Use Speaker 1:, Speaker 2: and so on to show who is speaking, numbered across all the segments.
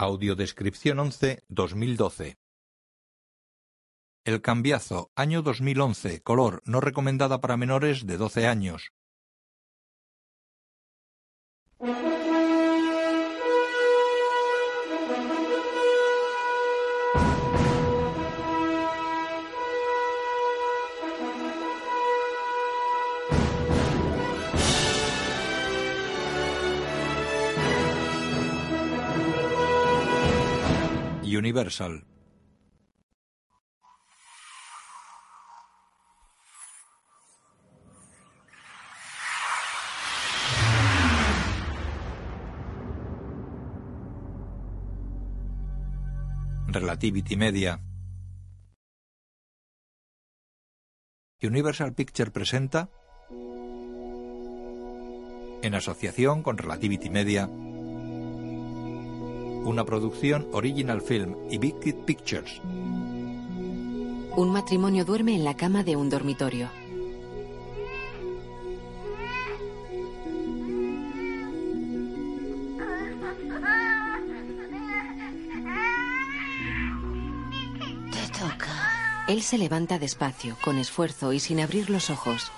Speaker 1: Audiodescripción 11 2012 El Cambiazo, año 2011, color, no recomendada para menores de 12 años. Universal. Relativity Media. Universal Picture presenta, en asociación con Relativity Media, una producción Original Film y Big Kid Pictures.
Speaker 2: Un matrimonio duerme en la cama de un dormitorio.
Speaker 3: Te toca.
Speaker 2: Él se levanta despacio, con esfuerzo y sin abrir los ojos.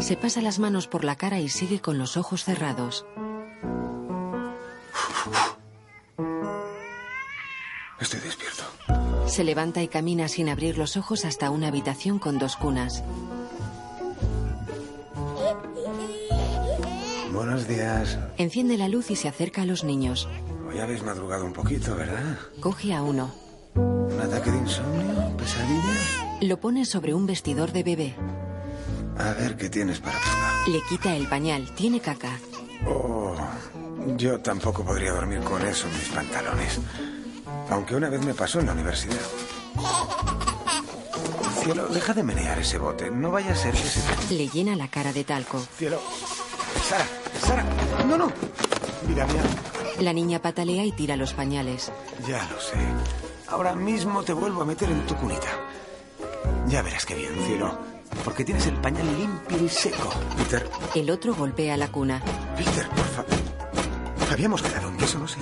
Speaker 2: Se pasa las manos por la cara y sigue con los ojos cerrados.
Speaker 4: Estoy despierto.
Speaker 2: Se levanta y camina sin abrir los ojos hasta una habitación con dos cunas.
Speaker 4: Buenos días.
Speaker 2: Enciende la luz y se acerca a los niños.
Speaker 4: Hoy habéis madrugado un poquito, ¿verdad?
Speaker 2: Coge a uno.
Speaker 4: ¿Un ataque de insomnio? ¿Pesadillas?
Speaker 2: Lo pone sobre un vestidor de bebé.
Speaker 4: A ver qué tienes para probar.
Speaker 2: Le quita el pañal. Tiene caca.
Speaker 4: Oh, yo tampoco podría dormir con eso en mis pantalones. Aunque una vez me pasó en la universidad. Cielo, deja de menear ese bote. No vaya a ser que se te-
Speaker 2: Le llena la cara de talco.
Speaker 4: Cielo. Sara, Sara. No, no. Mira, mira.
Speaker 2: La niña patalea y tira los pañales.
Speaker 4: Ya lo sé. Ahora mismo te vuelvo a meter en tu cunita. Ya verás qué bien, cielo. Porque tienes el pañal limpio y seco. Peter,
Speaker 2: El otro golpea la cuna.
Speaker 4: Peter, por favor. Habíamos quedado en que eso no sé.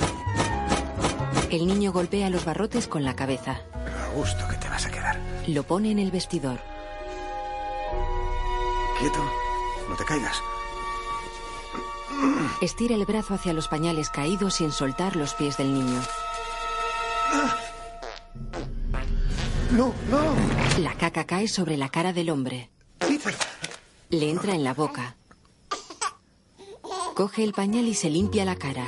Speaker 2: El niño golpea los barrotes con la cabeza.
Speaker 4: A gusto que te vas a quedar.
Speaker 2: Lo pone en el vestidor.
Speaker 4: Quieto. No te caigas.
Speaker 2: Estira el brazo hacia los pañales caídos sin soltar los pies del niño.
Speaker 4: Ah. No, no.
Speaker 2: La caca cae sobre la cara del hombre.
Speaker 4: Peter.
Speaker 2: Le entra en la boca. Coge el pañal y se limpia la cara.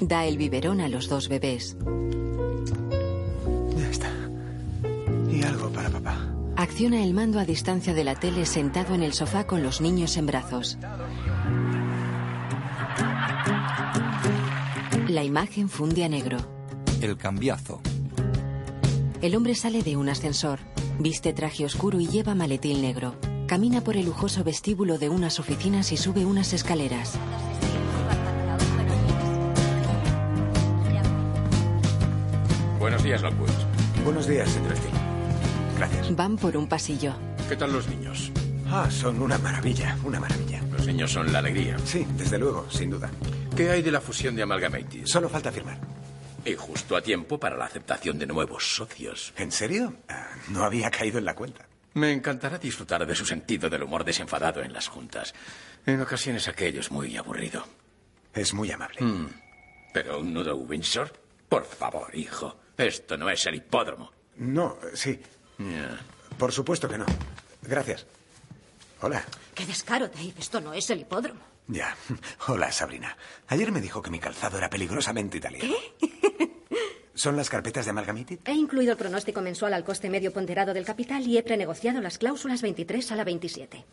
Speaker 2: Da el biberón a los dos bebés.
Speaker 4: Ya está. Y algo para papá.
Speaker 2: Acciona el mando a distancia de la tele sentado en el sofá con los niños en brazos. La imagen funde a negro.
Speaker 1: El Cambiazo.
Speaker 2: El hombre sale de un ascensor, viste traje oscuro y lleva maletín negro. Camina por el lujoso vestíbulo de unas oficinas y sube unas escaleras.
Speaker 5: Buenos días, Lockwood.
Speaker 4: Buenos días, Setresti. Gracias.
Speaker 2: Van por un pasillo.
Speaker 5: ¿Qué tal los niños?
Speaker 4: Ah, son una maravilla, una maravilla.
Speaker 5: Los niños son la alegría.
Speaker 4: Sí, desde luego, sin duda.
Speaker 5: ¿Qué hay de la fusión de Amalgamated?
Speaker 4: Solo falta firmar.
Speaker 5: Y justo a tiempo para la aceptación de nuevos socios.
Speaker 4: ¿En serio? Ah, No había caído en la cuenta.
Speaker 5: Me encantará disfrutar de su sentido del humor desenfadado en las juntas. En ocasiones aquello es muy aburrido. Mm.
Speaker 4: Es muy amable.
Speaker 5: Pero un nudo Windsor, por favor, hijo. Esto no es el hipódromo.
Speaker 4: No, sí,
Speaker 5: Ya.
Speaker 4: por supuesto que no. Gracias. Hola.
Speaker 3: Qué descaro, Dave. Esto no es el hipódromo.
Speaker 4: Ya. Hola, Sabrina. Ayer me dijo que mi calzado era peligrosamente italiano. ¿Son las carpetas de Amalgamated?
Speaker 6: He incluido el pronóstico mensual al coste medio ponderado del capital y he prenegociado las cláusulas 23 a la 27.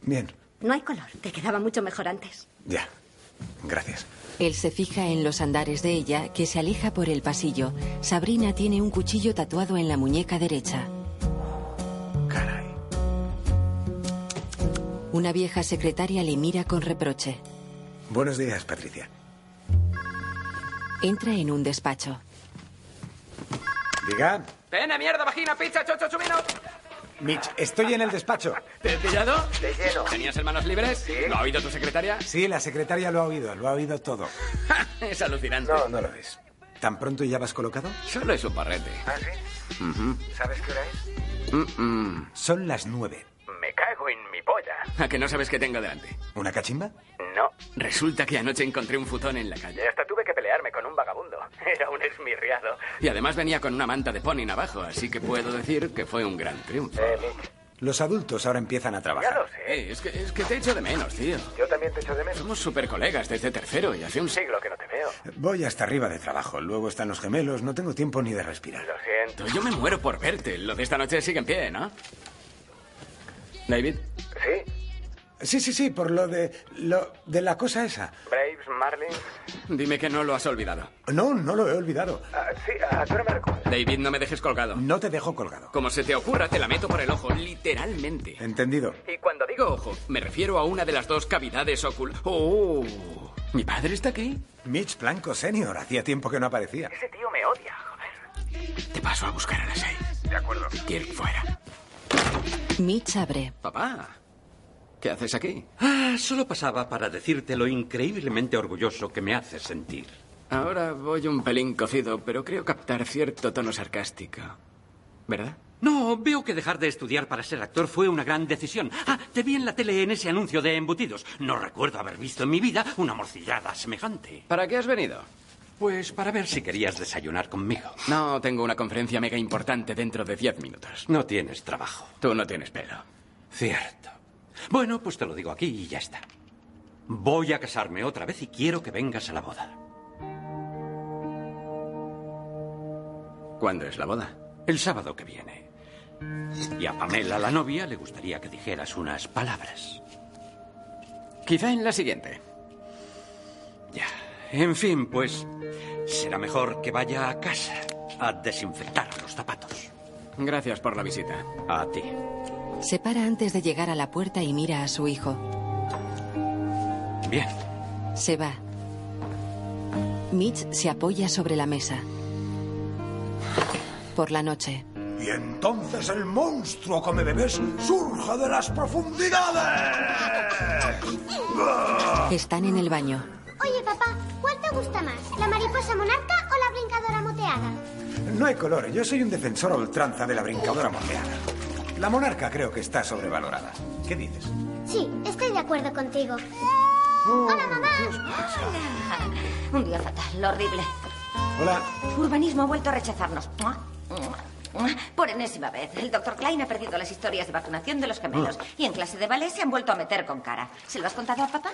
Speaker 4: Bien,
Speaker 6: No hay color, te quedaba mucho mejor antes.
Speaker 4: ya. Gracias.
Speaker 2: Él se fija en los andares de ella, que se aleja por el pasillo. Sabrina tiene un cuchillo tatuado en la muñeca derecha.
Speaker 4: Caray.
Speaker 2: Una vieja secretaria le mira con reproche.
Speaker 4: Buenos días, Patricia.
Speaker 2: Entra en un despacho.
Speaker 4: Diga,
Speaker 7: Pene, mierda, vagina, pizza, chocho, chumino.
Speaker 4: Mitch, estoy en el despacho.
Speaker 7: ¿Te he pillado? Te lleno. ¿Tenías hermanos libres? ¿Lo ha oído tu secretaria?
Speaker 4: Sí, la secretaria lo ha oído, lo ha oído todo.
Speaker 7: Es alucinante.
Speaker 4: No, no lo es. ¿Tan pronto ya vas colocado?
Speaker 7: Solo es un barrete.
Speaker 4: Ah, sí. ¿Sabes qué hora es? Son las nueve.
Speaker 7: Me cago en mi polla. ¿A que no sabes qué tengo delante?
Speaker 4: ¿Una cachimba?
Speaker 7: No. Resulta que anoche encontré un futón en la calle. Y hasta tuve que pelearme con un vagabundo. Era un esmirriado. Y además venía con una manta de ponin abajo, así que puedo decir que fue un gran triunfo.
Speaker 4: Los adultos ahora empiezan a trabajar.
Speaker 7: sé. Eh, Es que, es que te echo de menos, tío.
Speaker 8: Yo también te echo de menos.
Speaker 7: Somos super colegas desde tercero y hace un siglo que no te veo.
Speaker 4: Voy hasta arriba de trabajo, luego están los gemelos, no tengo tiempo ni de respirar.
Speaker 7: Lo siento. Yo me muero por verte. Lo de esta noche sigue en pie, ¿no? David.
Speaker 8: ¿Sí?
Speaker 4: Sí, sí, sí, por lo de lo de la cosa esa.
Speaker 8: ¿Braves, Marlins?
Speaker 7: Dime que no lo has olvidado.
Speaker 4: No, no lo he olvidado.
Speaker 8: Ah, sí, ¿a qué hora me recoges?
Speaker 7: David, no me dejes colgado.
Speaker 4: No te dejo colgado.
Speaker 7: Como se te ocurra, te la meto por el ojo, literalmente.
Speaker 4: Entendido.
Speaker 7: Y cuando digo ojo, me refiero a una de las dos cavidades oculares.
Speaker 9: Uh.
Speaker 7: ¡Oh! ¿Mi padre está aquí?
Speaker 4: Mitch Blanco Senior, hacía tiempo que no aparecía.
Speaker 7: Ese tío me odia, joder. Te paso a buscar a las seis. De acuerdo. Kirk fuera.
Speaker 2: Mitch abre.
Speaker 7: Papá, ¿qué haces aquí?
Speaker 9: Ah, solo pasaba para decirte lo increíblemente orgulloso que me haces sentir.
Speaker 7: Ahora voy un pelín cocido, pero creo captar cierto tono sarcástico. ¿Verdad?
Speaker 9: No, veo que dejar de estudiar para ser actor fue una gran decisión. Ah, te vi en la tele en ese anuncio de embutidos. Pues No recuerdo haber visto en mi vida una morcillada semejante.
Speaker 7: ¿Para qué has venido?
Speaker 9: Pues para ver si querías desayunar conmigo.
Speaker 7: No, tengo una conferencia mega importante dentro de diez minutos.
Speaker 9: No tienes trabajo.
Speaker 7: Tú no tienes pelo.
Speaker 9: Cierto. Bueno, pues te lo digo aquí y ya está. Voy a casarme otra vez y quiero que vengas a la boda.
Speaker 7: ¿Cuándo es la boda?
Speaker 9: El sábado que viene. Y a Pamela, la novia, le gustaría que dijeras unas palabras.
Speaker 7: Quizá en la siguiente.
Speaker 9: Ya. En fin, pues será mejor que vaya a casa a desinfectar los zapatos.
Speaker 7: Gracias por la visita.
Speaker 9: A ti.
Speaker 2: Se para antes de llegar a la puerta y mira a su hijo.
Speaker 9: Bien.
Speaker 2: Se va. Mitch se apoya sobre la mesa. Por la noche.
Speaker 4: Y entonces el monstruo come bebés surge de las profundidades.
Speaker 2: Están en el baño.
Speaker 10: Oye, papá, ¿cuál te gusta más? ¿La mariposa monarca o la brincadora moteada?
Speaker 4: No hay color, yo soy un defensor a ultranza de la brincadora monteana. La monarca creo que está sobrevalorada. ¿Qué dices?
Speaker 10: Sí, estoy de acuerdo contigo. ¡Hola, mamá!
Speaker 6: Un día fatal, horrible.
Speaker 4: Hola.
Speaker 6: Urbanismo ha vuelto a rechazarnos. Mua, mua, mua. Por enésima vez, el doctor Klein ha perdido las historias de vacunación de los gemelos y en clase de ballet se han vuelto a meter con cara. ¿Se lo has contado a papá?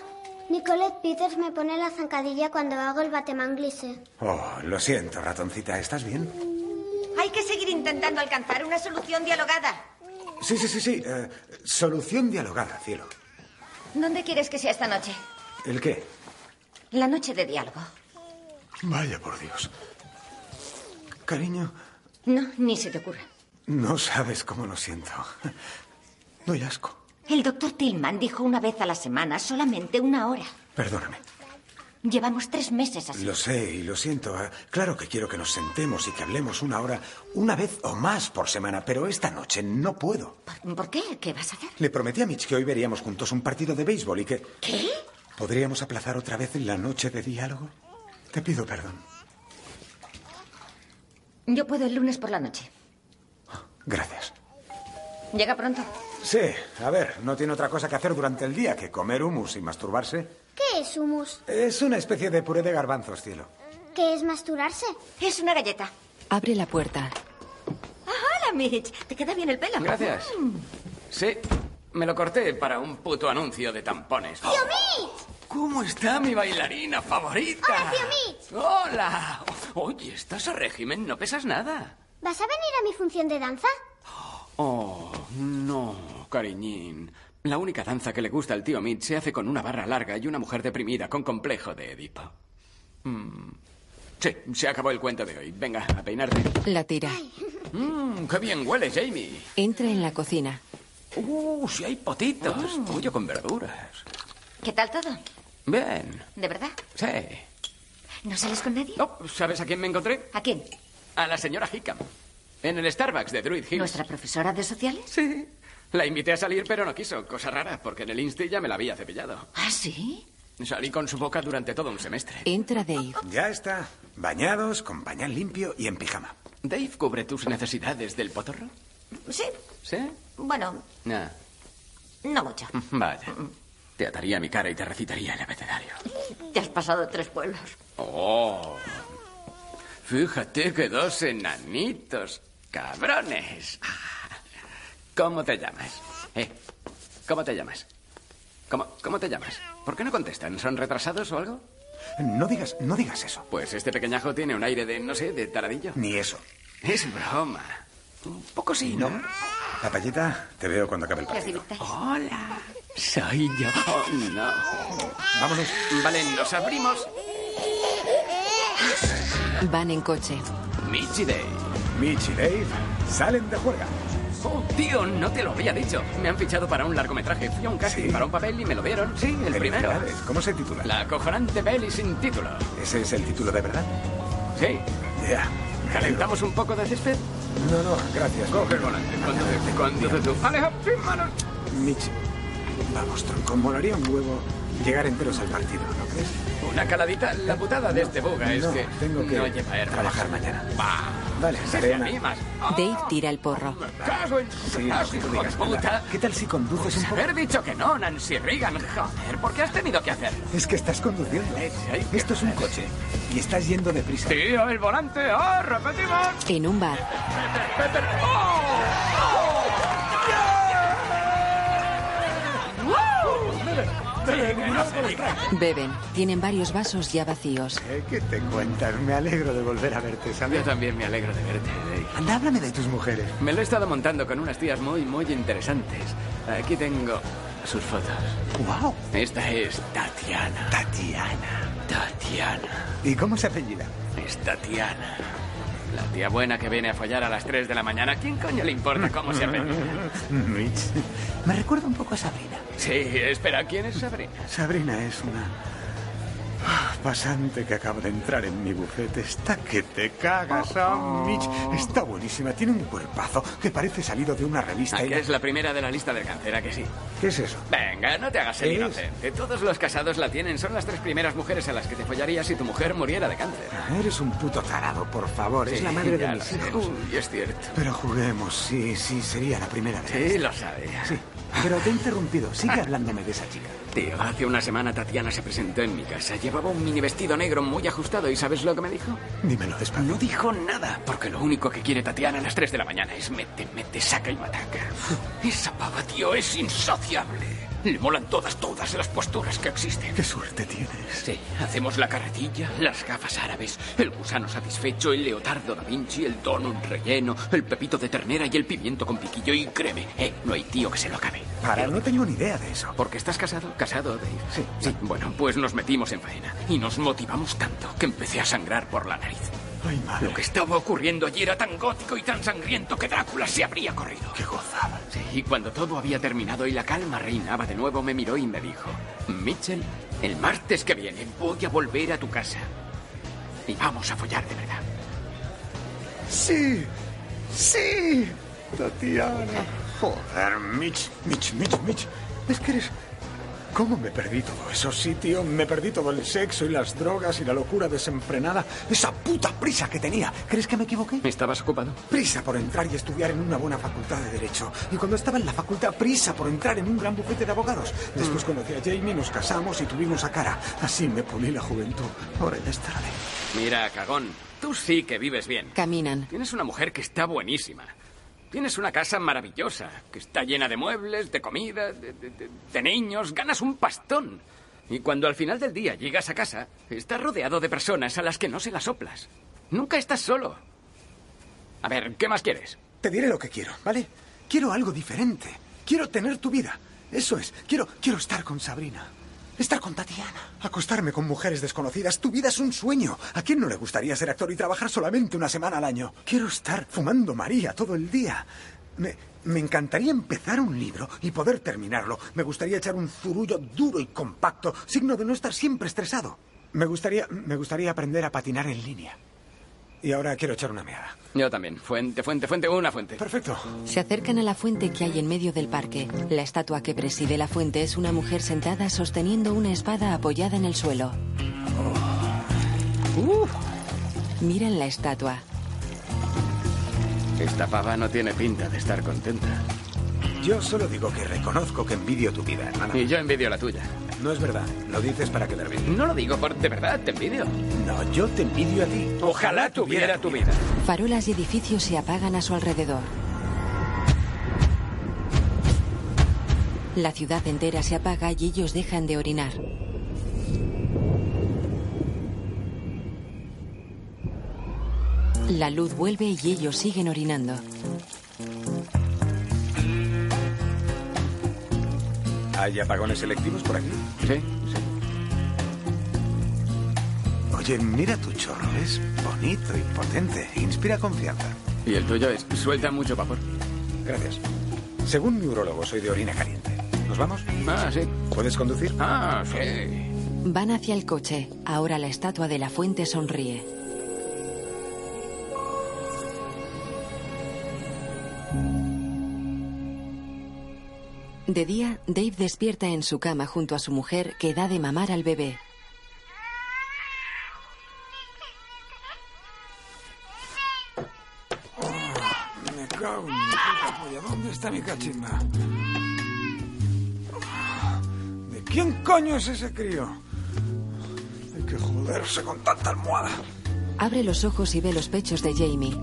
Speaker 10: Nicolette Peters me pone la zancadilla cuando hago el batemán glisse.
Speaker 4: Oh, lo siento, ratoncita, ¿estás bien?
Speaker 6: Hay que seguir intentando alcanzar una solución dialogada.
Speaker 4: Sí, sí, sí, sí. eh, solución dialogada, cielo.
Speaker 6: ¿Dónde quieres que sea esta noche?
Speaker 4: ¿El qué?
Speaker 6: La noche de diálogo.
Speaker 4: Vaya por Dios. Cariño,
Speaker 6: No, ni se te ocurra.
Speaker 4: no sabes cómo lo siento. Doy asco.
Speaker 6: El doctor Tillman dijo una vez a la semana, solamente una hora.
Speaker 4: Perdóname.
Speaker 6: Llevamos tres meses así.
Speaker 4: Lo sé y lo siento. Ah, Claro que quiero que nos sentemos y que hablemos una hora, una vez o más por semana, pero esta noche no puedo.
Speaker 6: ¿Por, por qué? ¿Qué vas a hacer?
Speaker 4: Le prometí a Mitch que hoy veríamos juntos un partido de béisbol y que...
Speaker 6: ¿Qué?
Speaker 4: ¿Podríamos aplazar otra vez la noche de diálogo? Te pido perdón.
Speaker 6: Yo puedo el lunes por la noche.
Speaker 4: Gracias.
Speaker 6: Llega pronto.
Speaker 4: Sí, a ver, no tiene otra cosa que hacer durante el día que comer humus y masturbarse.
Speaker 10: ¿Qué es humus?
Speaker 4: Es una especie de puré de garbanzos, cielo.
Speaker 10: ¿Qué es masturbarse?
Speaker 6: Es una galleta.
Speaker 2: Abre la puerta.
Speaker 6: Hola, Mitch. ¿Te queda bien el pelo?
Speaker 7: Gracias.
Speaker 6: Mm.
Speaker 7: Sí, me lo corté para un puto anuncio de tampones.
Speaker 10: ¡Tío Mitch!
Speaker 7: ¿Cómo está mi bailarina favorita?
Speaker 10: ¡Hola, tío Mitch!
Speaker 7: ¡Hola! Oye, estás a régimen, no pesas nada.
Speaker 10: ¿Vas a venir a mi función de danza?
Speaker 7: Oh, no, cariñín. La única danza que le gusta al tío Mitch se hace con una barra larga y una mujer deprimida con complejo de Edipo. Mm. Sí, se acabó el cuento de hoy. Venga, a peinarte.
Speaker 2: La tira.
Speaker 7: Mm, ¡Qué bien huele, Jamie!
Speaker 2: Entra en la cocina.
Speaker 7: ¡Uh, si hay potitos! Pollo con verduras.
Speaker 6: ¿Qué tal todo?
Speaker 7: Bien,
Speaker 6: ¿De verdad?
Speaker 7: sí.
Speaker 6: ¿No sales con nadie? Ah,
Speaker 7: Oh, ¿Sabes a quién me encontré?
Speaker 6: ¿A quién?
Speaker 7: A la señora Hickam. En el Starbucks de Druid Hills.
Speaker 6: ¿Nuestra profesora de sociales?
Speaker 7: Sí. La invité a salir, pero no quiso. Cosa rara, porque en el Insti ya me la había cepillado.
Speaker 6: ¿Ah, sí?
Speaker 7: Salí con su boca durante todo un semestre.
Speaker 2: Entra Dave.
Speaker 4: Ya está. Bañados, con pañal limpio y en pijama.
Speaker 7: ¿Dave cubre tus necesidades del potorro?
Speaker 6: Sí.
Speaker 7: ¿Sí?
Speaker 6: Bueno,
Speaker 7: Ah,
Speaker 6: no mucho.
Speaker 7: vaya. Te ataría mi cara y te recitaría el abecedario.
Speaker 6: Ya has pasado tres pueblos.
Speaker 7: ¡Oh! Fíjate que dos enanitos. ¡Cabrones! Ah, ¿Cómo te llamas? Eh, ¿Cómo te llamas? ¿Cómo, ¿Cómo te llamas? ¿Por qué no contestan? ¿Son retrasados o algo?
Speaker 4: No digas, no digas eso.
Speaker 7: Pues este pequeñajo tiene un aire de, no sé, de taradillo.
Speaker 4: Ni eso.
Speaker 7: Es broma. Un poco sí, ¿no?
Speaker 4: Papayeta, te veo cuando acabe el
Speaker 6: Las
Speaker 4: partido.
Speaker 6: divistas.
Speaker 7: Hola. Soy yo. Oh, no.
Speaker 4: Vámonos.
Speaker 7: Vale, nos abrimos.
Speaker 2: Van en coche.
Speaker 7: Michi Day.
Speaker 4: Mitch y Dave salen de juerga.
Speaker 7: Oh, tío, no te lo había dicho. Me han fichado para un largometraje. Fui a un casting
Speaker 4: ¿Sí?
Speaker 7: para un papel y me lo dieron. Sí, el primero.
Speaker 4: Felicidades. ¿Cómo se titula?
Speaker 7: La acojonante peli sin título.
Speaker 4: ¿Ese es el título de verdad?
Speaker 7: Sí.
Speaker 4: Ya. Me alegro.
Speaker 7: ¿Calentamos un poco de césped?
Speaker 4: No, no, gracias.
Speaker 7: Coge el volante. Conduce, conduce tú. Aleja, sí, manos.
Speaker 4: Mitch, vamos, tronco. Molaría un huevo llegar enteros al partido, ¿no crees?
Speaker 7: Una caladita. La putada de este buga es
Speaker 4: no,
Speaker 7: que
Speaker 4: tengo que
Speaker 7: no lleva hermanos.
Speaker 4: trabajar mañana.
Speaker 7: Va.
Speaker 4: Vale,
Speaker 7: Si te
Speaker 4: Serena.
Speaker 7: animas.
Speaker 2: Dave tira el porro.
Speaker 7: Me cago en su
Speaker 4: Sí,
Speaker 7: caso,
Speaker 4: no
Speaker 7: hijo de
Speaker 4: digas nada.
Speaker 7: puta.
Speaker 4: ¿Qué tal si conduces un
Speaker 7: Pues
Speaker 4: poco?
Speaker 7: haber dicho que no, Nancy Reagan. Joder, ¿por qué has tenido que hacerlo?
Speaker 4: Es que estás conduciendo.
Speaker 7: Eh, sí, hay que
Speaker 4: Esto es un
Speaker 7: joder.
Speaker 4: coche y estás yendo deprisa.
Speaker 7: Tío, el volante. ¡Ah, repetimos!
Speaker 2: En un bar.
Speaker 7: Peter, Peter. ¡Oh! ¡Oh! ¡Yeah! ¡Woo! Sí, que no se diga.
Speaker 2: Beben. Tienen varios vasos ya vacíos.
Speaker 4: Eh, ¿Qué te cuentas? Me alegro de volver a verte,
Speaker 7: Yo
Speaker 4: ¿sabes?
Speaker 7: también me alegro de verte, Dave.
Speaker 4: Anda, háblame de tus mujeres.
Speaker 7: Me lo he estado montando con unas tías muy, muy interesantes. Aquí tengo sus fotos.
Speaker 4: ¡Wow!
Speaker 7: Esta es Tatiana.
Speaker 4: Tatiana.
Speaker 7: Tatiana.
Speaker 4: ¿Y cómo se apellida?
Speaker 7: Es Tatiana. La tía buena que viene a follar a las 3 de la mañana. ¿Quién coño le importa cómo se apellida?
Speaker 4: Mitch. Me recuerda un poco a Sabrina.
Speaker 7: Sí, espera, ¿quién es Sabrina?
Speaker 4: Sabrina es una ah, pasante que acaba de entrar en mi bufete. Está que te cagas,
Speaker 7: Oh,
Speaker 4: ah, Mitch. Está buenísima. Tiene un cuerpazo que parece salido de una revista.
Speaker 7: Ah,
Speaker 4: y-
Speaker 7: que es la primera de la lista del cáncer, ¿a que sí?
Speaker 4: ¿Qué es eso?
Speaker 7: Venga, no te hagas el
Speaker 4: ¿Qué es?
Speaker 7: inocente. Todos los casados la tienen. Son las tres primeras mujeres a las que te follarías si tu mujer muriera de cáncer.
Speaker 4: Ah, Eres un puto tarado, por favor. es
Speaker 7: Sí,
Speaker 4: la madre de
Speaker 7: ya
Speaker 4: mis
Speaker 7: lo sé.
Speaker 4: hijos.
Speaker 7: Uy, es cierto.
Speaker 4: Pero juguemos, sí, sí, sería la primera vez.
Speaker 7: Sí, lo sabía.
Speaker 4: Sí, pero te he interrumpido. Sigue hablándome de esa chica.
Speaker 7: Tío, hace una semana Tatiana se presentó en mi casa. Llevaba un mini vestido negro muy ajustado y ¿sabes lo que me dijo?
Speaker 4: Dímelo despacio.
Speaker 7: No dijo nada, porque lo único que quiere Tatiana a las 3 de la mañana es mete, mete, saca y mataca. Esa pava, tío, es insociable. Le molan todas, todas las posturas que existen.
Speaker 4: Qué suerte tienes.
Speaker 7: Sí, hacemos la carretilla, las gafas árabes, el gusano satisfecho, el leotardo da Vinci, el donut relleno, el pepito de ternera y el pimiento con piquillo. Y créeme, eh, no hay tío que se lo acabe.
Speaker 4: Para, no tengo ni idea de eso.
Speaker 7: Porque estás casado, casado, Dave. Sí, sí. Bueno, pues nos metimos en faena y nos motivamos tanto que empecé a sangrar por la nariz.
Speaker 4: Ay, madre.
Speaker 7: Lo que estaba ocurriendo allí era tan gótico y tan sangriento que Drácula se habría corrido.
Speaker 4: Qué gozada.
Speaker 7: Sí, y cuando todo había terminado y la calma reinaba de nuevo, me miró y me dijo, Mitchell, el martes que viene voy a volver a tu casa. Y vamos a follar de verdad.
Speaker 4: Sí, sí, Tatiana. Joder, Mitch, Mitch, Mitch, Mitch. Es que eres... ¿Cómo me perdí todo eso, sí, tío? Me perdí todo el sexo y las drogas y la locura desenfrenada. Esa puta prisa que tenía. ¿Crees que me equivoqué?
Speaker 7: ¿Estabas ocupado?
Speaker 4: Prisa por entrar y estudiar en una buena facultad de Derecho. Y cuando estaba en la facultad, prisa por entrar en un gran bufete de abogados.
Speaker 7: Mm.
Speaker 4: Después conocí a Jamie, nos casamos y tuvimos a cara. Así me pulí la juventud. Ahora ya es tarde.
Speaker 7: Mira, cagón, tú sí que vives bien.
Speaker 2: Caminan.
Speaker 7: Tienes una mujer que está buenísima. Tienes una casa maravillosa, que está llena de muebles, de comida, de, de- de- de niños. Ganas un pastón. Y cuando al final del día llegas a casa, estás rodeado de personas a las que no se las soplas. Nunca estás solo. A ver, ¿qué más quieres?
Speaker 4: Te diré lo que quiero, ¿vale? Quiero algo diferente. Quiero tener tu vida. Eso es. Quiero, quiero estar con Sabrina. Estar con Tatiana. Acostarme con mujeres desconocidas. Tu vida es un sueño. ¿A quién no le gustaría ser actor y trabajar solamente una semana al año? Quiero estar fumando María todo el día. Me, me encantaría empezar un libro y poder terminarlo. Me gustaría echar un zurullo duro y compacto, signo de no estar siempre estresado. Me gustaría, me gustaría aprender a patinar en línea. Y ahora quiero echar una meada.
Speaker 7: Yo también. Fuente, fuente, fuente, una fuente.
Speaker 4: Perfecto.
Speaker 2: Se acercan a la fuente que hay en medio del parque. La estatua que preside la fuente es una mujer sentada sosteniendo una espada apoyada en el suelo.
Speaker 4: Oh.
Speaker 2: Miran la estatua.
Speaker 7: Esta pava no tiene pinta de estar contenta.
Speaker 4: Yo solo digo que reconozco que envidio tu vida, hermana.
Speaker 7: Y yo envidio la tuya.
Speaker 4: No es verdad. Lo dices para quedar bien.
Speaker 7: No lo digo por de verdad, te envidio.
Speaker 4: No, yo te envidio a ti.
Speaker 7: Ojalá tuviera tu vida.
Speaker 2: Farolas y edificios se apagan a su alrededor. La ciudad entera se apaga y ellos dejan de orinar. La luz vuelve y ellos siguen orinando.
Speaker 4: ¿Hay apagones selectivos por aquí?
Speaker 7: Sí, sí.
Speaker 4: Oye, mira tu chorro. Es bonito y potente. Inspira confianza.
Speaker 7: Y el tuyo es suelta mucho vapor.
Speaker 4: Gracias. Según mi urologo, soy de orina caliente. ¿Nos vamos?
Speaker 7: Ah, sí.
Speaker 4: ¿Puedes conducir?
Speaker 7: Ah, sí.
Speaker 2: Van hacia el coche. Ahora la estatua de la fuente sonríe. De día, Dave despierta en su cama junto a su mujer que da de mamar al bebé.
Speaker 4: Me cago en mi puta polla. ¿Dónde está mi cachimba? ¿De quién coño es ese crío? Hay que joderse con tanta almohada.
Speaker 2: Abre los ojos y ve los pechos de Jamie.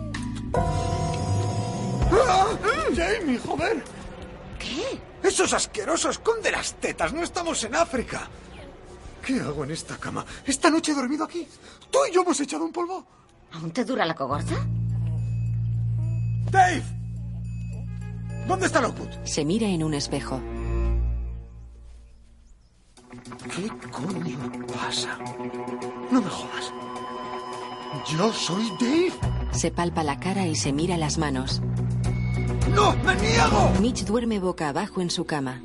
Speaker 4: ¡Ah! ¡Jamie, joder! ¿Qué? ¡Esos asquerosos! ¡Esconde las tetas! ¡No estamos en África! ¿Qué hago en esta cama? Esta noche he dormido aquí. Tú y yo hemos echado un polvo.
Speaker 11: ¿Aún te dura la cogorza?
Speaker 4: ¡Dave! ¿Dónde está Lockwood?
Speaker 2: Se mira en un espejo.
Speaker 4: ¿Qué coño pasa? No me jodas. Yo soy Dave.
Speaker 2: Se palpa la cara y se mira las manos.
Speaker 4: ¡No! ¡Me niego!
Speaker 2: Mitch duerme boca abajo en su cama.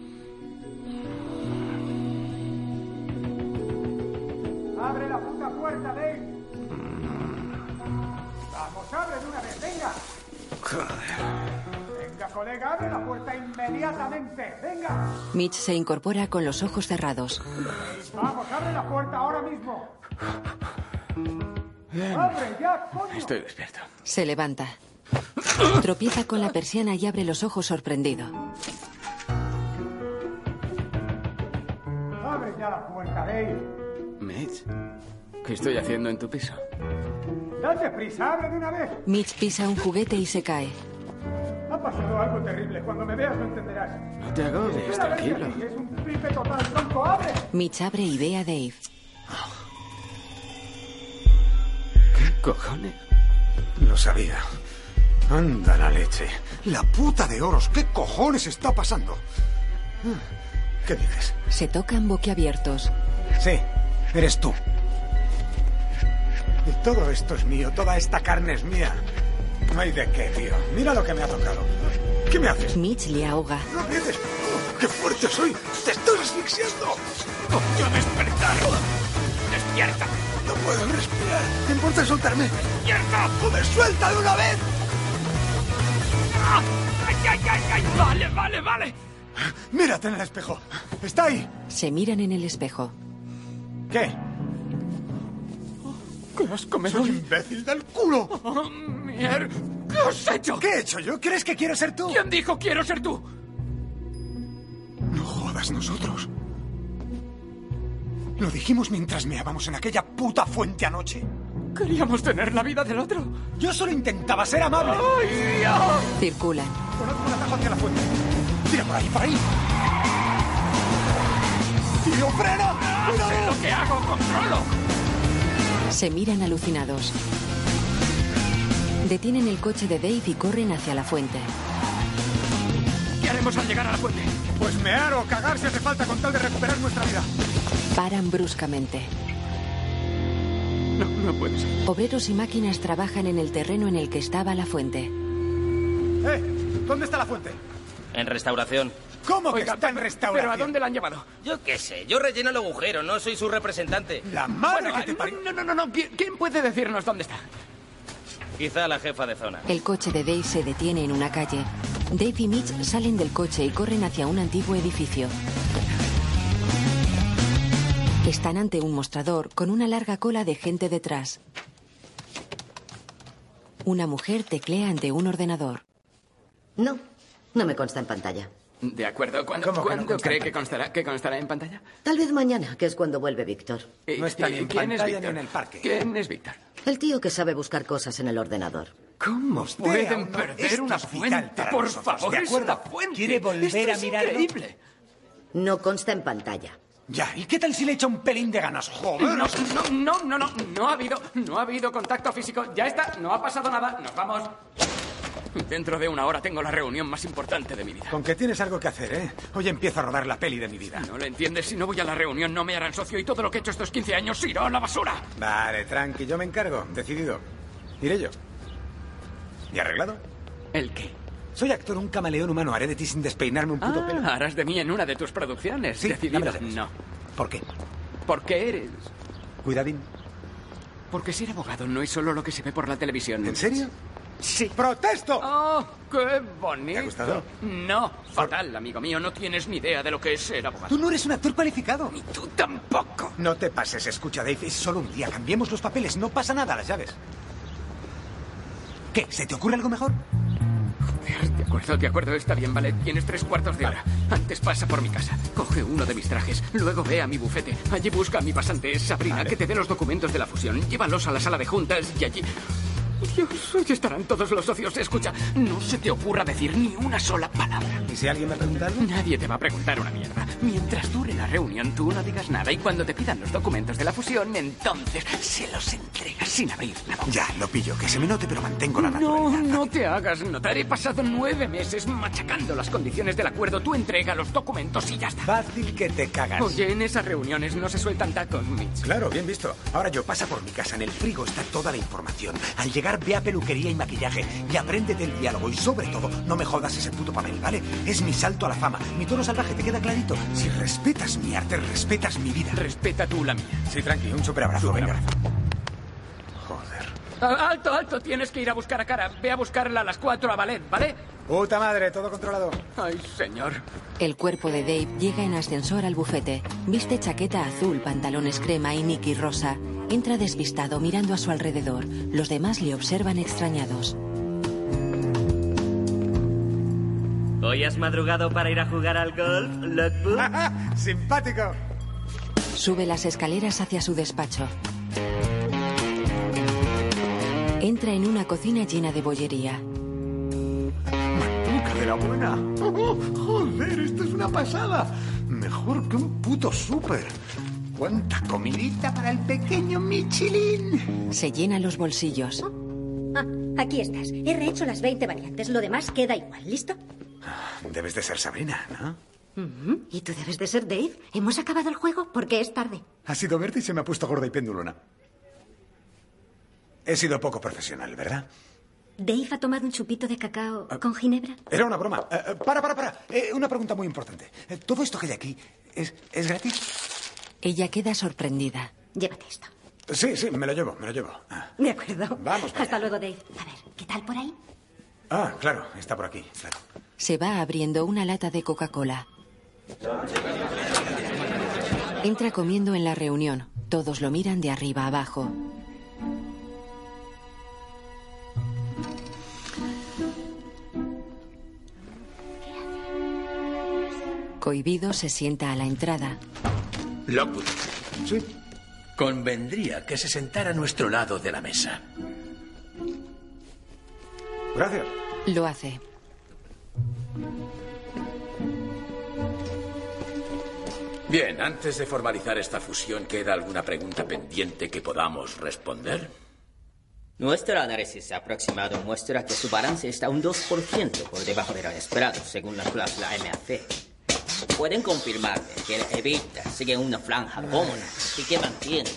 Speaker 9: ¡Abre la puta puerta, Dave! ¡Vamos, abre de una vez! ¡Venga! ¡Venga, colega! ¡Abre la puerta inmediatamente! ¡Venga!
Speaker 2: Mitch se incorpora con los ojos cerrados.
Speaker 9: ¡Vamos, abre la puerta ahora mismo! ¡Abre ya, coño!
Speaker 7: Estoy despierto.
Speaker 2: Se levanta. Tropieza con la persiana y abre los ojos sorprendido.
Speaker 9: ¡Abre ya la puerta, Dave!
Speaker 7: Mitch, ¿qué estoy haciendo en tu piso?
Speaker 9: ¡Date prisa! ¡Abre de una vez!
Speaker 2: Mitch pisa un juguete y se cae.
Speaker 9: Ha pasado algo terrible. Cuando me veas lo entenderás.
Speaker 7: No te agobies,
Speaker 9: Espera a ver qué
Speaker 7: tranquilo.
Speaker 9: sigue. Es un pipe total, tronco. ¡Abre!
Speaker 2: Mitch abre y ve a Dave.
Speaker 7: ¿Qué cojones?
Speaker 4: Lo sabía. Anda la leche. La puta de oros. ¿Qué cojones está pasando? Ah, ¿Qué dices?
Speaker 2: Se tocan boquiabiertos.
Speaker 4: Sí, eres tú. Y todo esto es mío. Toda esta carne es mía. No hay de qué, tío. Mira lo que me ha tocado. ¿Qué me haces?
Speaker 2: Mitch le ahoga.
Speaker 4: ¿Lo dices? ¡Oh, ¡Qué fuerte soy! ¡Te estoy asfixiando! ¡Coño, despertar! ¡Despierta! ¡No puedo respirar! ¿Te importa soltarme? ¡Despierta! ¡Joder, suelta de una vez! ¡Ah!
Speaker 7: ¡Ay, ay, ay, ay! Vale, vale, vale.
Speaker 4: Mírate en el espejo. Está ahí.
Speaker 2: Se miran en el espejo.
Speaker 4: ¿Qué?
Speaker 7: ¿Qué asco me
Speaker 4: Soy
Speaker 7: doy?
Speaker 4: imbécil del culo.
Speaker 7: Oh, mier- ¿Qué has hecho?
Speaker 4: ¿Qué he hecho yo? ¿Crees que quiero ser tú?
Speaker 7: ¿Quién dijo quiero ser tú?
Speaker 4: No jodas nosotros. Lo dijimos mientras meábamos en aquella puta fuente anoche.
Speaker 7: Queríamos tener la vida del otro.
Speaker 4: Yo solo intentaba ser amable.
Speaker 7: ¡Ay, Dios!
Speaker 2: Circulan.
Speaker 4: Conozco un atajo hacia la fuente. Tira por ahí, por ahí. ¡Tío, frena!
Speaker 7: Ah, ¡Sé lo que hago! ¡Controlo!
Speaker 2: Se miran alucinados. Detienen el coche de Dave y corren hacia la fuente.
Speaker 4: ¿Qué haremos al llegar a la fuente? Pues mear o cagar si hace falta con tal de recuperar nuestra vida.
Speaker 2: Paran bruscamente.
Speaker 4: No, no puede ser.
Speaker 2: Obreros y máquinas trabajan en el terreno en el que estaba la fuente.
Speaker 4: ¡Eh! ¿Dónde está la fuente?
Speaker 12: En restauración.
Speaker 4: ¿Cómo que está en restauración?
Speaker 12: ¿pero a
Speaker 4: dónde la han llevado?
Speaker 12: Yo qué sé, yo relleno el agujero, no soy su representante.
Speaker 4: La madre
Speaker 12: Bueno,
Speaker 4: que te parió.
Speaker 12: No, no, no, no. ¿Quién, puede decirnos dónde está? Quizá la jefa de zona.
Speaker 2: El coche de Dave se detiene en una calle. Dave y Mitch salen del coche y corren hacia un antiguo edificio. Están ante un mostrador con una larga cola de gente detrás. Una mujer teclea ante un ordenador.
Speaker 13: No, no me consta en pantalla.
Speaker 7: De acuerdo. ¿Cuándo,
Speaker 13: ¿Cómo que no
Speaker 7: cuándo
Speaker 13: consta
Speaker 7: cree
Speaker 13: en
Speaker 7: que constará, que constará en pantalla?
Speaker 13: Tal vez mañana, que es cuando vuelve Víctor.
Speaker 7: ¿Y- y Eh, quién es Víctor? ¿Quién es Víctor?
Speaker 13: El tío que sabe buscar cosas en el ordenador.
Speaker 7: ¿Cómo
Speaker 13: aún
Speaker 7: pueden
Speaker 13: no-
Speaker 7: perder
Speaker 13: esto
Speaker 7: una
Speaker 13: es vital
Speaker 7: fuente?
Speaker 13: para
Speaker 7: Pues Por
Speaker 13: nosotros, ¿de
Speaker 7: favor, es
Speaker 13: acuerdo?
Speaker 7: una fuente. ¿Quiere volver
Speaker 13: a mirarlo?
Speaker 7: increíble.
Speaker 13: No consta en pantalla.
Speaker 14: Ya, ¿y qué tal si le echa un pelín de ganas?
Speaker 7: No, no, no, no, no, no ha habido, no ha habido contacto físico. Ya está, no ha pasado nada. Nos vamos. Dentro de una hora tengo la reunión más importante de mi vida.
Speaker 4: Con que tienes algo que hacer, ¿eh? Hoy empiezo a rodar la peli de mi vida.
Speaker 7: ¿No lo entiendes? Si no voy a la reunión, no me harán socio y todo lo que he hecho estos 15 años irá a la basura.
Speaker 4: Vale, tranqui, yo me encargo. Decidido. Iré yo. ¿Y arreglado?
Speaker 7: ¿El qué?
Speaker 4: Soy actor, un camaleón humano. Haré de ti sin despeinarme un puto
Speaker 7: Ah,
Speaker 4: pelo.
Speaker 7: harás de mí en una de tus producciones.
Speaker 4: Sí,
Speaker 7: Decidido.
Speaker 4: dámelas de
Speaker 7: No.
Speaker 4: ¿Por qué?
Speaker 7: Porque eres.
Speaker 4: Cuidadín.
Speaker 7: Porque ser abogado no es solo lo que se ve por la televisión.
Speaker 4: ¿En serio?
Speaker 7: Sí.
Speaker 4: ¡Protesto!
Speaker 7: ¡Oh, qué bonito!
Speaker 4: ¿Te ha gustado?
Speaker 7: No, fatal, amigo mío. No tienes ni idea de lo que es ser abogado.
Speaker 4: Tú no eres un actor cualificado. Ni
Speaker 7: tú tampoco.
Speaker 4: No te pases, escucha, Dave. Es solo un día. Cambiemos los papeles. No pasa nada, las llaves. ¿Qué? ¿Se te ocurre algo mejor?
Speaker 7: De acuerdo, de acuerdo, está bien, vale. Tienes tres cuartos de hora. Antes pasa por mi casa, coge uno de mis trajes, luego ve a mi bufete. Allí busca a mi pasante, Sabrina, que te dé los documentos de la fusión. Llévalos a la sala de juntas y allí. Dios, hoy estarán todos los socios. Escucha, no se te ocurra decir ni una sola palabra.
Speaker 4: ¿Y si alguien me pregunta algo?
Speaker 7: Nadie te va a preguntar una mierda. Mientras dure la reunión, tú no digas nada y cuando te pidan los documentos de la fusión, entonces se los entregas sin abrir la boca.
Speaker 4: Ya, lo pillo. Que se me note, pero mantengo la
Speaker 7: No, no te hagas notar. He pasado nueve meses machacando las condiciones del acuerdo. Tú entrega los documentos y ya está.
Speaker 4: Fácil que te cagas.
Speaker 7: Oye, en esas reuniones no se sueltan tacos, Mitch.
Speaker 4: Claro, bien visto. Ahora yo, pasa por mi casa. En el frigo está toda la información. Al llegar, ve a peluquería y maquillaje y apréndete el diálogo. Y sobre todo, no me jodas ese puto papel, ¿vale? Es mi salto a la fama. Mi tono salvaje, ¿te queda clarito? Si respetas mi arte, respetas mi vida.
Speaker 7: Respeta tú la mía.
Speaker 4: Sí, tranqui, un superabrazo. Venga.
Speaker 7: A- Alto, alto, tienes que ir a buscar a Cara. Ve a buscarla a las cuatro a Ballet, ¿vale?
Speaker 4: Puta madre, todo controlado.
Speaker 7: Ay, señor.
Speaker 2: El cuerpo de Dave llega en ascensor al bufete. Viste chaqueta azul, pantalones crema y Nicky rosa. Entra despistado mirando a su alrededor. Los demás le observan extrañados.
Speaker 12: ¿Hoy has madrugado para ir a jugar al golf, Lockwood?
Speaker 7: Ah,
Speaker 4: Simpático.
Speaker 2: Sube las escaleras hacia su despacho. Entra en una cocina llena de bollería.
Speaker 15: ¡Nunca de la buena! Oh, ¡Joder, esto es una pasada! Mejor que un puto súper. ¡Cuánta comidita!
Speaker 14: Para el pequeño Michelin.
Speaker 2: Se llena los bolsillos.
Speaker 16: Ah, aquí estás. He rehecho las 20 variantes. Lo demás queda igual. ¿Listo?
Speaker 4: Debes de ser Sabrina, ¿no?
Speaker 16: Ujú. Y tú debes de ser Dave. Hemos acabado el juego porque es tarde.
Speaker 4: Ha sido verde y se me ha puesto gorda y pendulona. He sido poco profesional, ¿verdad? Ah,
Speaker 16: Dave ha tomado un chupito de cacao con ginebra.
Speaker 4: Era una broma. Eh, eh, para, para, para. Eh, una pregunta muy importante. Eh, ¿Todo esto que hay aquí es, es gratis?
Speaker 2: Ella queda sorprendida.
Speaker 16: Llévate esto.
Speaker 4: Sí, sí, me lo llevo, me lo llevo. Ah,
Speaker 16: De acuerdo.
Speaker 4: Vamos para
Speaker 16: Hasta luego, Dave. A ver, ¿qué tal por ahí?
Speaker 4: ah, claro, está por aquí. claro.
Speaker 2: Se va abriendo una lata de Coca-Cola. Entra comiendo en la reunión. Todos lo miran de arriba abajo. Cohibido se sienta a la entrada.
Speaker 5: Lockwood. Sí. Convendría que se sentara a nuestro lado de la mesa.
Speaker 4: Gracias.
Speaker 2: Lo hace.
Speaker 5: Bien, antes de formalizar esta fusión, ¿queda alguna pregunta pendiente que podamos responder?
Speaker 17: Nuestro análisis aproximado muestra que su balance está un 2% por debajo de lo esperado, según la cláusula MAC. Pueden confirmarme que el Evita sigue una franja cómoda y que mantiene.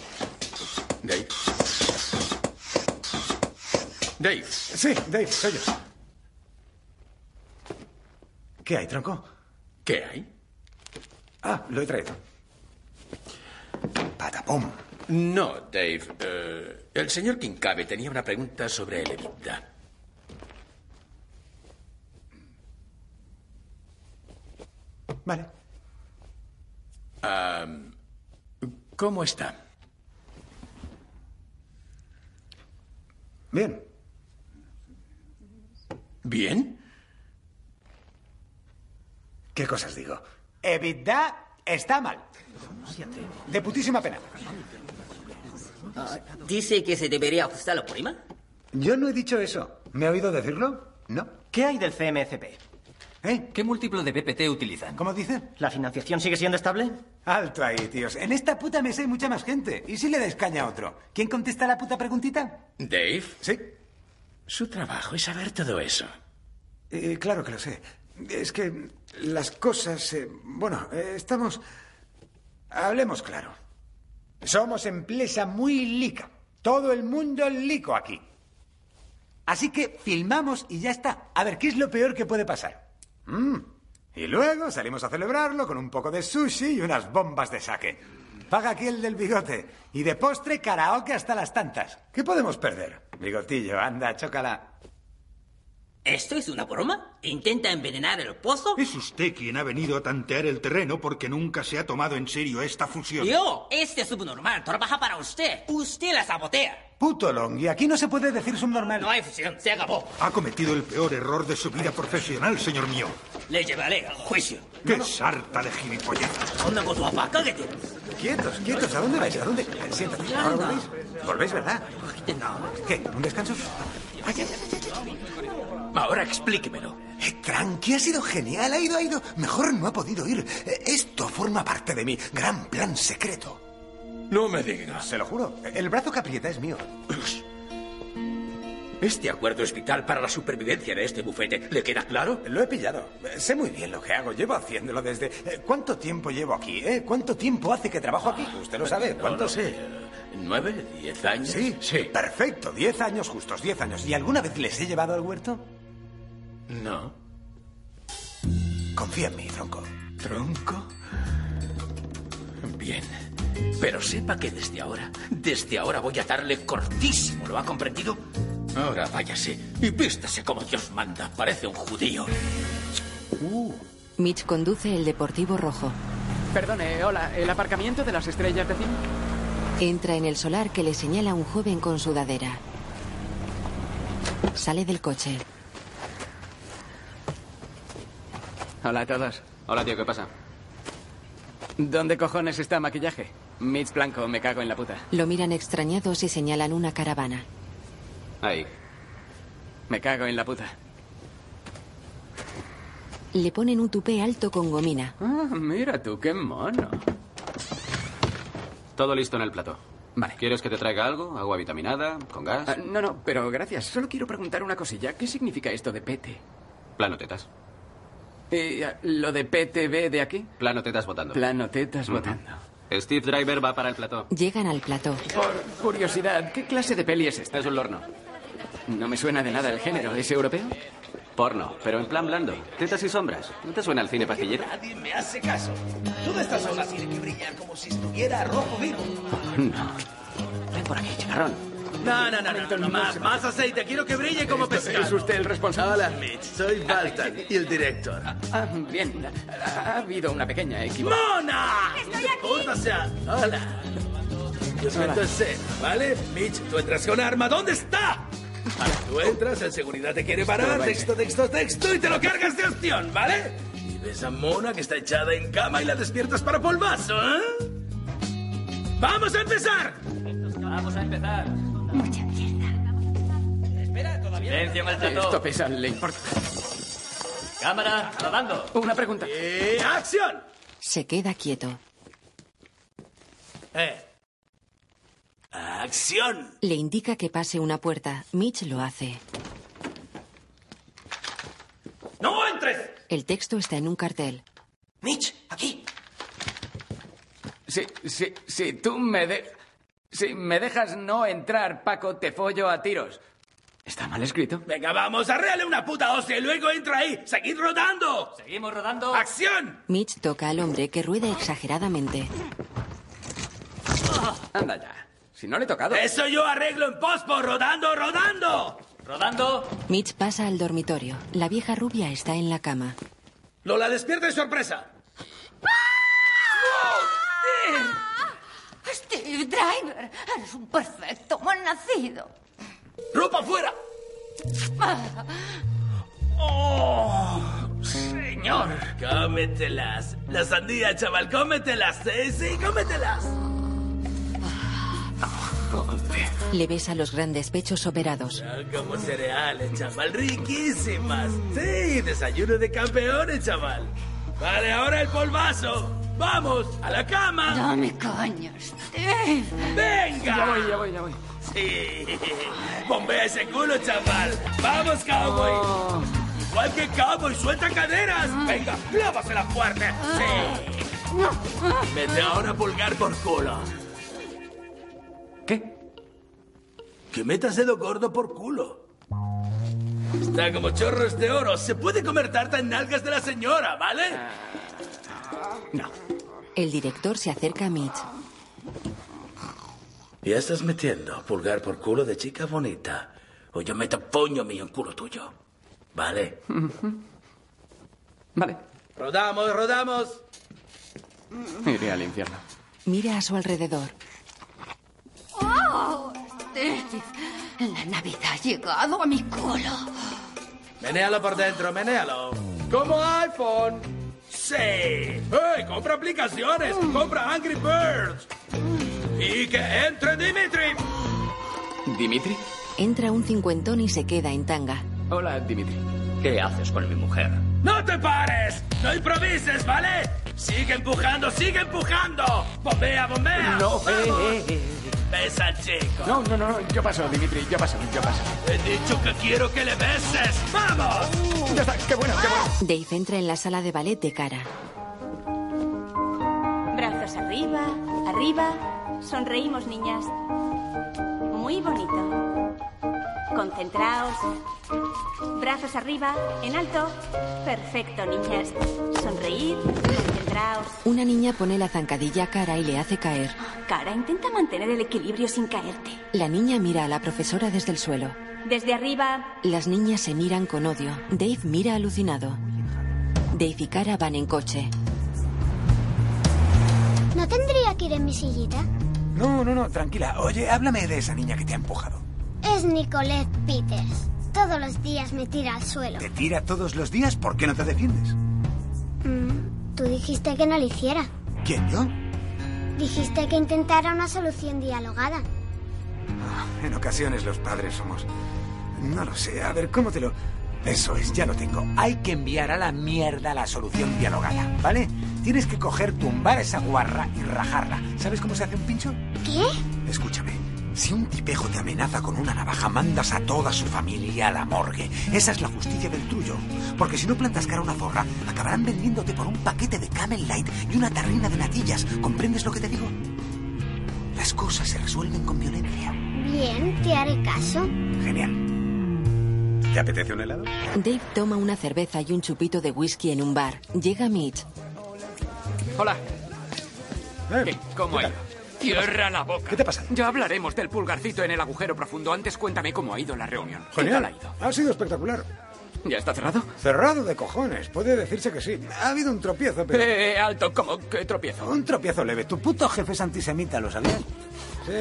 Speaker 5: Dave.
Speaker 18: Dave. Sí, Dave, soy yo.
Speaker 4: ¿Qué hay, tronco?
Speaker 5: ¿Qué hay?
Speaker 4: Ah, lo he traído. Patapum.
Speaker 5: No, Dave. eh, el señor Kincabe tenía una pregunta sobre el EBITDA.
Speaker 4: Vale.
Speaker 5: Am, ¿Cómo está?
Speaker 4: Bien.
Speaker 5: ¿Bien?
Speaker 4: ¿Qué cosas digo?
Speaker 19: Evidá está mal. De putísima pena.
Speaker 17: Ah, dice que se debería ajustar la prima.
Speaker 4: Yo no he dicho eso. ¿Me ha oído decirlo? No.
Speaker 7: ¿Qué hay del CMCP?
Speaker 4: ¿Eh?
Speaker 7: ¿Qué múltiplo de PPT utilizan?
Speaker 4: ¿Cómo dice?
Speaker 7: ¿La financiación sigue siendo estable?
Speaker 4: Alto ahí, tíos. En esta puta mesa hay mucha más gente. ¿Y si le dais caña a otro? ¿Quién contesta la puta preguntita?
Speaker 5: ¿Dave?
Speaker 4: Sí.
Speaker 5: Su trabajo es saber todo eso.
Speaker 4: Eh, claro que lo sé. Es que las cosas... eh, bueno, eh, estamos... Hablemos claro.
Speaker 19: Somos empresa muy lica. Todo el mundo lico aquí. Así que filmamos y ya está.
Speaker 4: A ver, ¿qué es lo peor que puede pasar? Mm. Y luego salimos a celebrarlo con un poco de sushi y unas bombas de saque. Paga aquí el del bigote. Y de postre, karaoke hasta las tantas. ¿Qué podemos perder? Bigotillo, anda, chócala.
Speaker 17: ¿Esto es una broma? ¿Intenta envenenar el pozo?
Speaker 20: Es usted quien ha venido a tantear el terreno porque nunca se ha tomado en serio esta fusión.
Speaker 17: Yo, este subnormal trabaja para usted. Usted la sabotea.
Speaker 4: Puto Longi, aquí no se puede decir subnormal.
Speaker 17: No hay fusión, se acabó.
Speaker 20: Ha cometido el peor error de su vida profesional, señor mío.
Speaker 17: Le llevaré al juicio.
Speaker 20: ¡Qué sarta de gilipollas!
Speaker 17: Una guapa, cállate.
Speaker 4: Quietos, quietos, ¿a dónde vais? ¿A dónde? Eh, Siéntate, ¿ahora volvéis? ¿Volvéis, verdad? ¿Qué? ¿Un descanso?
Speaker 5: Ahora explíquemelo.
Speaker 4: Tranqui, Eh, ha sido genial, ha ido, ha ido. Mejor no ha podido ir. Eh, Esto forma parte de mi gran plan secreto.
Speaker 5: No me digas.
Speaker 4: Se lo juro, el brazo que aprieta es mío.
Speaker 5: Este acuerdo es vital para la supervivencia de este bufete. ¿Le queda claro?
Speaker 4: Lo he pillado. Eh, Sé muy bien lo que hago. Llevo haciéndolo desde... eh, ¿Cuánto tiempo llevo aquí? eh? ¿Cuánto tiempo hace que trabajo aquí? Usted lo sabe.
Speaker 5: Ah, No
Speaker 4: ¿Cuánto
Speaker 5: lo sé? ¿Nueve? ¿Diez años?
Speaker 4: Sí, sí. Perfecto, diez años justos, diez años. ¿Y alguna vez les he llevado al huerto?
Speaker 5: No.
Speaker 4: Confía en mí, tronco.
Speaker 5: ¿Tronco? Bien. Pero sepa que desde ahora, desde ahora voy a darle cortísimo. ¿Lo ha comprendido? Ahora váyase y vístase como Dios manda. Parece un judío.
Speaker 2: Mitch conduce el deportivo rojo.
Speaker 7: Perdone, hola, ¿el aparcamiento de las estrellas de cine?
Speaker 2: Entra en el solar que le señala un joven con sudadera. Sale del coche.
Speaker 7: Hola a todos. Hola, tío, ¿qué pasa? ¿Dónde cojones está maquillaje? Mitch Blanco, me cago en la puta.
Speaker 2: Lo miran extrañados y señalan una caravana.
Speaker 7: Ahí. Me cago en la puta.
Speaker 2: Le ponen un tupé alto con gomina.
Speaker 7: Ah, mira tú, qué mono.
Speaker 21: Todo listo en el plato.
Speaker 7: Vale.
Speaker 21: ¿Quieres que te traiga algo? ¿Agua vitaminada? ¿Con gas?
Speaker 7: Ah, no, no, pero gracias. Solo quiero preguntar una cosilla. ¿Qué significa esto de PT?
Speaker 21: Plano tetas.
Speaker 7: Eh, ah, ¿Lo de PTB de aquí?
Speaker 21: Plano tetas votando.
Speaker 7: Plano tetas votando.
Speaker 21: Steve Driver va para el plató.
Speaker 2: Llegan al plató.
Speaker 7: Por curiosidad, ¿qué clase de peli es esta? Es un lorno. No me suena de nada el género. ¿Es europeo?
Speaker 21: Porno, pero en plan blando. Tetas y sombras. ¿No te suena el cine pastillero?
Speaker 19: Nadie me hace caso. Toda esta zona tiene que brillar como si estuviera rojo vivo.
Speaker 21: No. Ven por aquí, chacarrón.
Speaker 9: No, no, no, no, no, no, más, más aceite. Quiero que brille como pescado.
Speaker 7: ¿Es usted el responsable?
Speaker 9: Hola, Mitch. Soy Baltan y el director.
Speaker 7: Ah, bien. Ha, ha habido una pequeña equivocación.
Speaker 9: ¡Mona! ¡Estoy aquí! hola. Yo
Speaker 7: Hola.
Speaker 9: meto en escena, ¿vale? Mitch, tú entras con arma. ¿Dónde está? Ahora tú entras, el seguridad te quiere parar. Texto, texto, texto y te lo cargas de ostión, ¿vale? Y ves a Mona que está echada en cama y la despiertas para polvazo, ¿eh? ¡Vamos a empezar!
Speaker 7: Vamos a empezar.
Speaker 9: Mucha mierda.
Speaker 7: Espera, todavía.
Speaker 9: Silencio, maltrato.
Speaker 7: Esto pesa, le importa. Cámara, rodando. Una pregunta.
Speaker 9: ¡Eh, acción!
Speaker 2: Se queda quieto.
Speaker 9: ¡Eh! ¡Acción!
Speaker 2: Le indica que pase una puerta. Mitch lo hace.
Speaker 9: ¡No entres!
Speaker 2: El texto está en un cartel.
Speaker 7: Mitch, aquí. Si, si, si tú me de... Si me dejas no entrar, Paco, te follo a tiros. ¿Está mal escrito?
Speaker 9: Venga, vamos, arréale una puta hostia y luego entra ahí. ¡Seguid rodando! ¡Seguimos rodando! ¡Acción!
Speaker 2: Mitch toca al hombre que rueda exageradamente.
Speaker 7: Anda ya. Si no le he tocado.
Speaker 9: Eso yo arreglo en pospo, rodando, rodando. Rodando.
Speaker 2: Mitch pasa al dormitorio. La vieja rubia está en la cama.
Speaker 9: Lola, despierta de sorpresa.
Speaker 6: Steve Driver, eres un perfecto mal nacido.
Speaker 9: ¡Ropa fuera!
Speaker 7: Oh,
Speaker 9: Oh, Señor. Cómetelas. La sandía, chaval, cómetelas. Sí, sí, cómetelas.
Speaker 2: Le besa los grandes pechos operados.
Speaker 9: Ah, Como cereales, chaval, riquísimas. Sí, desayuno de campeones, chaval. Vale, ahora el polvazo. Vamos, a la cama.
Speaker 6: Dame coño, Steve.
Speaker 9: Venga.
Speaker 6: Ya voy,
Speaker 9: ya voy, ya voy. Sí. Bombea ese culo, chaval. Vamos, cowboy. Igual que cowboy, suelta caderas. Venga, clávasela fuerte. Sí. Mete ahora pulgar por culo. ¿Qué? Que metas dedo gordo por culo. Está como chorros de oro. Se puede comer tarta en nalgas de la señora, ¿vale?
Speaker 2: El director se acerca a Mitch.
Speaker 9: Ya estás metiendo pulgar por culo de chica bonita. O yo meto puño mío en culo tuyo. ¿Vale?
Speaker 7: Vale.
Speaker 9: Rodamos, rodamos.
Speaker 7: Iré al infierno.
Speaker 2: Mira a su alrededor.
Speaker 6: ¡Oh, Steve! La Navidad ha llegado a mi culo.
Speaker 9: Menéalo por dentro, menéalo. Como iPhone. Sí. ¡Ey! Compra aplicaciones. Compra Angry Birds. Y que entre Dimitri.
Speaker 7: ¿Dimitri?
Speaker 2: Entra un cincuentón y se queda en tanga.
Speaker 7: Hola, Dimitri.
Speaker 22: ¿Qué haces con mi mujer?
Speaker 9: ¡No te pares! ¡No improvises, ¿vale? ¡Sigue empujando, sigue empujando! ¡Bombea, bombea!
Speaker 7: No,
Speaker 9: ¡Vamos!
Speaker 7: eh, eh,
Speaker 9: Besa al chico.
Speaker 7: No, no, no, yo paso, Dimitri, yo paso, yo paso.
Speaker 9: He dicho que quiero que le beses. ¡Vamos!
Speaker 7: Ya está, qué bueno, qué bueno.
Speaker 2: Dave entra en la sala de ballet de cara.
Speaker 3: Brazos arriba, arriba. Sonreímos, niñas. Muy bonito. Concentraos. Brazos arriba, en alto. Perfecto, niñas. Sonreíd, concentraos.
Speaker 2: Una niña pone la zancadilla a cara y le hace caer.
Speaker 3: Cara, intenta mantener el equilibrio sin caerte.
Speaker 2: La niña mira a la profesora desde el suelo.
Speaker 3: Desde arriba,
Speaker 2: Las niñas se miran con odio. Dave mira alucinado. Dave y Cara van en coche.
Speaker 10: ¿No tendría que ir en mi sillita?
Speaker 4: No, no, no, tranquila. Oye, háblame de esa niña que te ha empujado.
Speaker 10: Es Nicolette Peters. Todos los días me tira al suelo.
Speaker 4: ¿Te tira todos los días? ¿Por qué no te defiendes?
Speaker 10: Mm, tú dijiste que no lo hiciera.
Speaker 4: ¿Quién, yo?
Speaker 10: Dijiste que intentara una solución dialogada.
Speaker 4: En ocasiones los padres somos... No lo sé, a ver, ¿cómo te lo...? Eso es, ya lo tengo. Hay que enviar a la mierda la solución dialogada, ¿vale? Tienes que coger, tumbar esa guarra y rajarla. ¿Sabes cómo se hace un pincho?
Speaker 10: ¿Qué?
Speaker 4: Escúchame, si un tipejo te amenaza con una navaja, mandas a toda su familia a la morgue. Esa es la justicia del truyo. Porque si no plantas cara a una zorra, acabarán vendiéndote por un paquete de Camel Light y una tarrina de natillas. ¿Comprendes lo que te digo? Las cosas se resuelven con violencia.
Speaker 10: Bien, te haré caso.
Speaker 4: Genial. ¿Te apetece un helado?
Speaker 2: Dave toma una cerveza y un chupito de whisky en un bar. Llega Mitch.
Speaker 7: Hola. Eh, ¿Qué? ¿Cómo ha ido? Cierra la boca. ¿Qué te pasa? Ya hablaremos del pulgarcito en el agujero profundo. Antes cuéntame cómo ha ido la reunión. ¿Qué tal ha
Speaker 15: Genial.
Speaker 7: ido?
Speaker 15: Ha sido espectacular.
Speaker 7: ¿Ya está cerrado?
Speaker 15: Cerrado de cojones. Puede decirse que sí. Ha habido un tropiezo, pero...
Speaker 7: Eh, alto, ¿cómo? ¿Qué tropiezo?
Speaker 15: Un tropiezo leve. Tu puto jefe es antisemita, ¿lo sabías?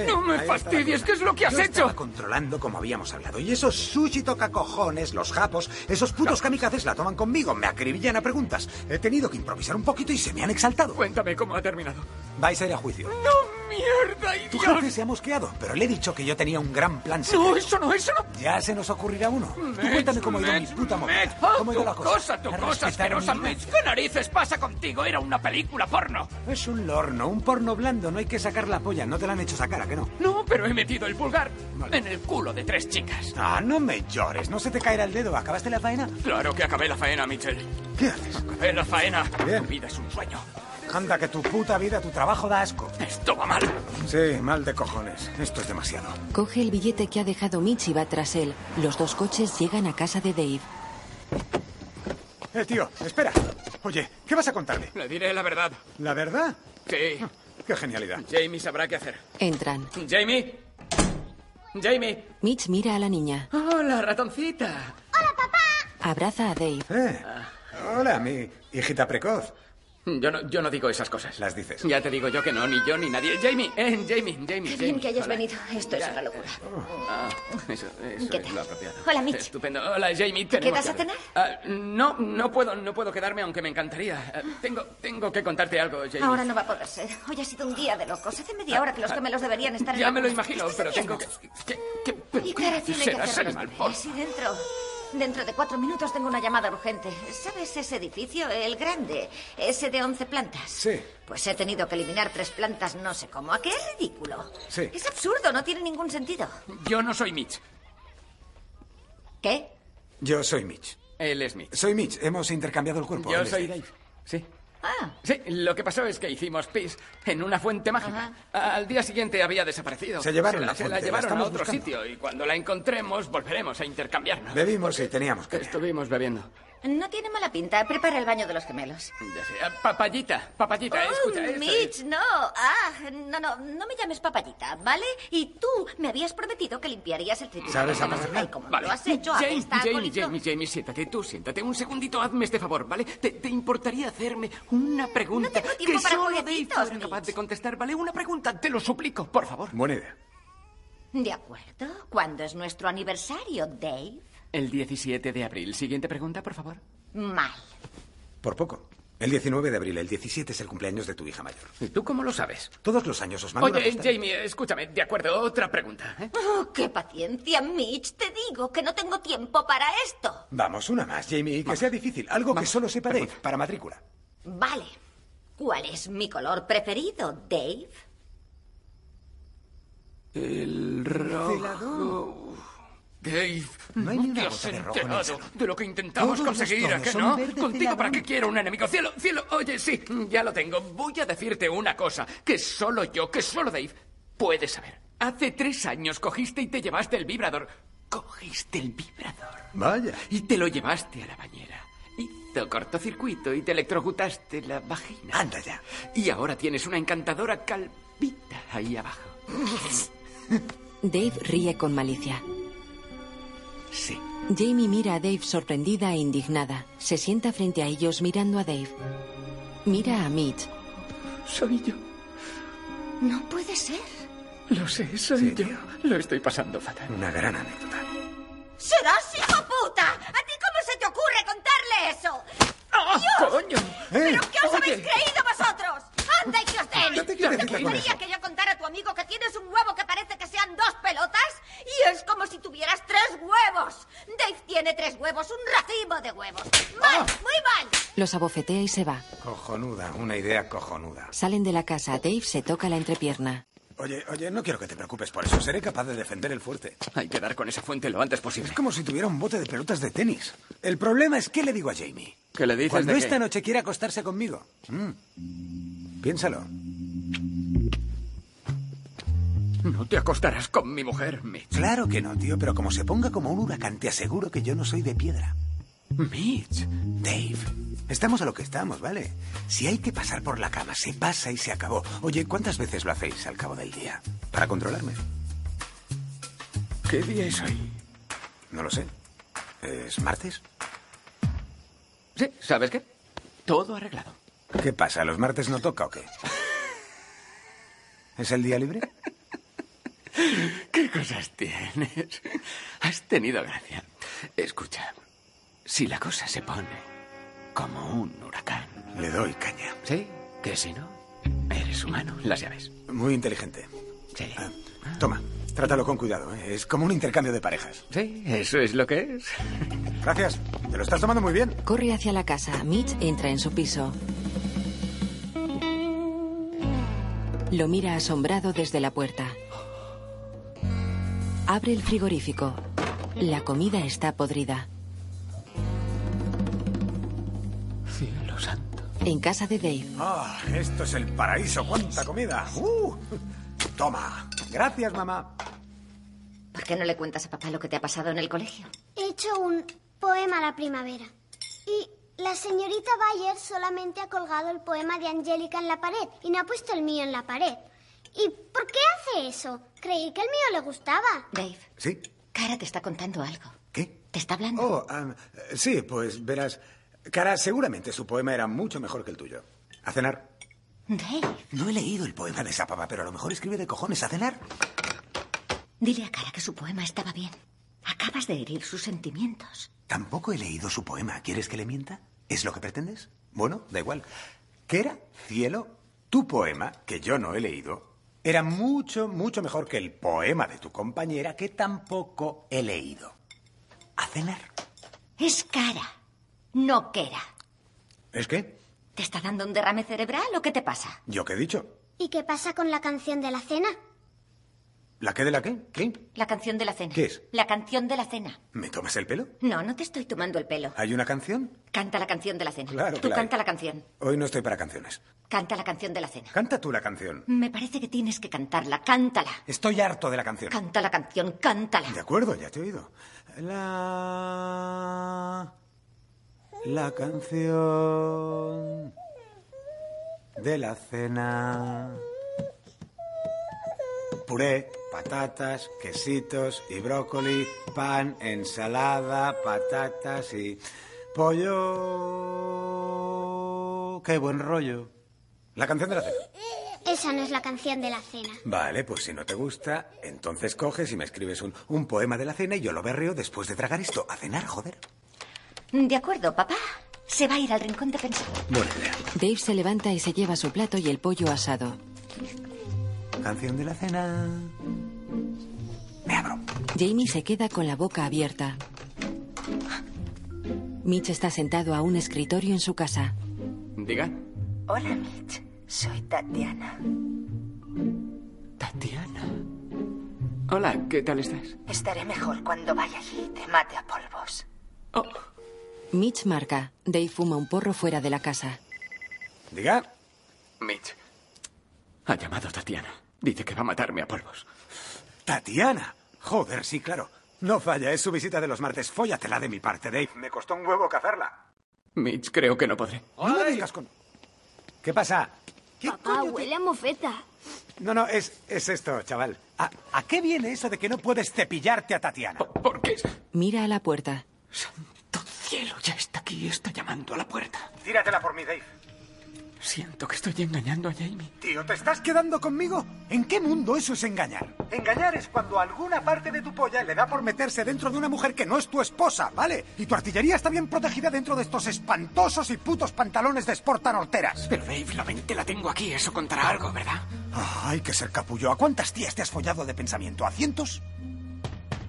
Speaker 7: no me
Speaker 15: ahí está
Speaker 7: fastidies, ¿qué es lo que has
Speaker 15: Yo
Speaker 7: hecho?
Speaker 15: estaba controlando como habíamos hablado. Y esos sushi toca cojones, los japos, esos putos kamikazes la toman conmigo, me acribillan a preguntas. He tenido que improvisar un poquito y se me han exaltado.
Speaker 7: Cuéntame cómo ha terminado.
Speaker 15: Vais a ir a juicio.
Speaker 7: ¡No
Speaker 4: ¡Mierda, idiota! Tu jefe se ha mosqueado, pero le he dicho que yo tenía un gran plan secreto.
Speaker 23: No, eso no, eso
Speaker 4: no. Ya se nos ocurrirá uno. Tú cuéntame cómo ha ido mi puta movida. ¿Cómo ha ido la
Speaker 24: tu Oh, cosa, tu
Speaker 4: ¿Me
Speaker 24: cosa
Speaker 4: respetaron
Speaker 24: asquerosa,
Speaker 4: mi vida?
Speaker 24: Mitch. ¿Qué narices pasa contigo? Era una película porno.
Speaker 4: Es un lorno, un porno blando. No hay que sacar la polla. No te la han hecho sacar, ¿a que no?
Speaker 24: No, pero he metido el pulgar en el culo de tres chicas.
Speaker 4: Ah, no me llores. No se te caerá el dedo. ¿Acabaste la faena?
Speaker 24: Claro que acabé la faena, Mitchell.
Speaker 4: ¿Qué haces?
Speaker 24: Acabé la faena. Tu vida es un sueño.
Speaker 4: Anda, que tu puta vida, tu trabajo da asco.
Speaker 24: Esto va mal.
Speaker 4: Sí, mal de cojones. Esto es demasiado.
Speaker 2: Coge el billete que ha dejado Mitch y va tras él. Los dos coches llegan a casa de Dave.
Speaker 4: Eh, tío, espera. Oye, ¿qué vas a contarle?
Speaker 24: Le diré la verdad.
Speaker 4: ¿La verdad?
Speaker 24: Sí.
Speaker 4: Qué genialidad.
Speaker 24: Jamie sabrá qué hacer.
Speaker 2: Entran.
Speaker 24: Jamie. Jamie.
Speaker 2: Mitch mira a la niña.
Speaker 24: Hola, ratoncita.
Speaker 2: Abraza a Dave.
Speaker 4: Hola, mi hijita precoz.
Speaker 24: Yo no, yo no digo esas cosas.
Speaker 4: Las dices.
Speaker 7: Ya te digo yo que no, ni yo ni nadie. Jamie, eh, Jamie, Jamie.
Speaker 9: Qué bien
Speaker 7: Jamie.
Speaker 9: que hayas
Speaker 7: Hola.
Speaker 9: venido. Esto es una locura.
Speaker 7: Ah, eso, eso
Speaker 9: ¿Qué
Speaker 7: es
Speaker 9: tal?
Speaker 7: lo apropiado.
Speaker 9: Hola, Mitch.
Speaker 7: Estupendo. Hola, Jamie. tenemos
Speaker 9: ¿Quedas a
Speaker 7: que hablar. Ah, no, no puedo, no puedo quedarme, aunque me encantaría. Ah, tengo, tengo que contarte algo, Jamie.
Speaker 6: Ahora no va a poder ser. Hoy ha sido un día de locos. Hace media hora que los gemelos deberían estar en
Speaker 7: Ah, Ya
Speaker 6: la
Speaker 7: me lo
Speaker 6: cuna.
Speaker 7: imagino, pero tengo que...
Speaker 6: ¿Y qué hora tiene que
Speaker 7: Serás
Speaker 6: hacer los
Speaker 7: animal,
Speaker 6: deberes? Y dentro... Dentro de cuatro minutos tengo una llamada urgente. ¿Sabes ese edificio? El grande. Ese de once plantas.
Speaker 4: Sí.
Speaker 6: Pues he tenido que eliminar tres plantas no sé cómo. ¿A qué es ridículo?
Speaker 4: Sí.
Speaker 6: Es absurdo, no tiene ningún sentido.
Speaker 7: Yo no soy Mitch.
Speaker 6: ¿Qué?
Speaker 4: Yo soy Mitch.
Speaker 7: Él es Mitch.
Speaker 4: Soy Mitch. Hemos intercambiado el cuerpo.
Speaker 7: Yo
Speaker 4: Él es
Speaker 7: soy
Speaker 4: Dave.
Speaker 7: Dave. Sí.
Speaker 6: Ah.
Speaker 7: Sí, lo que pasó es que hicimos pis en una fuente mágica. Al día siguiente había desaparecido.
Speaker 4: Se llevaron
Speaker 7: la,
Speaker 4: la
Speaker 7: se
Speaker 4: fuente, la
Speaker 7: llevaron a
Speaker 4: estamos
Speaker 7: otro
Speaker 4: buscando.
Speaker 7: sitio y cuando la encontremos volveremos a intercambiarnos.
Speaker 4: Bebimos y teníamos que...
Speaker 7: Estuvimos bebiendo.
Speaker 6: No tiene mala pinta. Prepara el baño de los gemelos.
Speaker 7: Ya sé. Ah, Papayita, papayita,
Speaker 6: Oh,
Speaker 7: escucha. esto
Speaker 6: Mitch, no. Ah, no, no, no me llames papayita, ¿vale? Y tú me habías prometido que limpiarías el tribunal.
Speaker 7: ¿Sabes
Speaker 6: de la
Speaker 7: apagar?
Speaker 6: sala y como
Speaker 7: Vale.
Speaker 6: lo has hecho,
Speaker 7: Jamie,
Speaker 6: apesta a
Speaker 7: Jamie,
Speaker 6: colito.
Speaker 7: Jamie, Jamie, siéntate, tú siéntate. Un segundito, hazme este favor, ¿vale? ¿Te, te importaría hacerme una pregunta
Speaker 6: tiempo
Speaker 7: que
Speaker 6: para
Speaker 7: solo Dave
Speaker 6: jueguecitos,
Speaker 7: fuera capaz de contestar, ¿vale? Una pregunta, te lo suplico, por favor.
Speaker 4: Buena idea.
Speaker 6: De acuerdo. ¿Cuándo es nuestro aniversario, Dave?
Speaker 7: El 17 de abril. Siguiente pregunta, por favor.
Speaker 6: Mal.
Speaker 4: Por poco. El 19 de abril, el 17 es el cumpleaños de tu hija mayor.
Speaker 7: ¿Y tú cómo lo sabes?
Speaker 4: Todos los años os mando una
Speaker 7: Oye, eh,
Speaker 4: postal.
Speaker 7: Jamie, escúchame, de acuerdo, otra pregunta. ¿eh?
Speaker 6: Oh, qué paciencia, Mitch. Te digo que no tengo tiempo para esto.
Speaker 4: Vamos, una más, Jamie, y que sea difícil. Algo que solo sepa Dave para matrícula.
Speaker 6: Vale. ¿Cuál es mi color preferido, Dave?
Speaker 7: El rojo. Dave, no
Speaker 4: hay ni una
Speaker 7: te has
Speaker 4: gota de rojo en el
Speaker 7: enterado
Speaker 4: salón.
Speaker 7: de lo que intentamos
Speaker 4: Todos los
Speaker 7: conseguir, ¿a
Speaker 4: tonos
Speaker 7: qué
Speaker 4: son
Speaker 7: no?
Speaker 4: verde
Speaker 7: Contigo, ¿para qué quiero un enemigo? Cielo, cielo, oye, sí, ya lo tengo. Voy a decirte una cosa que solo yo, que solo Dave puede saber. Hace tres años cogiste y te llevaste el vibrador. Cogiste el vibrador.
Speaker 4: Vaya.
Speaker 7: Y te lo llevaste a la bañera. Hizo cortocircuito y te electrocutaste la vagina.
Speaker 4: Anda ya.
Speaker 7: Y ahora tienes una encantadora calvita ahí abajo.
Speaker 2: Dave ríe con malicia.
Speaker 7: Sí.
Speaker 2: Jamie mira a Dave sorprendida e indignada. Se sienta frente a ellos mirando a Dave. Mira a Mitch.
Speaker 7: Soy yo.
Speaker 6: No puede ser.
Speaker 7: Lo sé, soy yo. Lo estoy pasando fatal.
Speaker 4: Una gran anécdota.
Speaker 6: ¡Serás hijo puta! ¿A ti cómo se te ocurre contarle eso?
Speaker 4: Ah,
Speaker 6: ¡Dios!
Speaker 7: coño!
Speaker 6: ¿Pero qué os habéis creído vosotros? ¡Anda y que os den!
Speaker 4: ¿Qué Eh, te quieres decir con
Speaker 6: gustaría
Speaker 4: eso?
Speaker 6: que yo contara a tu amigo que tienes un huevo que parece que sean dos pelotas? Y es como si tuvieras tres huevos. Dave tiene tres huevos, un racimo de huevos.
Speaker 4: Ah.
Speaker 6: ¡Mal! ¡Muy mal!
Speaker 2: Los abofetea y se va.
Speaker 4: Cojonuda, una idea cojonuda.
Speaker 2: Salen de la casa. Dave se toca la entrepierna.
Speaker 4: Oye, oye, no quiero que te preocupes por eso. Seré capaz de defender el fuerte.
Speaker 7: Hay que dar con esa fuente lo antes posible.
Speaker 4: Es como si tuviera un bote de pelotas de tenis. El problema es qué le digo a Jamie.
Speaker 7: ¿Qué le dices
Speaker 4: Cuando
Speaker 7: de qué?
Speaker 4: esta noche quiera acostarse conmigo.
Speaker 7: Mm.
Speaker 4: Mm. Piénsalo.
Speaker 7: No te acostarás con mi mujer, Mitch.
Speaker 4: Claro que no, tío, pero como se ponga como un huracán, te aseguro que yo no soy de piedra.
Speaker 7: Mitch.
Speaker 4: Dave, estamos a lo que estamos, ¿vale? Si hay que pasar por la cama, se pasa y se acabó. Oye, ¿cuántas veces lo hacéis al cabo del día? Para controlarme.
Speaker 7: ¿Qué día es hoy?
Speaker 4: No lo sé. ¿Es martes?
Speaker 7: Sí, ¿sabes qué? Todo arreglado.
Speaker 4: ¿Qué pasa? ¿Los martes no toca o qué? ¿Es el día libre?
Speaker 7: ¿Qué cosas tienes? Has tenido gracia. Escucha, si la cosa se pone como un huracán.
Speaker 4: Le doy caña.
Speaker 7: ¿Sí? ¿Que si no? Eres eres humano, las llaves.
Speaker 4: Muy inteligente. Sí. toma, trátalo con cuidado. ¿eh? Es como un intercambio de parejas.
Speaker 7: Sí, eso es lo que es.
Speaker 4: Gracias. Te lo estás tomando muy bien.
Speaker 2: Corre hacia la casa. Mitch entra en su piso. Lo mira asombrado desde la puerta. Abre el frigorífico. La comida está podrida.
Speaker 7: Cielo santo.
Speaker 2: En casa de Dave,
Speaker 4: Ah, esto es el paraíso. ¡Cuánta comida! ¡Uh! Toma. Gracias, mamá.
Speaker 6: ¿Por qué no le cuentas a papá lo que te ha pasado en el colegio?
Speaker 10: He hecho un poema a la primavera. Y la señorita Bayer solamente ha colgado el poema de Angélica en la pared y no ha puesto el mío en la pared. ¿Y por qué hace eso? Creí que el mío le gustaba.
Speaker 6: Dave.
Speaker 4: ¿Sí?
Speaker 6: Cara te está contando algo.
Speaker 4: ¿Qué?
Speaker 6: ¿Te está hablando?
Speaker 4: Oh, ah, sí, pues verás. Cara, seguramente su poema era mucho mejor que el tuyo. A cenar.
Speaker 6: Dave,
Speaker 4: No he leído el poema de esa papa, pero a lo mejor escribe de cojones. A cenar.
Speaker 6: dile a Cara que su poema estaba bien. Acabas de herir sus sentimientos.
Speaker 4: Tampoco he leído su poema. ¿Quieres que le mienta? ¿Es lo que pretendes? Bueno, da igual. ¿Qué era? Cielo, tu poema, que yo no he leído, era mucho, mucho mejor que el poema de tu compañera, que tampoco he leído. ¿A cenar?
Speaker 6: Es Cara, no Kera.
Speaker 4: ¿Es qué?
Speaker 6: ¿Te está dando un derrame cerebral o qué te pasa?
Speaker 4: ¿Yo qué he dicho?
Speaker 10: ¿Y qué pasa con la canción de la cena?
Speaker 4: ¿La qué de la qué? ¿Qué?
Speaker 6: La canción de la cena.
Speaker 4: ¿Qué es?
Speaker 6: La canción de la cena.
Speaker 4: ¿Me tomas el pelo?
Speaker 6: No, no te estoy tomando el pelo.
Speaker 4: ¿Hay una canción?
Speaker 6: Canta la canción de la cena.
Speaker 4: Claro que
Speaker 6: Tú
Speaker 4: la
Speaker 6: canta
Speaker 4: hay.
Speaker 6: la canción.
Speaker 4: Hoy no estoy para canciones.
Speaker 6: Canta la canción de la cena.
Speaker 4: Canta tú la canción.
Speaker 6: Me parece que tienes que cantarla. Cántala.
Speaker 4: Estoy harto de la canción.
Speaker 6: Canta la canción, cántala.
Speaker 4: De acuerdo, ya te he oído. La. La canción. De la cena. Puré, patatas, quesitos y brócoli, pan, ensalada, patatas y. Pollo. Qué buen rollo. La canción de la cena.
Speaker 10: Esa no es la canción de la cena.
Speaker 4: Vale, pues si no te gusta, entonces coges y me escribes un, un poema de la cena y yo lo berreo después de tragar esto. A cenar, joder.
Speaker 6: De acuerdo, papá. Se va a ir al rincón de pensar.
Speaker 4: Buena idea.
Speaker 2: Dave se levanta y se lleva su plato y el pollo asado.
Speaker 4: Canción de la cena.
Speaker 2: Jamie se queda con la boca abierta. Mitch está sentado a un escritorio en su casa.
Speaker 7: Diga.
Speaker 9: Hola, Mitch. Soy Tatiana.
Speaker 7: Tatiana. Hola, ¿qué tal estás?
Speaker 9: Estaré mejor cuando vaya allí y te mate a polvos.
Speaker 7: Oh.
Speaker 2: Mitch marca. Dave fuma un porro fuera de la casa.
Speaker 4: Diga.
Speaker 7: Mitch. Ha llamado Tatiana. Dice que va a matarme a polvos.
Speaker 4: Tatiana. Joder, sí, claro. No falla, es su visita de los martes. Fóllatela de mi parte, Dave. Me costó un huevo cazarla.
Speaker 7: Mitch, creo que no podré.
Speaker 4: no me digas con... ¿Qué pasa?
Speaker 10: Papá, huele a mofeta.
Speaker 4: No, no, es, es esto, chaval. ¿A, a qué viene eso de que no puedes cepillarte a Tatiana?
Speaker 2: Mira a la puerta.
Speaker 7: Cielo, ya está aquí. Está llamando a la puerta.
Speaker 4: Tíratela por mí, Dave.
Speaker 7: Siento que estoy engañando a Jamie.
Speaker 4: Tío, ¿te estás quedando conmigo? ¿En qué mundo eso es engañar? Engañar es cuando alguna parte de tu polla le da por meterse dentro de una mujer que no es tu esposa, ¿vale? Y tu artillería está bien protegida dentro de estos espantosos y putos pantalones de esporta horteras.
Speaker 7: Pero Dave, la mente la tengo aquí. Eso contará algo, ¿verdad?
Speaker 4: hay que ser capullo. ¿A cuántas tías te has follado de pensamiento? ¿A cientos?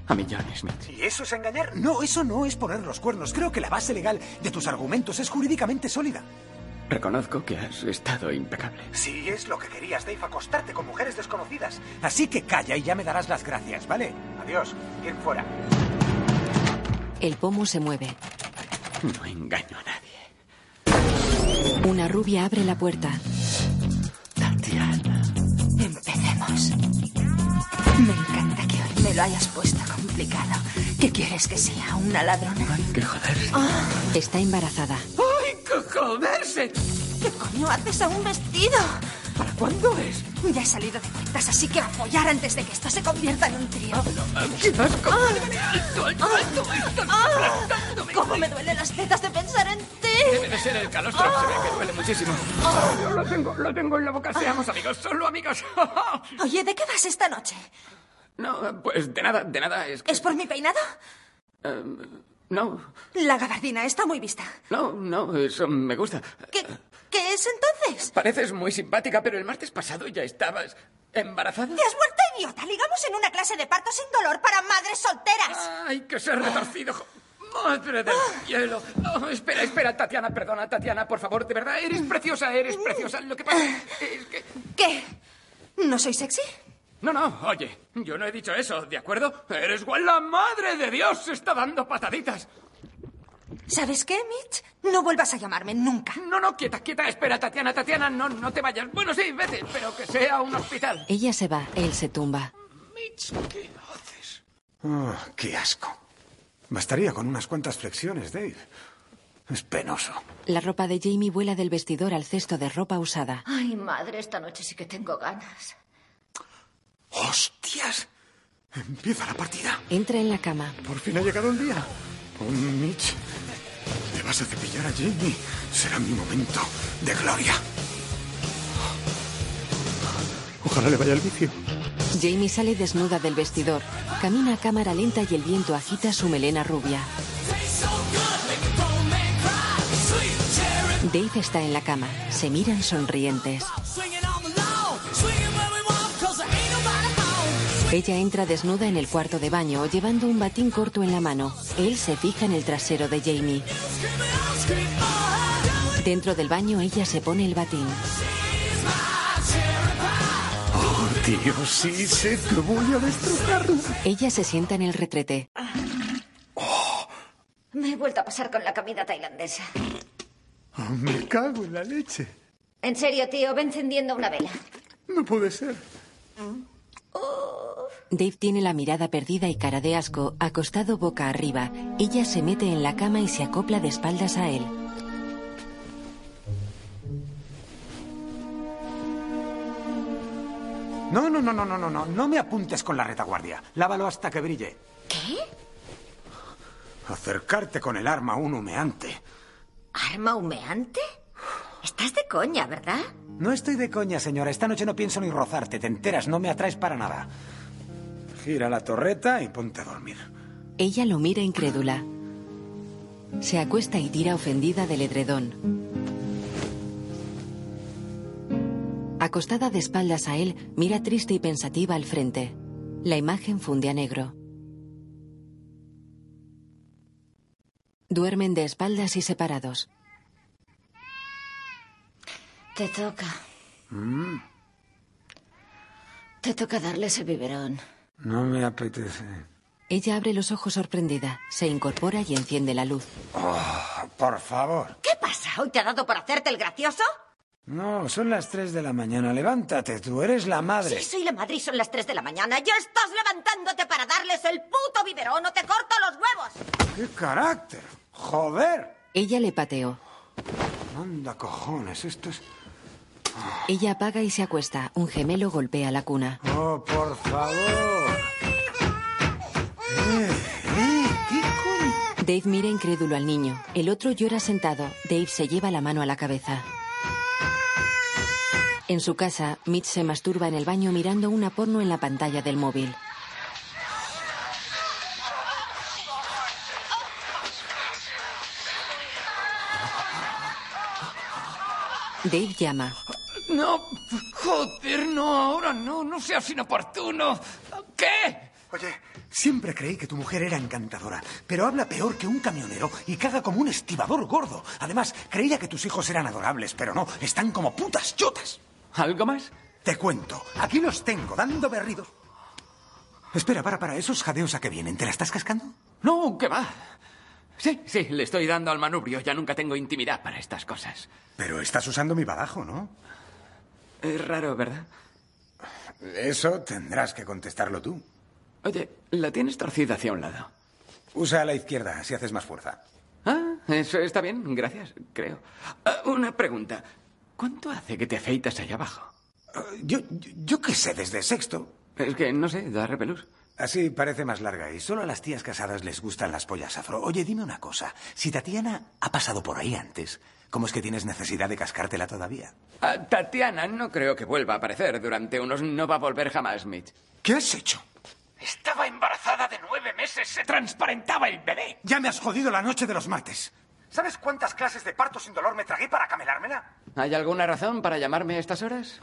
Speaker 7: A millones, Mitch.
Speaker 4: ¿Y eso es engañar? No, eso no es poner los cuernos. Creo que la base legal de tus argumentos es jurídicamente sólida.
Speaker 7: Reconozco que has estado impecable.
Speaker 4: Sí, es lo que querías, Dave, acostarte con mujeres desconocidas. Así que calla y ya me darás las gracias, ¿vale? Adiós. Bien fuera.
Speaker 2: El pomo se mueve.
Speaker 7: No engaño a nadie.
Speaker 2: Una rubia abre la puerta.
Speaker 9: Tatiana. Empecemos. Me encanta que hoy me lo hayas puesto complicado. ¿Qué quieres que sea? ¿Una ladrona?
Speaker 7: ¡Qué joderse!
Speaker 2: Ah. Está embarazada.
Speaker 9: ¡Ay, qué joderse! ¿Qué coño haces a un vestido? ¿Para cuándo es? Ya he salido de cuentas, así que apoyar antes de que esto se convierta en un trío.
Speaker 7: ¡Quizás
Speaker 9: Ah. ¡Cómo me duelen las tetas de pensar en ti!
Speaker 25: Debe de ser el calostro. Se ve que duele muchísimo. Ah. Yo lo tengo, lo tengo en la boca. Seamos amigos, solo amigos.
Speaker 9: Oye, ¿de qué vas esta noche?
Speaker 7: No, pues de nada, de nada. Es,
Speaker 9: ¿Es por mi peinado?
Speaker 7: eh, no,
Speaker 9: La gabardina está muy vista.
Speaker 7: no, no, eso me gusta.
Speaker 9: ¿Qué, ¿Qué es entonces?
Speaker 7: Pareces muy simpática, pero el martes pasado ya estabas embarazada.
Speaker 9: ¿Te has vuelto idiota? Ligamos en una clase de parto sin dolor para madres solteras. Ah.
Speaker 7: ¡Ay, que se ha retorcido! jo- ¡Madre del cielo! Oh, espera, espera, Tatiana, perdona, Tatiana, por favor, de verdad, eres preciosa, eres preciosa. Lo que pasa es que...
Speaker 9: ¿Qué? ¿No soy sexy?
Speaker 7: No, no, oye, yo no he dicho eso, ¿de acuerdo? Eres igual la madre de Dios, se está dando pataditas.
Speaker 9: ¿Sabes qué, Mitch? No vuelvas a llamarme nunca.
Speaker 7: No, no, quieta, quieta, espera, Tatiana, Tatiana, no, no te vayas. Bueno, sí, vete, pero que sea un hospital.
Speaker 2: Ella se va, él se tumba.
Speaker 7: Mitch, ¿qué haces?
Speaker 26: Ah, ¡Qué asco! Bastaría con unas cuantas flexiones, Dave. Es penoso.
Speaker 2: La ropa de Jamie vuela del vestidor al cesto de ropa usada.
Speaker 6: Ay, madre, esta noche sí que tengo ganas.
Speaker 26: ¡Hostias! Empieza la partida.
Speaker 2: Entra en la cama.
Speaker 26: Por fin ha llegado el día. Oh, Mitch, le vas a cepillar a Jamie. Será mi momento de gloria. Ojalá le vaya el vicio.
Speaker 2: Jamie sale desnuda del vestidor. Camina a cámara lenta y el viento agita su melena rubia. Dave está en la cama. Se miran sonrientes. Ella entra desnuda en el cuarto de baño, llevando un batín corto en la mano. Él se fija en el trasero de Jamie. Dentro del baño ella se pone el batín.
Speaker 26: Oh, Dios, sí, sé que voy a destrozarlo.
Speaker 2: Ella se sienta en el retrete.
Speaker 6: Me he vuelto a pasar con la comida tailandesa.
Speaker 26: Oh, me cago en la leche.
Speaker 6: En serio, tío, ve encendiendo una vela.
Speaker 26: No puede ser.
Speaker 2: Dave tiene la mirada perdida y cara de asco, acostado boca arriba. Ella se mete en la cama y se acopla de espaldas a él.
Speaker 4: No, no, no, no, no, no, no. No me apuntes con la retaguardia. Lávalo hasta que brille.
Speaker 6: ¿Qué?
Speaker 4: Acercarte con el arma a un humeante.
Speaker 6: ¿Arma humeante? Estás de coña, ¿verdad?
Speaker 4: No estoy de coña, señora. Esta noche no pienso ni rozarte. Te enteras, no me atraes para nada. Gira la torreta y ponte a dormir.
Speaker 2: Ella lo mira incrédula. Se acuesta y tira ofendida del edredón. Acostada de espaldas a él, mira triste y pensativa al frente. La imagen funde a negro. Duermen de espaldas y separados.
Speaker 6: Te toca.
Speaker 26: Mm,
Speaker 6: Te toca darle ese biberón.
Speaker 26: no me apetece.
Speaker 2: Ella abre los ojos sorprendida, se incorpora y enciende la luz.
Speaker 26: Oh, por favor.
Speaker 6: ¿Qué pasa? ¿Hoy te ha dado por hacerte el gracioso?
Speaker 4: No, son las 3 de la mañana. Levántate, tú eres la madre.
Speaker 6: Sí, soy la madre y son las 3 de la mañana. Ya estás levantándote para darles el puto biberón o te corto los huevos.
Speaker 4: ¡Qué carácter! ¡Joder!
Speaker 2: Ella le pateó.
Speaker 4: Anda, cojones, esto es...
Speaker 2: Ella apaga y se acuesta. Un gemelo golpea la cuna.
Speaker 4: Oh, por favor. Eh, eh, ¿qué coño?
Speaker 2: Dave mira incrédulo al niño. El otro llora sentado. Dave se lleva la mano a la cabeza. En su casa, Mitch se masturba en el baño mirando una porno en la pantalla del móvil. Dave llama.
Speaker 7: No, joder, no, ahora no, no seas inoportuno. ¿Qué?
Speaker 4: Oye, siempre creí que tu mujer era encantadora, pero habla peor que un camionero y caga como un estibador gordo. Además, creía que tus hijos eran adorables, pero no, están como putas chotas. ¿Algo más? Te cuento, aquí los tengo, dando berridos. Espera, para, para, esos jadeos a que vienen, ¿te la estás cascando?
Speaker 7: No, ¿qué va? Sí, sí, le estoy dando al manubrio. Ya nunca tengo intimidad para estas cosas.
Speaker 4: Pero estás usando mi badajo, ¿no?
Speaker 7: Es raro, ¿verdad?
Speaker 4: Eso tendrás que contestarlo tú.
Speaker 7: Oye, la tienes torcida hacia un lado.
Speaker 4: Usa a la izquierda, si haces más fuerza.
Speaker 7: Ah, eso está bien, gracias, creo. Ah, una pregunta. ¿Cuánto hace que te afeitas allá abajo?
Speaker 4: Eh, Yo, yo, yo qué sé, desde sexto.
Speaker 7: Es que no sé, da repelús.
Speaker 4: Así parece más larga y solo a las tías casadas les gustan las pollas afro. Oye, dime una cosa. Si Tatiana ha pasado por ahí antes, ¿cómo es que tienes necesidad de cascártela todavía?
Speaker 7: Ah, Tatiana no creo que vuelva a aparecer durante unos... No va a volver jamás, Mitch.
Speaker 4: ¿Qué has hecho?
Speaker 7: Estaba embarazada de nueve meses, se transparentaba el bebé.
Speaker 4: Ya me has jodido la noche de los martes.
Speaker 27: ¿Sabes cuántas clases de parto sin dolor me tragué para camelármela?
Speaker 7: ¿Hay alguna razón para llamarme a estas horas?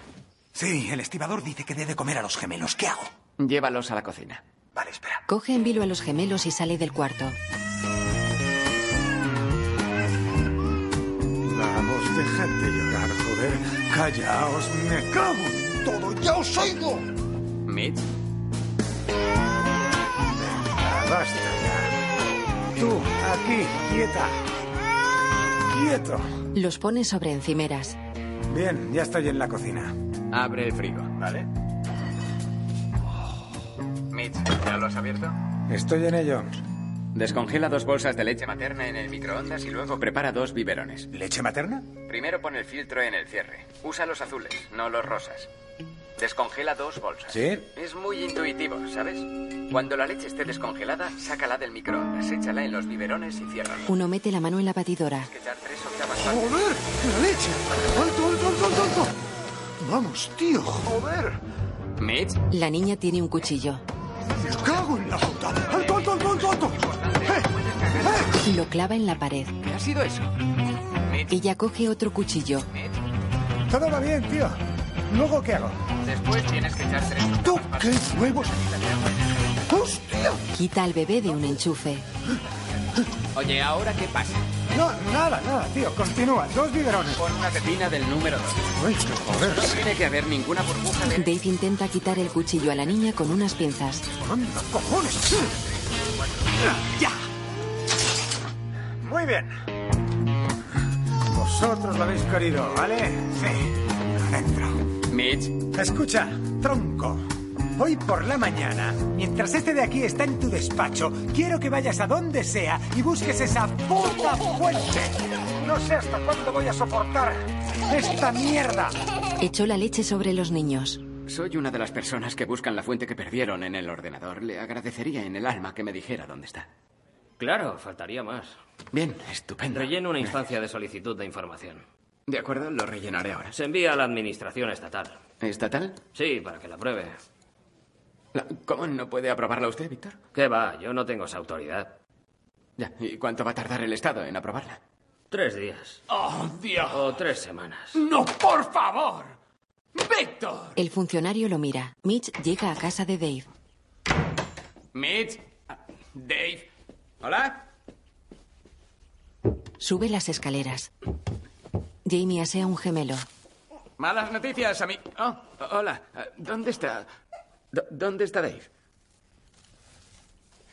Speaker 27: Sí, el estibador dice que dé de comer a los gemelos. ¿Qué hago?
Speaker 7: Llévalos a la cocina.
Speaker 2: Coge en vilo a los gemelos y sale del cuarto.
Speaker 4: Vamos, dejad de llorar, joder. Callaos, me cago en todo, ya os oigo.
Speaker 7: Mitch.
Speaker 4: Basta ya. Tú, aquí, quieta. Quieto.
Speaker 2: Los pone sobre encimeras.
Speaker 4: Bien, ya estoy en la cocina.
Speaker 7: Abre el frigo. Vale. Mitch, ¿ya lo has abierto?
Speaker 4: Estoy en ello.
Speaker 7: Descongela dos bolsas de leche materna en el microondas y luego prepara dos biberones.
Speaker 27: ¿Leche materna?
Speaker 7: Primero pon el filtro en el cierre. Usa los azules, no los rosas. Descongela dos bolsas.
Speaker 4: ¿Sí?
Speaker 7: Es muy intuitivo, ¿sabes? Cuando la leche esté descongelada, sácala del microondas, échala en los biberones y ciérrala.
Speaker 2: Uno mete la mano en la batidora.
Speaker 7: Echar tres octavas más.
Speaker 4: ¡Joder! ¡La leche! ¡Alto, alto, alto, alto! alto! Vamos, tío, joder.
Speaker 7: ¿Mitch?
Speaker 2: La niña tiene un cuchillo.
Speaker 4: Me cago en la puta. ¡Alto, alto, alto, alto! alto! Eh,
Speaker 2: Lo clava en la pared.
Speaker 7: ¿Qué ha sido eso?
Speaker 2: Ella coge otro cuchillo.
Speaker 4: Todo va bien, tío. ¿Luego qué hago?
Speaker 7: Después tienes que echar tres
Speaker 4: ¡Tú qué huevos! ¡Hostia!
Speaker 2: Quita al bebé de un enchufe.
Speaker 7: Oye, ¿ahora qué pasa?
Speaker 4: No, Ah, nada, nada, tío. Continúa. Dos biberones.
Speaker 7: Pon una pepina del número 2.
Speaker 4: Uy, qué joder.
Speaker 7: No tiene que haber ninguna burbuja de...
Speaker 2: Dave intenta quitar el cuchillo a la niña con unas pinzas.
Speaker 4: ¡Anda, cojones!
Speaker 27: ¡Ya!
Speaker 4: Muy bien. Vosotros lo habéis querido, ¿vale? Sí. Adentro.
Speaker 7: Mitch.
Speaker 4: Escucha, tronco. Hoy por la mañana, mientras este de aquí está en tu despacho, quiero que vayas a donde sea y busques esa puta fuente. No sé hasta cuándo voy a soportar esta mierda.
Speaker 2: Echó la leche sobre los niños.
Speaker 7: Soy una de las personas que buscan la fuente que perdieron en el ordenador. Le agradecería en el alma que me dijera dónde está.
Speaker 5: Claro, faltaría más.
Speaker 7: Bien, estupendo.
Speaker 5: Rellena una instancia de solicitud de información.
Speaker 7: De acuerdo, lo rellenaré ahora.
Speaker 5: Se envía a la administración estatal.
Speaker 7: ¿Estatal?
Speaker 5: Sí, para que la apruebe.
Speaker 7: La- ¿Cómo no puede aprobarla usted, Víctor?
Speaker 5: ¿Qué va? Yo no tengo esa autoridad.
Speaker 7: Ya, ¿y cuánto va a tardar el Estado en aprobarla?
Speaker 5: Tres días.
Speaker 9: ¡Oh, Dios!
Speaker 5: O tres semanas.
Speaker 9: ¡No, por favor! ¡Víctor!
Speaker 2: El funcionario lo mira. Mitch llega a casa de Dave.
Speaker 7: Mitch. ah, Dave. ¿Hola?
Speaker 2: Sube las escaleras. Jamie asea un gemelo.
Speaker 7: Malas noticias a mí. Oh, hola. Eh, ¿Dónde está? Do- ¿Dónde está Dave?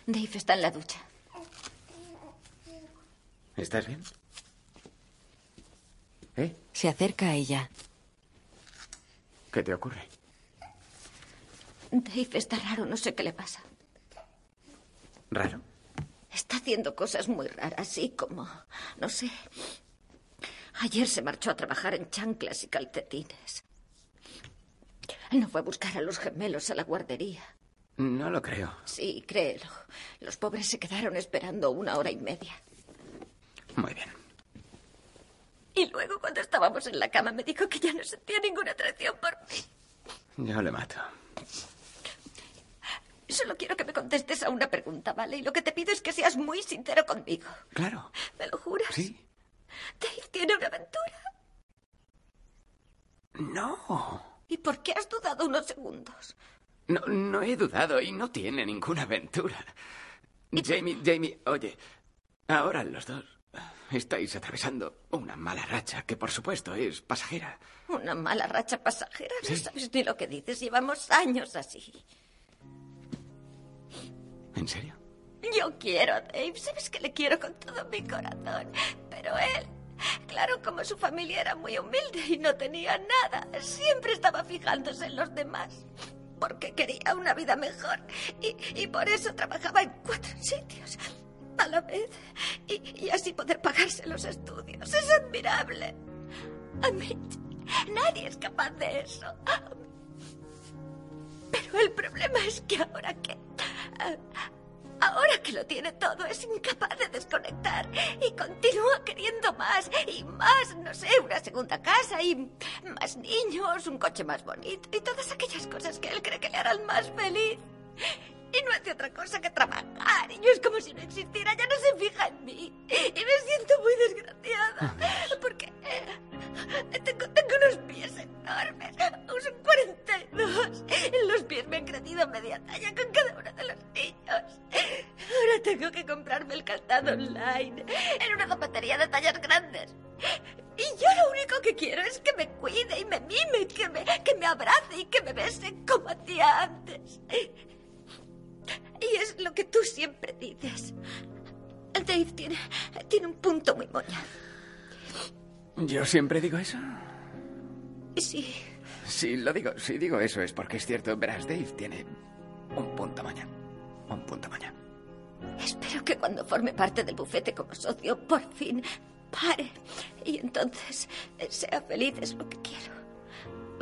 Speaker 28: Dave está en la ducha.
Speaker 7: ¿Estás bien? ¿Eh?
Speaker 2: Se acerca a ella.
Speaker 7: ¿Qué te ocurre?
Speaker 28: Dave está raro, no sé qué le pasa.
Speaker 7: ¿Raro?
Speaker 28: Está haciendo cosas muy raras, así como, no sé. Ayer se marchó a trabajar en chanclas y calcetines. No fue a buscar a los gemelos a la guardería.
Speaker 7: No lo creo.
Speaker 28: Sí, créelo. Los pobres se quedaron esperando una hora y media.
Speaker 7: Muy bien.
Speaker 28: Y luego, cuando estábamos en la cama, me dijo que ya no sentía ninguna atracción por mí.
Speaker 7: Yo le mato.
Speaker 28: Solo quiero que me contestes a una pregunta, ¿vale? Y lo que te pido es que seas muy sincero conmigo.
Speaker 7: Claro.
Speaker 28: ¿Me lo juras?
Speaker 7: Sí.
Speaker 28: Dave tiene una aventura.
Speaker 7: No.
Speaker 28: ¿Y por qué has dudado unos segundos?
Speaker 7: No, no he dudado y no tiene ninguna aventura. Jamie, Jamie, oye. Ahora los dos estáis atravesando una mala racha que, por supuesto, es pasajera.
Speaker 28: Una mala racha pasajera. No sabes ni lo que dices. Llevamos años así.
Speaker 7: ¿En serio?
Speaker 28: Yo quiero a Dave. Sabes que le quiero con todo mi corazón. Pero él, claro, como su familia era muy humilde y no tenía nada, siempre estaba fijándose en los demás. Porque quería una vida mejor. Y, y por eso trabajaba en cuatro sitios a la vez. Y, y así poder pagarse los estudios. Es admirable. A mí, nadie es capaz de eso. Pero el problema es que ahora que... Ahora que lo tiene todo, es incapaz de desconectar y continúa queriendo más y más, no sé, una segunda casa y más niños, un coche más bonito y todas aquellas cosas que él cree que le harán más feliz. Y no hace otra cosa que trabajar. Y yo es como si no existiera, ya no se fija en mí. Y me siento muy eh, calzado online, en una zapatería de tallas grandes. Y yo lo único que quiero es que me cuide y me mime, que me, que me abrace y que me bese como hacía antes. Y es lo que tú siempre dices. Dave tiene, tiene un punto muy moña.
Speaker 7: ¿Yo siempre digo eso?
Speaker 28: Sí,
Speaker 7: Si lo digo, si digo eso es porque es cierto. Verás, Dave tiene un punto mañana. Un punto mañana.
Speaker 28: espero que cuando forme parte del bufete como socio, por fin pare. Y entonces eh, sea feliz, es lo que quiero.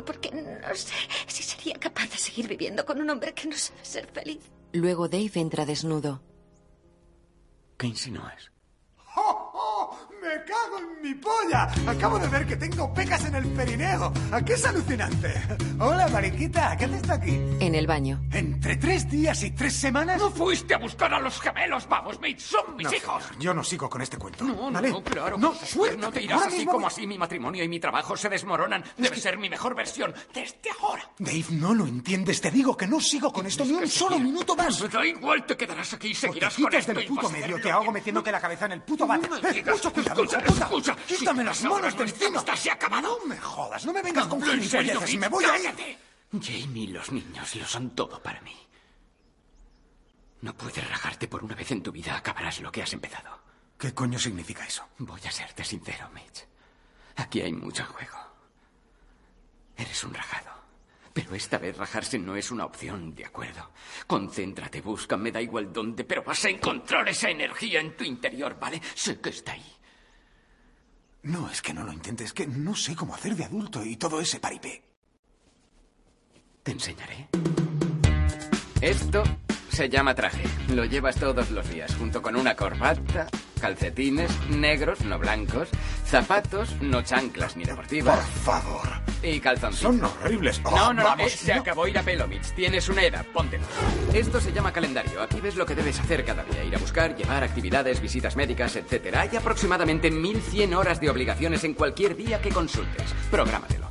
Speaker 28: Porque no sé si sería capaz de seguir viviendo con un hombre que no sabe ser feliz.
Speaker 2: Luego Dave entra desnudo.
Speaker 7: ¿Qué insinúas?
Speaker 29: ¡Oh, oh! ¡Me cago en mi polla! Acabo de ver que tengo pecas en el perineo. ¿A qué es alucinante? Hola, mariquita, ¿qué haces aquí?
Speaker 2: En el baño.
Speaker 29: ¿Entre tres días y tres semanas?
Speaker 9: No fuiste a buscar a los gemelos, vamos, Mitch, son mis
Speaker 4: No,
Speaker 9: hijos.
Speaker 4: señor, yo no sigo con este cuento.
Speaker 9: No, no,
Speaker 4: ¿vale?
Speaker 9: no, claro.
Speaker 4: No,
Speaker 9: José,
Speaker 4: suéltame,
Speaker 9: no te irás
Speaker 4: ahora
Speaker 9: así
Speaker 4: mismo
Speaker 9: como así. Mi matrimonio y mi trabajo se desmoronan. Debe ser mi mejor versión. Desde ahora.
Speaker 4: Dave, no lo entiendes. Te digo que no sigo con esto ni un solo minuto más.
Speaker 9: Me pues da igual, te quedarás aquí y seguirás con
Speaker 4: Quitas
Speaker 9: esto.
Speaker 4: del
Speaker 9: y
Speaker 4: puto
Speaker 9: vas a
Speaker 4: medio.
Speaker 9: hacerlo.
Speaker 4: Te ahogo metiéndote la cabeza en el puto bate.
Speaker 9: me
Speaker 4: Ven,
Speaker 9: digas,
Speaker 4: mucho cuidado,
Speaker 9: escucha,
Speaker 4: hijo puta.
Speaker 9: escucha.
Speaker 4: Quítame
Speaker 9: Si
Speaker 4: las
Speaker 9: ahora
Speaker 4: manos
Speaker 9: no
Speaker 4: de
Speaker 9: estamos,
Speaker 4: encima.
Speaker 9: ya se ha acabado.
Speaker 4: No me jodas, no me vengas con
Speaker 9: Hablo en serio,
Speaker 4: gilipolleces.
Speaker 9: Mitch,
Speaker 4: Me voy a ir.
Speaker 9: cállate.
Speaker 7: Jamie, los niños lo son todo para mí. No puedes rajarte por una vez en tu vida. Acabarás lo que has empezado.
Speaker 4: ¿Qué coño significa eso?
Speaker 7: Voy a serte sincero, Mitch. Aquí hay mucho en juego. Eres un rajado. Pero esta vez rajarse no es una opción, ¿de acuerdo? Concéntrate, busca, me da igual dónde, pero vas a encontrar esa energía en tu interior, ¿vale? Sé que está ahí.
Speaker 4: No, es que no lo intentes. Es que no sé cómo hacer de adulto y todo ese paripé.
Speaker 7: Te enseñaré. Esto se llama traje. Lo llevas todos los días, junto con una corbata, calcetines negros, no blancos, zapatos, no chanclas ni deportivas. Por
Speaker 4: favor.
Speaker 7: Y calzoncillos.
Speaker 4: Son horribles. Oh,
Speaker 7: no, no, no.
Speaker 4: vamos,
Speaker 7: eh, se
Speaker 4: no.
Speaker 7: acabó ir a pelo, Mitch. Tienes una edad, póntelo. Esto se llama calendario. Aquí ves lo que debes hacer cada día. Ir a buscar, llevar actividades, visitas médicas, etc. Hay aproximadamente 1.100 horas de obligaciones en cualquier día que consultes. Prográmatelo.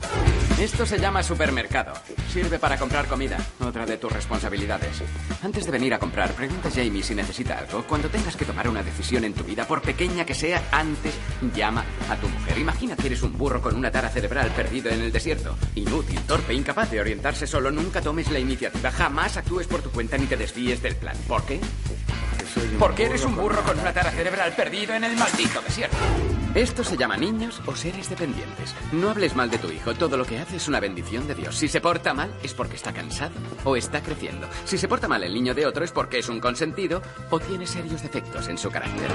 Speaker 7: Esto se llama supermercado. Sirve para comprar comida, otra de tus responsabilidades. Antes de venir a comprar, pregunta a Jamie si necesita algo. Cuando tengas que tomar una decisión en tu vida, por pequeña que sea, antes llama a tu mujer. Imagina que eres un burro con una tara cerebral perdido en el desierto. Inútil, torpe, incapaz de orientarse solo. Nunca tomes la iniciativa. Jamás actúes por tu cuenta ni te desvíes del plan. ¿Por qué? Porque eres un burro con una tara cerebral perdido en el maldito desierto. Esto se llama niños o seres dependientes. No hables mal de tu hijo. Todo lo que hace es una bendición de Dios. Si se porta mal es porque está cansado o está creciendo. Si se porta mal el niño de otro es porque es un consentido o tiene serios defectos en su carácter.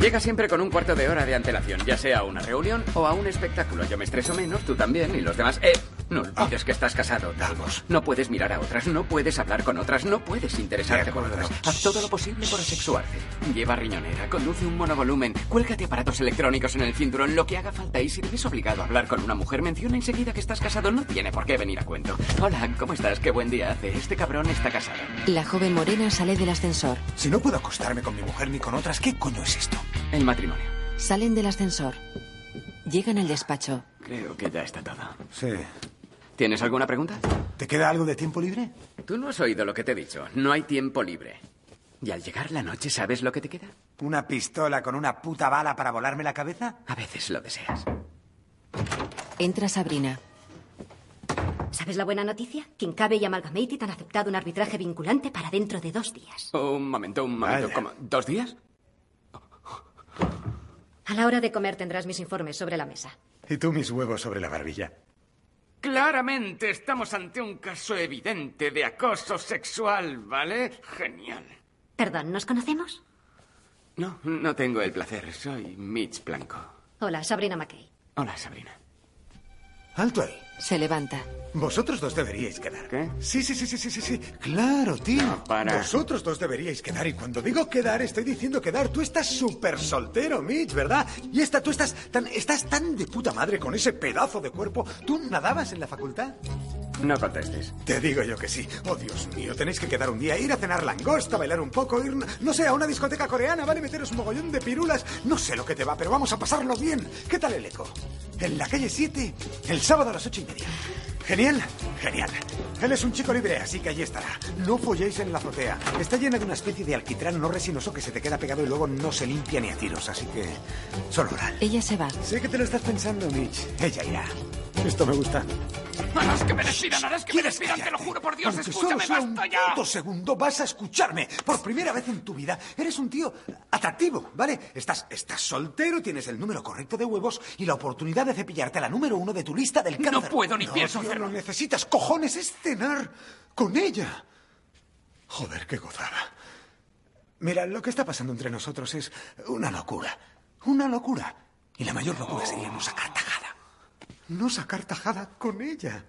Speaker 7: Llega siempre con un cuarto de hora de antelación, ya sea a una reunión o a un espectáculo. Yo me estreso menos, tú también y los demás. Eh, no olvides que estás casado, Dalgos. No puedes mirar a otras, no puedes hablar con otras, no puedes interesarte por otras. Haz todo lo posible por asexuarte. Lleva riñonera, conduce un monovolumen, cuélgate aparatos electrónicos en el cinturón, lo que haga falta. Y si te ves obligado a hablar con una mujer, menciona enseguida que estás casado. No tiene por qué venir a cuento. Hola, ¿cómo estás? Qué buen día hace. Este cabrón está casado.
Speaker 2: La joven morena sale del ascensor.
Speaker 4: Si no puedo acostarme con mi mujer ni con otras, ¿qué coño es esto?
Speaker 7: El matrimonio.
Speaker 2: Salen del ascensor. Llegan al despacho.
Speaker 7: Creo que ya está todo.
Speaker 4: Sí.
Speaker 7: ¿Tienes alguna pregunta?
Speaker 4: ¿Te queda algo de tiempo libre?
Speaker 7: Tú no has oído lo que te he dicho. No hay tiempo libre. Y al llegar la noche, ¿sabes lo que te queda?
Speaker 4: ¿Una pistola con una puta bala para volarme la cabeza?
Speaker 7: A veces lo deseas.
Speaker 2: Entra Sabrina.
Speaker 3: ¿Sabes la buena noticia? Kincabe y Amalgamated han aceptado un arbitraje vinculante para dentro de dos días.
Speaker 7: Un momento, un momento. ¿Cómo? ¿Dos días?
Speaker 3: A la hora de comer tendrás mis informes sobre la mesa.
Speaker 4: Y tú mis huevos sobre la barbilla.
Speaker 9: Claramente estamos ante un caso evidente de acoso sexual, ¿vale? Genial.
Speaker 3: Perdón, ¿nos conocemos?
Speaker 7: No, no tengo el placer. Soy Mitch Blanco.
Speaker 3: Hola, Sabrina McKay.
Speaker 7: Hola, Sabrina.
Speaker 4: Alto ahí.
Speaker 2: Se levanta.
Speaker 4: Vosotros dos deberíais quedar. ¿Qué? Sí, sí, sí, sí, sí, sí, sí. Claro, tío.
Speaker 7: para.
Speaker 4: Vosotros dos deberíais quedar. Y cuando digo quedar, estoy diciendo quedar. Tú estás súper soltero, Mitch, ¿verdad? Y esta, tú estás tan, estás tan de puta madre con ese pedazo de cuerpo. ¿Tú nadabas en la facultad?
Speaker 7: No contestes.
Speaker 4: Te digo yo que sí. Oh, Dios mío, tenéis que quedar un día, ir a cenar langosta, bailar un poco, ir, no sé, a una discoteca coreana, ¿vale? Meteros un mogollón de pirulas. No sé lo que te va, pero vamos a pasarlo bien. ¿Qué tal el eco? En la calle 7, el sábado a las ocho y media. Genial, genial. Él es un chico libre, así que allí estará. No folléis en la azotea. Está llena de una especie de alquitrán no resinoso que se te queda pegado y luego no se limpia ni a tiros, así que... Solo oral.
Speaker 2: Ella se va.
Speaker 4: Sé que te lo estás pensando, Mitch. Ella irá. Esto me gusta.
Speaker 22: Harás que me despidan, harás que me despidan, te lo juro por Dios,
Speaker 4: Aunque
Speaker 22: escúchame,
Speaker 4: solo sea un
Speaker 22: basta ya.
Speaker 4: puto segundo, vas a escucharme. Por primera vez en tu vida, eres un tío atractivo, ¿vale? Estás, estás soltero, tienes el número correcto de huevos y la oportunidad de cepillarte a la número uno de tu lista del cáncer.
Speaker 22: No puedo ni
Speaker 4: No,
Speaker 22: pienso
Speaker 4: tío,
Speaker 22: hacerlo.
Speaker 4: Lo necesitas, cojones, es cenar con ella. Joder, qué gozada. Mira, lo que está pasando entre nosotros es una locura. Una locura. Y la mayor locura sería no sacar tajada. No sacar tajada con ella.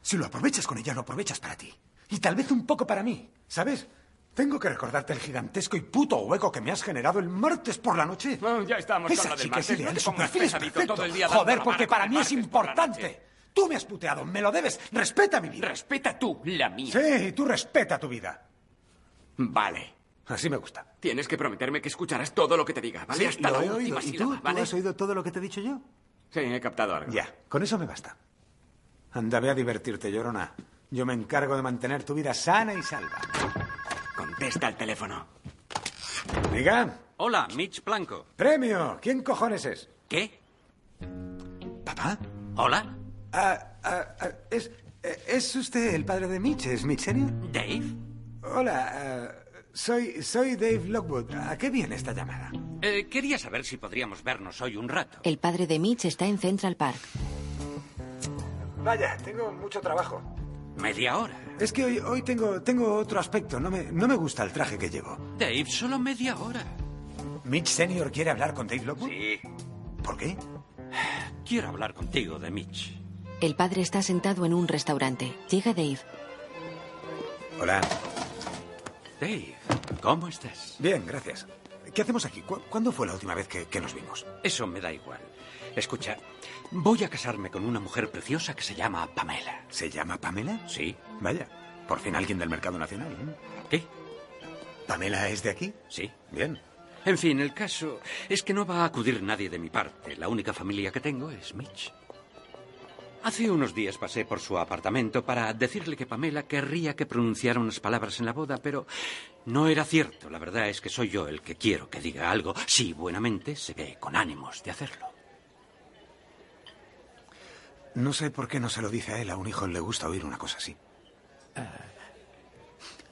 Speaker 4: Si lo aprovechas con ella, lo aprovechas para ti. Y tal vez un poco para mí, ¿sabes? Tengo que recordarte el gigantesco y puto hueco que me has generado el martes por la noche.
Speaker 22: ya estamos
Speaker 4: Esa
Speaker 22: con lo del
Speaker 4: chica
Speaker 22: martes,
Speaker 4: es ideal,
Speaker 22: no te
Speaker 4: su
Speaker 22: pongas
Speaker 4: perfil es
Speaker 22: pesadito
Speaker 4: perfecto.
Speaker 22: todo el día dando
Speaker 4: Joder,
Speaker 22: la
Speaker 4: porque
Speaker 22: mano con
Speaker 4: para
Speaker 22: el
Speaker 4: mí es
Speaker 22: martes por la
Speaker 4: importante. Tú me has puteado, me lo debes. Respeta mi vida.
Speaker 22: Respeta tú la mía.
Speaker 4: Sí, y tú respeta tu vida.
Speaker 12: Vale.
Speaker 4: Así me gusta.
Speaker 12: Tienes que prometerme que escucharás todo lo que te diga, ¿vale?
Speaker 4: Sí,
Speaker 12: Hasta
Speaker 4: lo
Speaker 12: la
Speaker 4: he
Speaker 12: última
Speaker 4: oído. ¿Y tú?
Speaker 12: sílaba,
Speaker 4: ¿Tú
Speaker 12: ¿vale?
Speaker 4: has oído todo lo que te he dicho yo?
Speaker 12: Sí, he captado algo.
Speaker 4: Ya, con eso me basta. Anda, ve a divertirte, llorona. Yo me encargo de mantener tu vida sana y salva.
Speaker 12: Contesta el teléfono.
Speaker 4: Diga,
Speaker 12: Hola, Mitch Blanco.
Speaker 4: premio. ¿Quién cojones es?
Speaker 12: ¿Qué?
Speaker 4: ¿Papá?
Speaker 12: ¿Hola?
Speaker 4: Ah, ah, ah, es, eh, ¿Es usted el padre de Mitch? ¿Es Mitch Senior?
Speaker 12: ¿Dave?
Speaker 4: Hola, ah, soy, soy Dave Lockwood. ¿A qué viene esta llamada?
Speaker 5: Eh, quería saber si podríamos vernos hoy un rato.
Speaker 2: El padre de Mitch está en Central Park.
Speaker 4: Vaya, tengo mucho trabajo.
Speaker 5: Media hora.
Speaker 4: Es que hoy, hoy tengo, tengo otro aspecto. No me, no me gusta el traje que llevo.
Speaker 5: Dave, solo media hora.
Speaker 4: ¿Mitch Senior quiere hablar con Dave Lockwood?
Speaker 5: Sí.
Speaker 4: ¿Por qué?
Speaker 5: Quiero hablar contigo de Mitch.
Speaker 2: El padre está sentado en un restaurante. Llega Dave.
Speaker 4: Hola.
Speaker 5: Dave, ¿cómo estás?
Speaker 4: Bien, gracias. ¿Qué hacemos aquí? ¿Cu- ¿Cuándo fue la última vez que, que nos vimos?
Speaker 5: Eso me da igual. Escucha, voy a casarme con una mujer preciosa que se llama Pamela.
Speaker 4: ¿Se llama Pamela?
Speaker 5: Sí.
Speaker 4: Vaya, por fin alguien del mercado nacional. ¿eh?
Speaker 5: ¿Qué?
Speaker 4: ¿Pamela es de aquí?
Speaker 5: Sí.
Speaker 4: Bien.
Speaker 5: En fin, el caso es que no va a acudir nadie de mi parte. La única familia que tengo es Mitch. Hace unos días pasé por su apartamento para decirle que Pamela querría que pronunciara unas palabras en la boda, pero no era cierto. La verdad es que soy yo el que quiero que diga algo, si buenamente se ve con ánimos de hacerlo.
Speaker 4: No sé por qué no se lo dice a él. A un hijo le gusta oír una cosa así.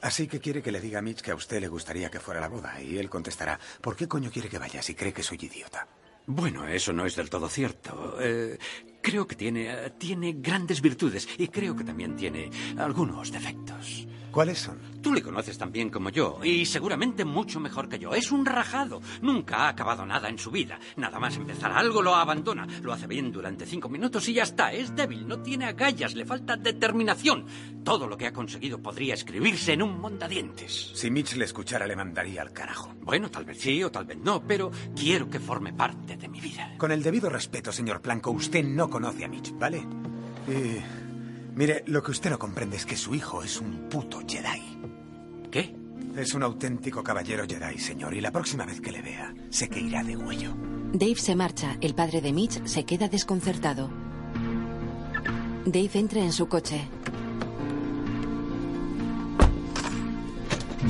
Speaker 4: Así que quiere que le diga a Mitch que a usted le gustaría que fuera a la boda. Y él contestará, ¿por qué coño quiere que vaya si cree que soy idiota?
Speaker 30: eh,
Speaker 5: Bueno, eso no es del todo cierto. Eh, creo que tiene, eh, tiene grandes virtudes y creo que también tiene algunos defectos.
Speaker 4: ¿Cuáles son?
Speaker 5: Tú le conoces tan bien como yo y seguramente mucho mejor que yo. Es un rajado. Nunca ha acabado nada en su vida. Nada más empezar algo lo abandona. Lo hace bien durante cinco minutos y ya está. Es débil, no tiene agallas, le falta determinación. Todo lo que ha conseguido podría escribirse en un mondadientes.
Speaker 4: Si Mitch le escuchara, le mandaría al carajo.
Speaker 5: Bueno, tal vez sí o tal vez no, pero quiero que forme parte de mi vida.
Speaker 4: Con el debido respeto, señor Blanco, usted no conoce a Mitch, ¿vale? Y, mire, lo que usted no comprende es que su hijo es un puto Jedi.
Speaker 5: ¿Qué?
Speaker 4: Es un auténtico caballero Jedi, señor, y la próxima vez que le vea, sé que irá de huello.
Speaker 2: Dave se marcha. El padre de Mitch se queda desconcertado. Dave entra en su coche.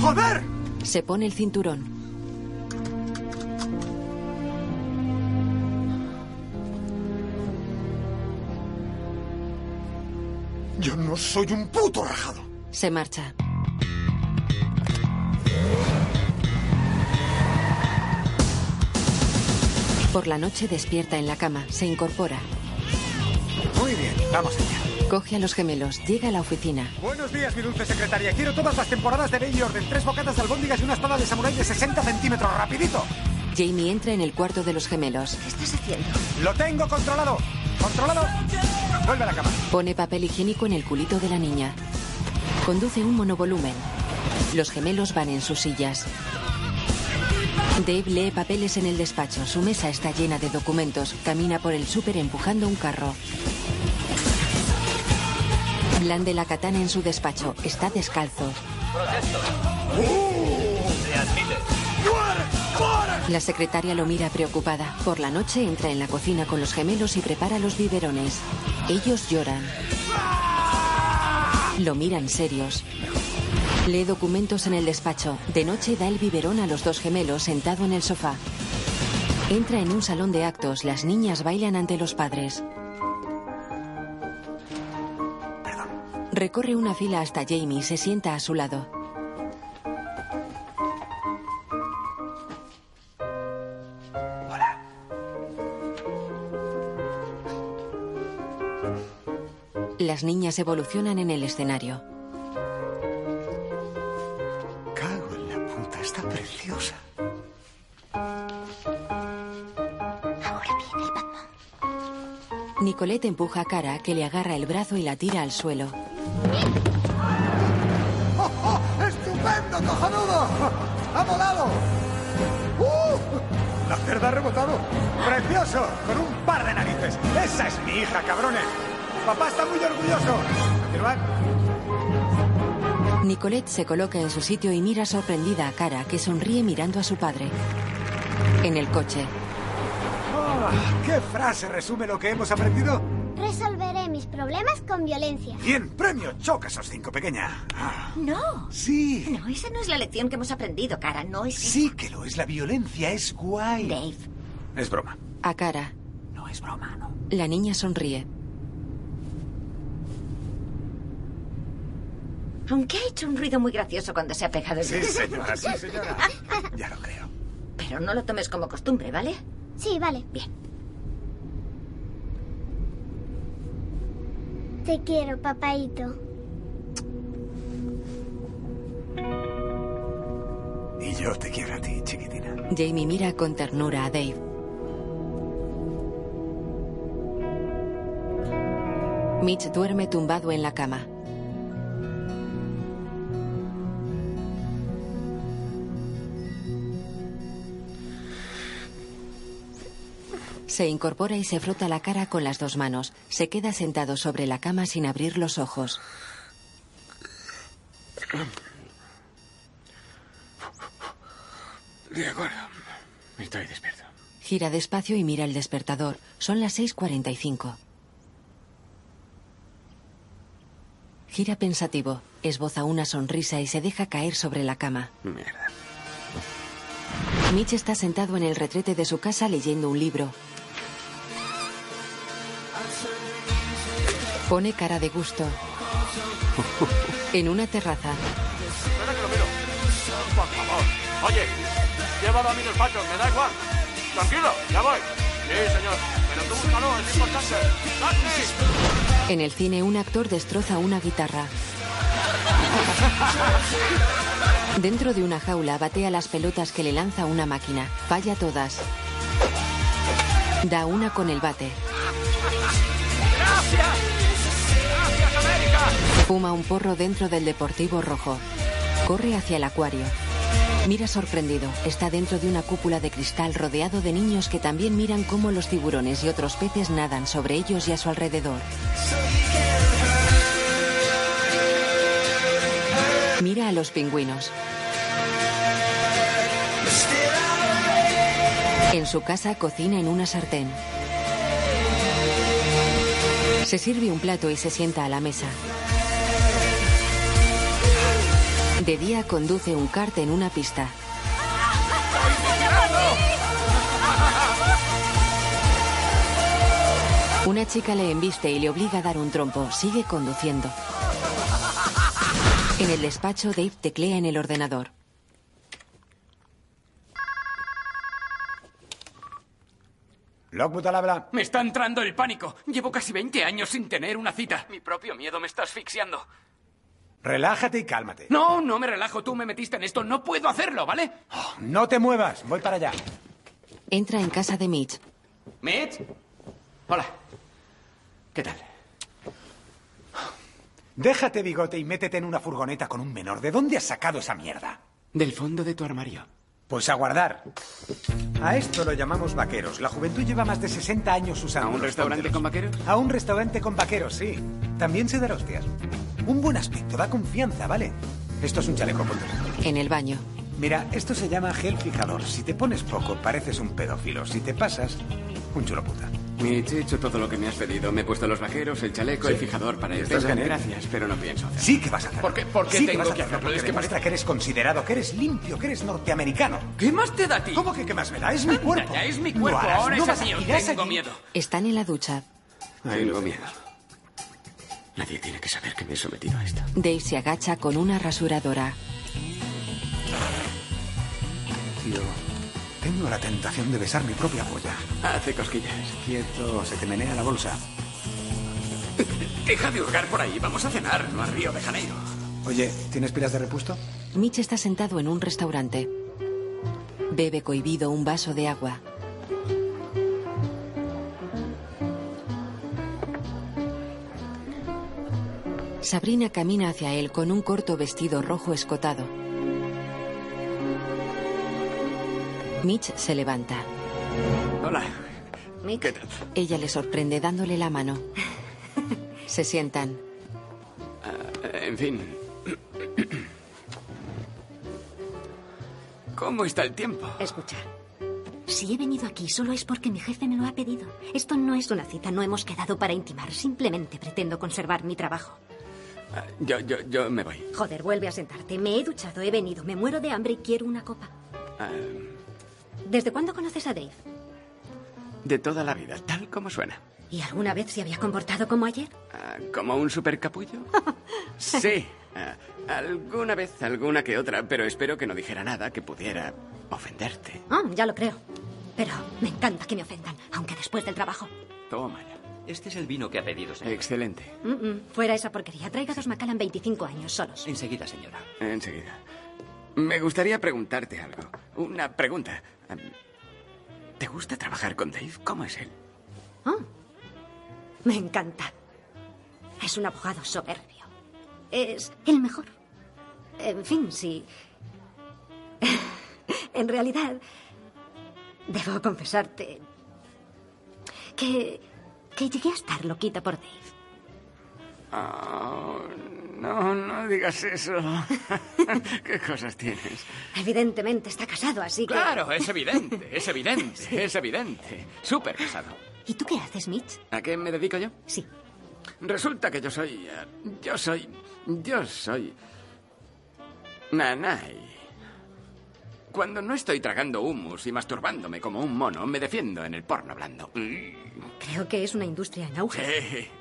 Speaker 4: ¡Joder!
Speaker 2: Se pone el cinturón.
Speaker 4: Yo no soy un puto rajado.
Speaker 2: Se marcha. Por la noche despierta en la cama. Se incorpora.
Speaker 4: Muy bien, vamos allá.
Speaker 2: Coge a los gemelos. Llega a la oficina.
Speaker 4: Buenos días, mi dulce secretaria. Quiero todas las temporadas de Ley y Orden, tres bocatas de albóndigas y una espada de samurái de 60 centímetros, rapidito.
Speaker 2: Jamie entra en el cuarto de los gemelos.
Speaker 4: ¿Qué estás haciendo? Lo tengo controlado. Controlado. Vuelve a la cama.
Speaker 2: Pone papel higiénico en el culito de la niña. Conduce un monovolumen. Los gemelos van en sus sillas. Dave lee papeles en el despacho. Su mesa está llena de documentos. Camina por el súper empujando un carro. Blande la katana en su despacho. Está descalzo. La secretaria lo mira preocupada. Por la noche entra en la cocina con los gemelos y prepara los biberones. Ellos lloran. Lo miran serios. Lee documentos en el despacho. De noche da el biberón a los dos gemelos sentado en el sofá. Entra en un salón de actos. Las niñas bailan ante los padres. Recorre una fila hasta Jamie. Se sienta a su lado. Las niñas evolucionan en el escenario.
Speaker 15: Cago en la puta, está preciosa.
Speaker 2: Nicolette empuja a Cara, que le agarra el brazo y la tira al suelo.
Speaker 15: ¡Oh, oh! ¡Estupendo, cojonudo! ¡Ha volado! ¡Uh! La cerda ha rebotado. ¡Precioso! Con un par de narices. Esa es mi hija, cabrones. Papá está muy orgulloso. Continuad.
Speaker 2: Nicolette se coloca en su sitio y mira sorprendida a Cara, que sonríe mirando a su padre. En el coche,
Speaker 4: Ah, ¿Qué frase resume lo que hemos aprendido?
Speaker 10: Resolveré mis problemas con violencia.
Speaker 4: Bien, premio. Choca esos cinco, pequeña. Ah,
Speaker 6: No.
Speaker 4: Sí.
Speaker 6: No, esa no es la lección que hemos aprendido, cara. No es.
Speaker 4: Sí que lo es. La violencia es guay.
Speaker 6: Dave.
Speaker 4: Es broma.
Speaker 2: a Cara.
Speaker 4: No es broma, no.
Speaker 2: La niña sonríe.
Speaker 6: Aunque ha hecho un ruido muy gracioso cuando se ha pegado el
Speaker 4: Sí, señora, sí, señora.
Speaker 6: Ya lo creo. Pero no lo tomes como costumbre, ¿vale?
Speaker 10: Sí, vale.
Speaker 6: Bien.
Speaker 10: Te quiero, papaito.
Speaker 4: Y yo te quiero a ti, chiquitina.
Speaker 2: Jamie mira con ternura a Dave. Mitch duerme tumbado en la cama. Se incorpora y se frota la cara con las dos manos. Se queda sentado sobre la cama sin abrir los ojos.
Speaker 9: De acuerdo. Estoy despierto.
Speaker 2: Gira despacio y mira el despertador. Son las 6.45. Gira pensativo, esboza una sonrisa y se deja caer sobre la cama.
Speaker 9: Mierda.
Speaker 2: Mitch está sentado en el retrete de su casa leyendo un libro. Pone cara de gusto. En una terraza,
Speaker 31: Espera que lo miro. Por favor. Oye, llévalo a mi despacho, me da igual. Tranquilo, ya voy. Sí, señor. Pero tú búscalo, es importante.
Speaker 2: en el cine un actor destroza una guitarra. Dentro de una jaula batea las pelotas que le lanza una máquina. Falla todas. Da una con el bate.
Speaker 31: ¡Gracias! ¡Gracias, América!
Speaker 2: Fuma un porro dentro del Deportivo Rojo. Corre hacia el acuario. Mira sorprendido. Está dentro de una cúpula de cristal rodeado de niños que también miran cómo los tiburones y otros peces nadan sobre ellos y a su alrededor. Mira a los pingüinos. En su casa cocina en una sartén. Se sirve un plato y se sienta a la mesa. De día conduce un kart en una pista.
Speaker 9: Ah,
Speaker 2: Una chica le embiste y le obliga a dar un trompo. Sigue conduciendo. En el despacho, Dave teclea en el ordenador.
Speaker 4: Lockwood al habla.
Speaker 22: Me está entrando el pánico. Llevo casi 20 años sin tener una cita. Mi propio miedo me está asfixiando.
Speaker 4: Relájate y cálmate.
Speaker 22: No, no me relajo. Tú me metiste en esto. No puedo hacerlo, ¿vale?
Speaker 4: No te muevas. Voy para allá.
Speaker 2: Entra en casa de Mitch.
Speaker 22: Mitch. Hola. ¿Qué tal?
Speaker 4: Déjate bigote y métete en una furgoneta con un menor. ¿De dónde has sacado esa mierda?
Speaker 22: Del fondo de tu armario.
Speaker 4: Pues a guardar. A esto lo llamamos vaqueros. La juventud lleva más de 60 años usando.
Speaker 22: ¿A un
Speaker 4: los
Speaker 22: restaurante
Speaker 4: tonteros.
Speaker 22: con vaqueros?
Speaker 4: A un restaurante con vaqueros, sí. También se dará hostias. Un buen aspecto, da confianza, ¿vale? Esto es un chaleco contra.
Speaker 2: En el baño.
Speaker 4: Mira, esto se llama gel fijador. Si te pones poco, pareces un pedófilo. Si te pasas, un chulo puta.
Speaker 7: Mitch, he hecho todo lo que me has pedido. Me he puesto los vaqueros, el chaleco, el fijador para el
Speaker 4: ¿Estás
Speaker 7: pesca.
Speaker 4: bien?
Speaker 7: Gracias, pero no pienso hacerlo.
Speaker 4: Sí que vas a hacerlo.
Speaker 7: ¿Por qué- por qué
Speaker 4: sí
Speaker 7: tengo
Speaker 4: que vas a
Speaker 7: que
Speaker 4: hacerlo?
Speaker 7: hacerlo? Es
Speaker 4: Porque
Speaker 7: que
Speaker 4: demuestra
Speaker 7: parece-
Speaker 4: que eres considerado, que eres limpio, que eres norteamericano.
Speaker 22: ¿Qué más te da a ti?
Speaker 4: ¿Cómo que qué más me da? Es mi
Speaker 22: Anda
Speaker 4: cuerpo.
Speaker 22: ya, es mi
Speaker 4: Lo
Speaker 22: cuerpo,
Speaker 4: harás,
Speaker 22: ahora
Speaker 4: no
Speaker 22: es
Speaker 4: vas a-
Speaker 22: mío,
Speaker 4: irás
Speaker 22: tengo
Speaker 4: allí.
Speaker 22: miedo.
Speaker 2: Están en la ducha.
Speaker 7: Tengo miedo. Nadie tiene que saber que me he sometido a esto.
Speaker 2: Dave se agacha con una rasuradora.
Speaker 4: Tío, tengo la tentación de besar mi propia polla.
Speaker 7: Hace cosquillas.
Speaker 4: Quieto, se te menea la bolsa.
Speaker 7: Deja de hurgar por ahí. Vamos a cenar, no a Río de Janeiro.
Speaker 4: Oye, ¿tienes pilas de repuesto?
Speaker 2: Mitch está sentado en un restaurante. Bebe cohibido un vaso de agua. Sabrina camina hacia él con un corto vestido rojo escotado. Mitch se levanta.
Speaker 7: Hola. ¿Qué tal?
Speaker 2: Ella le sorprende dándole la mano. Se sientan.
Speaker 7: Ah, en fin. ¿Cómo está el tiempo?
Speaker 3: Escucha. Si he venido aquí solo es porque mi jefe me lo ha pedido. Esto no es una cita, no hemos quedado para intimar. Simplemente pretendo conservar mi trabajo.
Speaker 7: Ah, Yo, yo, yo me voy.
Speaker 3: Joder, vuelve a sentarte. Me he duchado, he venido, me muero de hambre y quiero una copa.
Speaker 7: Ah,
Speaker 3: ¿Desde cuándo conoces a Dave?
Speaker 7: de toda la vida, tal como suena.
Speaker 3: ¿Y alguna vez se había comportado como ayer?
Speaker 7: Ah, ¿Como un supercapullo? Sí. Ah, alguna vez, alguna que otra, pero espero que no dijera nada que pudiera ofenderte.
Speaker 3: Ah, ya lo creo. Pero me encanta que me ofendan, aunque después del trabajo.
Speaker 7: Toma ya.
Speaker 13: Este es el vino que ha pedido, señor.
Speaker 7: Excelente.
Speaker 3: Mm, mm, fuera esa porquería. Traiga dos Macallan 25 años solos.
Speaker 13: Enseguida, señora.
Speaker 7: Enseguida. Me gustaría preguntarte algo. Una pregunta. Am, ¿Te gusta trabajar con Dave? ¿Cómo es él?
Speaker 3: Ah, me encanta. Es un abogado soberbio. Es el mejor. En fin, sí. en realidad, debo confesarte que, que llegué a estar loquita por Dave.
Speaker 7: Oh, no, no digas eso. ¿Qué cosas tienes?
Speaker 3: Evidentemente está casado, así que...
Speaker 7: Claro, es evidente, es evidente, es evidente. Súper casado.
Speaker 3: ¿Y tú qué haces, Mitch?
Speaker 7: ¿A qué me dedico yo?
Speaker 3: Sí.
Speaker 7: Resulta que yo soy... eh, yo soy... Yo soy... Nanay. Cuando no estoy tragando humus y masturbándome como un mono, me defiendo en el porno blando. Mm,
Speaker 3: Creo que es una industria en auge.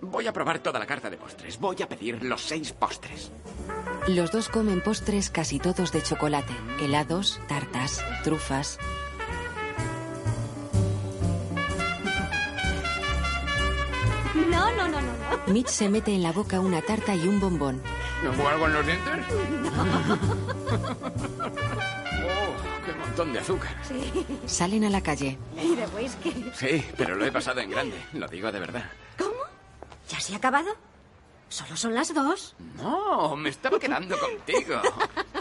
Speaker 7: Sí. Voy a probar toda la carta de postres. Voy a pedir los seis postres.
Speaker 2: Los dos comen postres casi todos de chocolate, helados, tartas, trufas.
Speaker 32: No, no, no, no. no.
Speaker 2: Mitch se mete en la boca una tarta y un bombón.
Speaker 7: ¿No juego algo en los dientes? oh, qué montón de azúcar.
Speaker 2: Salen a la calle.
Speaker 3: ¿Y de whisky?
Speaker 7: Sí, pero lo he pasado en grande. Lo digo de verdad.
Speaker 3: ¿Ya se ha acabado? ¿Solo son las dos?
Speaker 7: No, Oh, me estaba quedando contigo.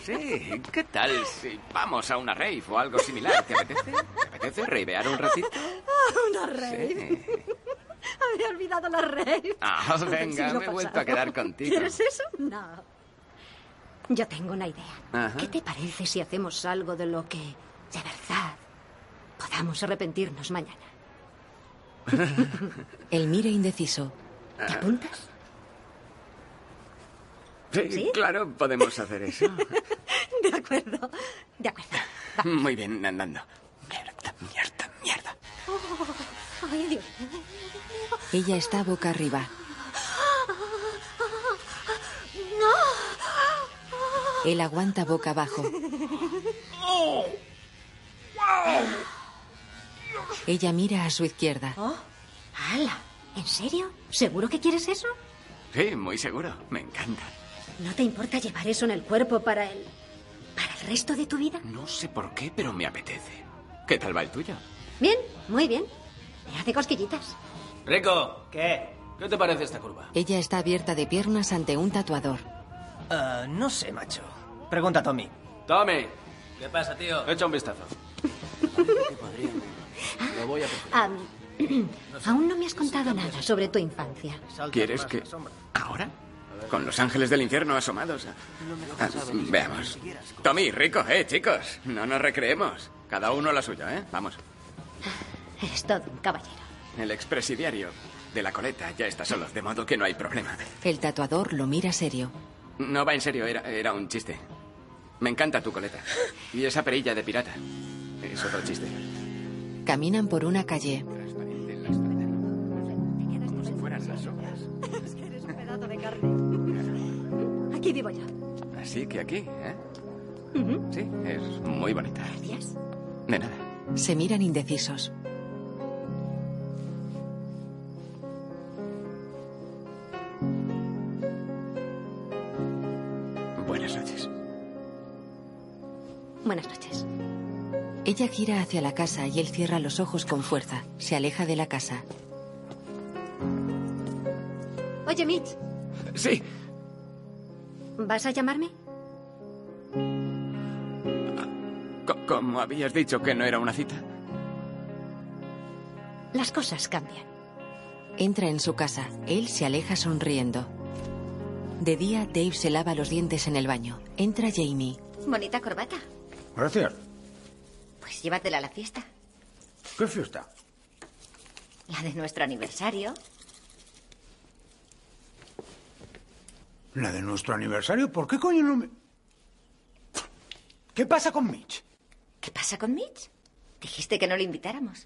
Speaker 7: Sí, ¿qué tal si vamos a una rave o algo similar? ¿Te apetece? ¿Te apetece ravear un ratito?
Speaker 3: Ah,
Speaker 32: una rave. Había olvidado la rave.
Speaker 7: Ah,
Speaker 32: Del
Speaker 7: venga,
Speaker 32: siglo
Speaker 7: me he vuelto
Speaker 32: pasado.
Speaker 7: a quedar contigo.
Speaker 3: ¿Quieres eso? No. Yo tengo una idea.
Speaker 7: Ajá.
Speaker 3: ¿Qué te parece si hacemos algo de lo que, de verdad, podamos arrepentirnos mañana?
Speaker 2: Él mira indeciso.
Speaker 3: ¿Te apuntas?
Speaker 7: Sí,
Speaker 3: ¿Sí?
Speaker 7: claro, podemos hacer eso.
Speaker 3: De acuerdo. De acuerdo.
Speaker 7: Muy bien, andando.
Speaker 32: Oh, ay, Dios mío.
Speaker 2: Ella está boca arriba. Él aguanta boca abajo.
Speaker 32: ¡Oh!
Speaker 2: Ella mira a su izquierda.
Speaker 3: ¡Hala! ¿En serio? ¿Seguro que quieres eso?
Speaker 7: Sí, muy seguro. Me encanta.
Speaker 3: ¿No te importa llevar eso en el cuerpo para el... para el resto de tu vida?
Speaker 7: No sé por qué, pero me apetece. ¿Qué tal va el tuyo?
Speaker 3: Bien, muy bien. Me hace cosquillitas.
Speaker 9: Rico, ¿qué? ¿Qué te parece esta curva?
Speaker 2: Ella está abierta de piernas ante un tatuador.
Speaker 9: Ah, no sé, macho.
Speaker 13: Pregunta a Tommy.
Speaker 9: Tommy. ¿Qué pasa, tío? Echa un vistazo. Lo voy a...
Speaker 3: Am, aún no me has contado nada sobre tu infancia.
Speaker 7: ¿Quieres que... ¿Ahora? Con los ángeles del infierno asomados. Ah, veamos. Tommy, rico, eh, chicos. No nos recreemos. Cada uno la suya, ¿eh? Vamos.
Speaker 3: Eres todo un caballero.
Speaker 7: El expresidiario de la coleta ya está solo, de modo que no hay problema.
Speaker 2: El tatuador lo mira serio.
Speaker 7: No va en serio, era, era un chiste. Me encanta tu coleta. Y esa perilla de pirata. Es otro chiste.
Speaker 2: Caminan por una calle.
Speaker 7: Como si fueran las sombras.
Speaker 32: Es que eres un pedazo de carne. Aquí vivo yo.
Speaker 7: Así que aquí, ¿eh? Sí, es muy bonita.
Speaker 32: Gracias.
Speaker 7: De nada.
Speaker 2: Se miran indecisos.
Speaker 7: Buenas noches.
Speaker 3: Buenas noches.
Speaker 2: Ella gira hacia la casa y él cierra los ojos con fuerza. Se aleja de la casa.
Speaker 3: Oye, Mitch,
Speaker 7: Sí,
Speaker 3: ¿vas a llamarme?
Speaker 7: co- como habías dicho que no era una cita.
Speaker 3: Las cosas cambian.
Speaker 2: Entra en su casa. Él se aleja sonriendo. De día, Dave se lava los dientes en el baño. Entra Jamie.
Speaker 6: Bonita corbata.
Speaker 15: Gracias.
Speaker 6: Pues llévatela a la fiesta.
Speaker 15: ¿Qué fiesta?
Speaker 6: La de nuestro aniversario.
Speaker 15: La de nuestro aniversario. ¿Por qué coño no me...? ¿Qué pasa con Mitch?
Speaker 6: ¿Qué pasa con Mitch? Dijiste que no lo invitáramos.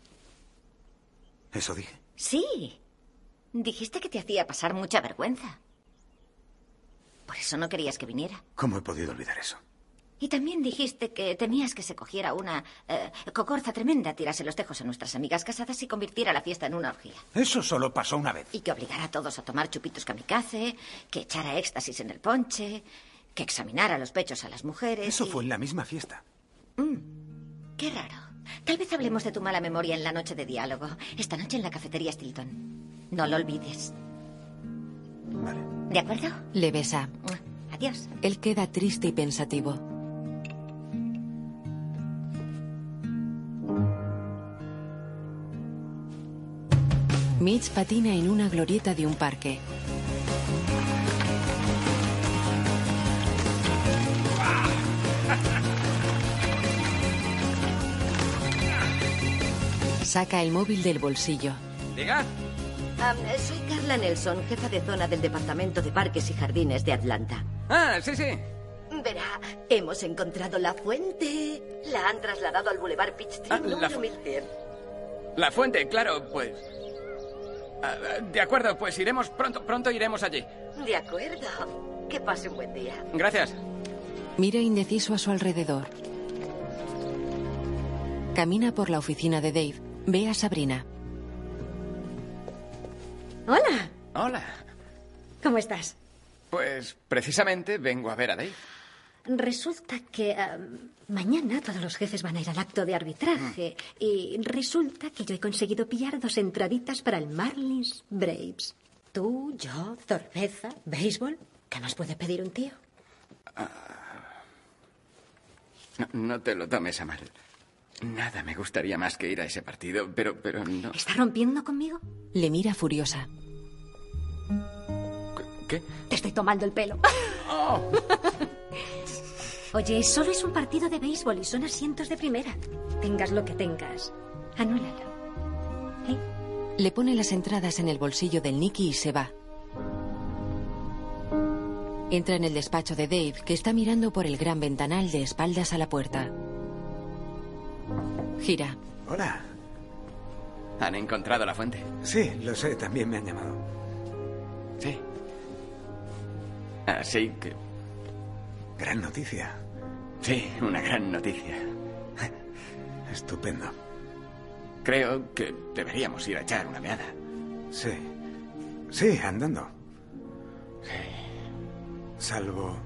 Speaker 4: Eso dije.
Speaker 6: Sí. Dijiste que te hacía pasar mucha vergüenza. Por eso no querías que viniera.
Speaker 4: ¿Cómo he podido olvidar eso?
Speaker 6: Y también dijiste que temías que se cogiera una eh, cocorza tremenda, tirase los tejos a nuestras amigas casadas y convirtiera la fiesta en una orgía.
Speaker 4: Eso solo pasó una vez.
Speaker 6: Y que obligara a todos a tomar chupitos kamikaze, que echara éxtasis en el ponche, que examinara los pechos a las mujeres.
Speaker 4: Eso
Speaker 6: y- Mm,
Speaker 4: fue en la misma fiesta.
Speaker 6: Qué raro. Tal vez hablemos de tu mala memoria en la noche de diálogo. Esta noche en la cafetería Stilton. No lo olvides. ¿De acuerdo?
Speaker 2: Le besa.
Speaker 6: Adiós.
Speaker 2: Él queda triste y pensativo. Mitch patina en una glorieta de un parque. Saca el móvil del bolsillo.
Speaker 5: Diga.
Speaker 6: Am, eh, soy Carla Nelson, jefa de zona del Departamento de Parques y Jardines de Atlanta.
Speaker 5: Ah, sí, sí.
Speaker 6: Verá, hemos encontrado la fuente. La han trasladado al Boulevard Peachtree número 1100.
Speaker 7: La fuente, claro, pues. Ah, ah, de acuerdo, pues iremos pronto, pronto iremos allí.
Speaker 6: De acuerdo. Que pase un buen día.
Speaker 7: Gracias.
Speaker 2: Mira indeciso a su alrededor. Camina por la oficina de Dave. Ve a Sabrina.
Speaker 3: Hola,
Speaker 7: Hola.
Speaker 3: ¿cómo estás?
Speaker 7: Pues precisamente vengo a ver a Dave.
Speaker 3: Resulta que ah, mañana todos los jefes van a ir al acto de arbitraje y resulta que yo he conseguido pillar dos entraditas para el Marlins Braves. Tú, yo, cerveza, béisbol. ¿Qué más puede pedir un tío?
Speaker 7: Ah. No, no te lo tomes a mal. Nada me gustaría más que ir a ese partido, pero, pero no.
Speaker 3: ¿Está rompiendo conmigo?
Speaker 2: Le mira furiosa.
Speaker 7: ¿Qué?
Speaker 3: Te estoy tomando el pelo. Oye, solo es un partido de béisbol y son asientos de primera. Tengas lo que tengas. Anúlalo.
Speaker 2: Le pone las entradas en el bolsillo del Nicky y se va. Entra en el despacho de Dave, que está mirando por el gran ventanal de espaldas a la puerta. Gira.
Speaker 4: Hola.
Speaker 7: ¿Han encontrado la fuente?
Speaker 4: Sí, lo sé, también me han llamado.
Speaker 7: Sí. Así que.
Speaker 4: Gran noticia.
Speaker 7: Sí, una gran noticia.
Speaker 4: Estupendo.
Speaker 7: Creo que deberíamos ir a echar una mirada.
Speaker 4: Sí. Sí, andando. Salvo.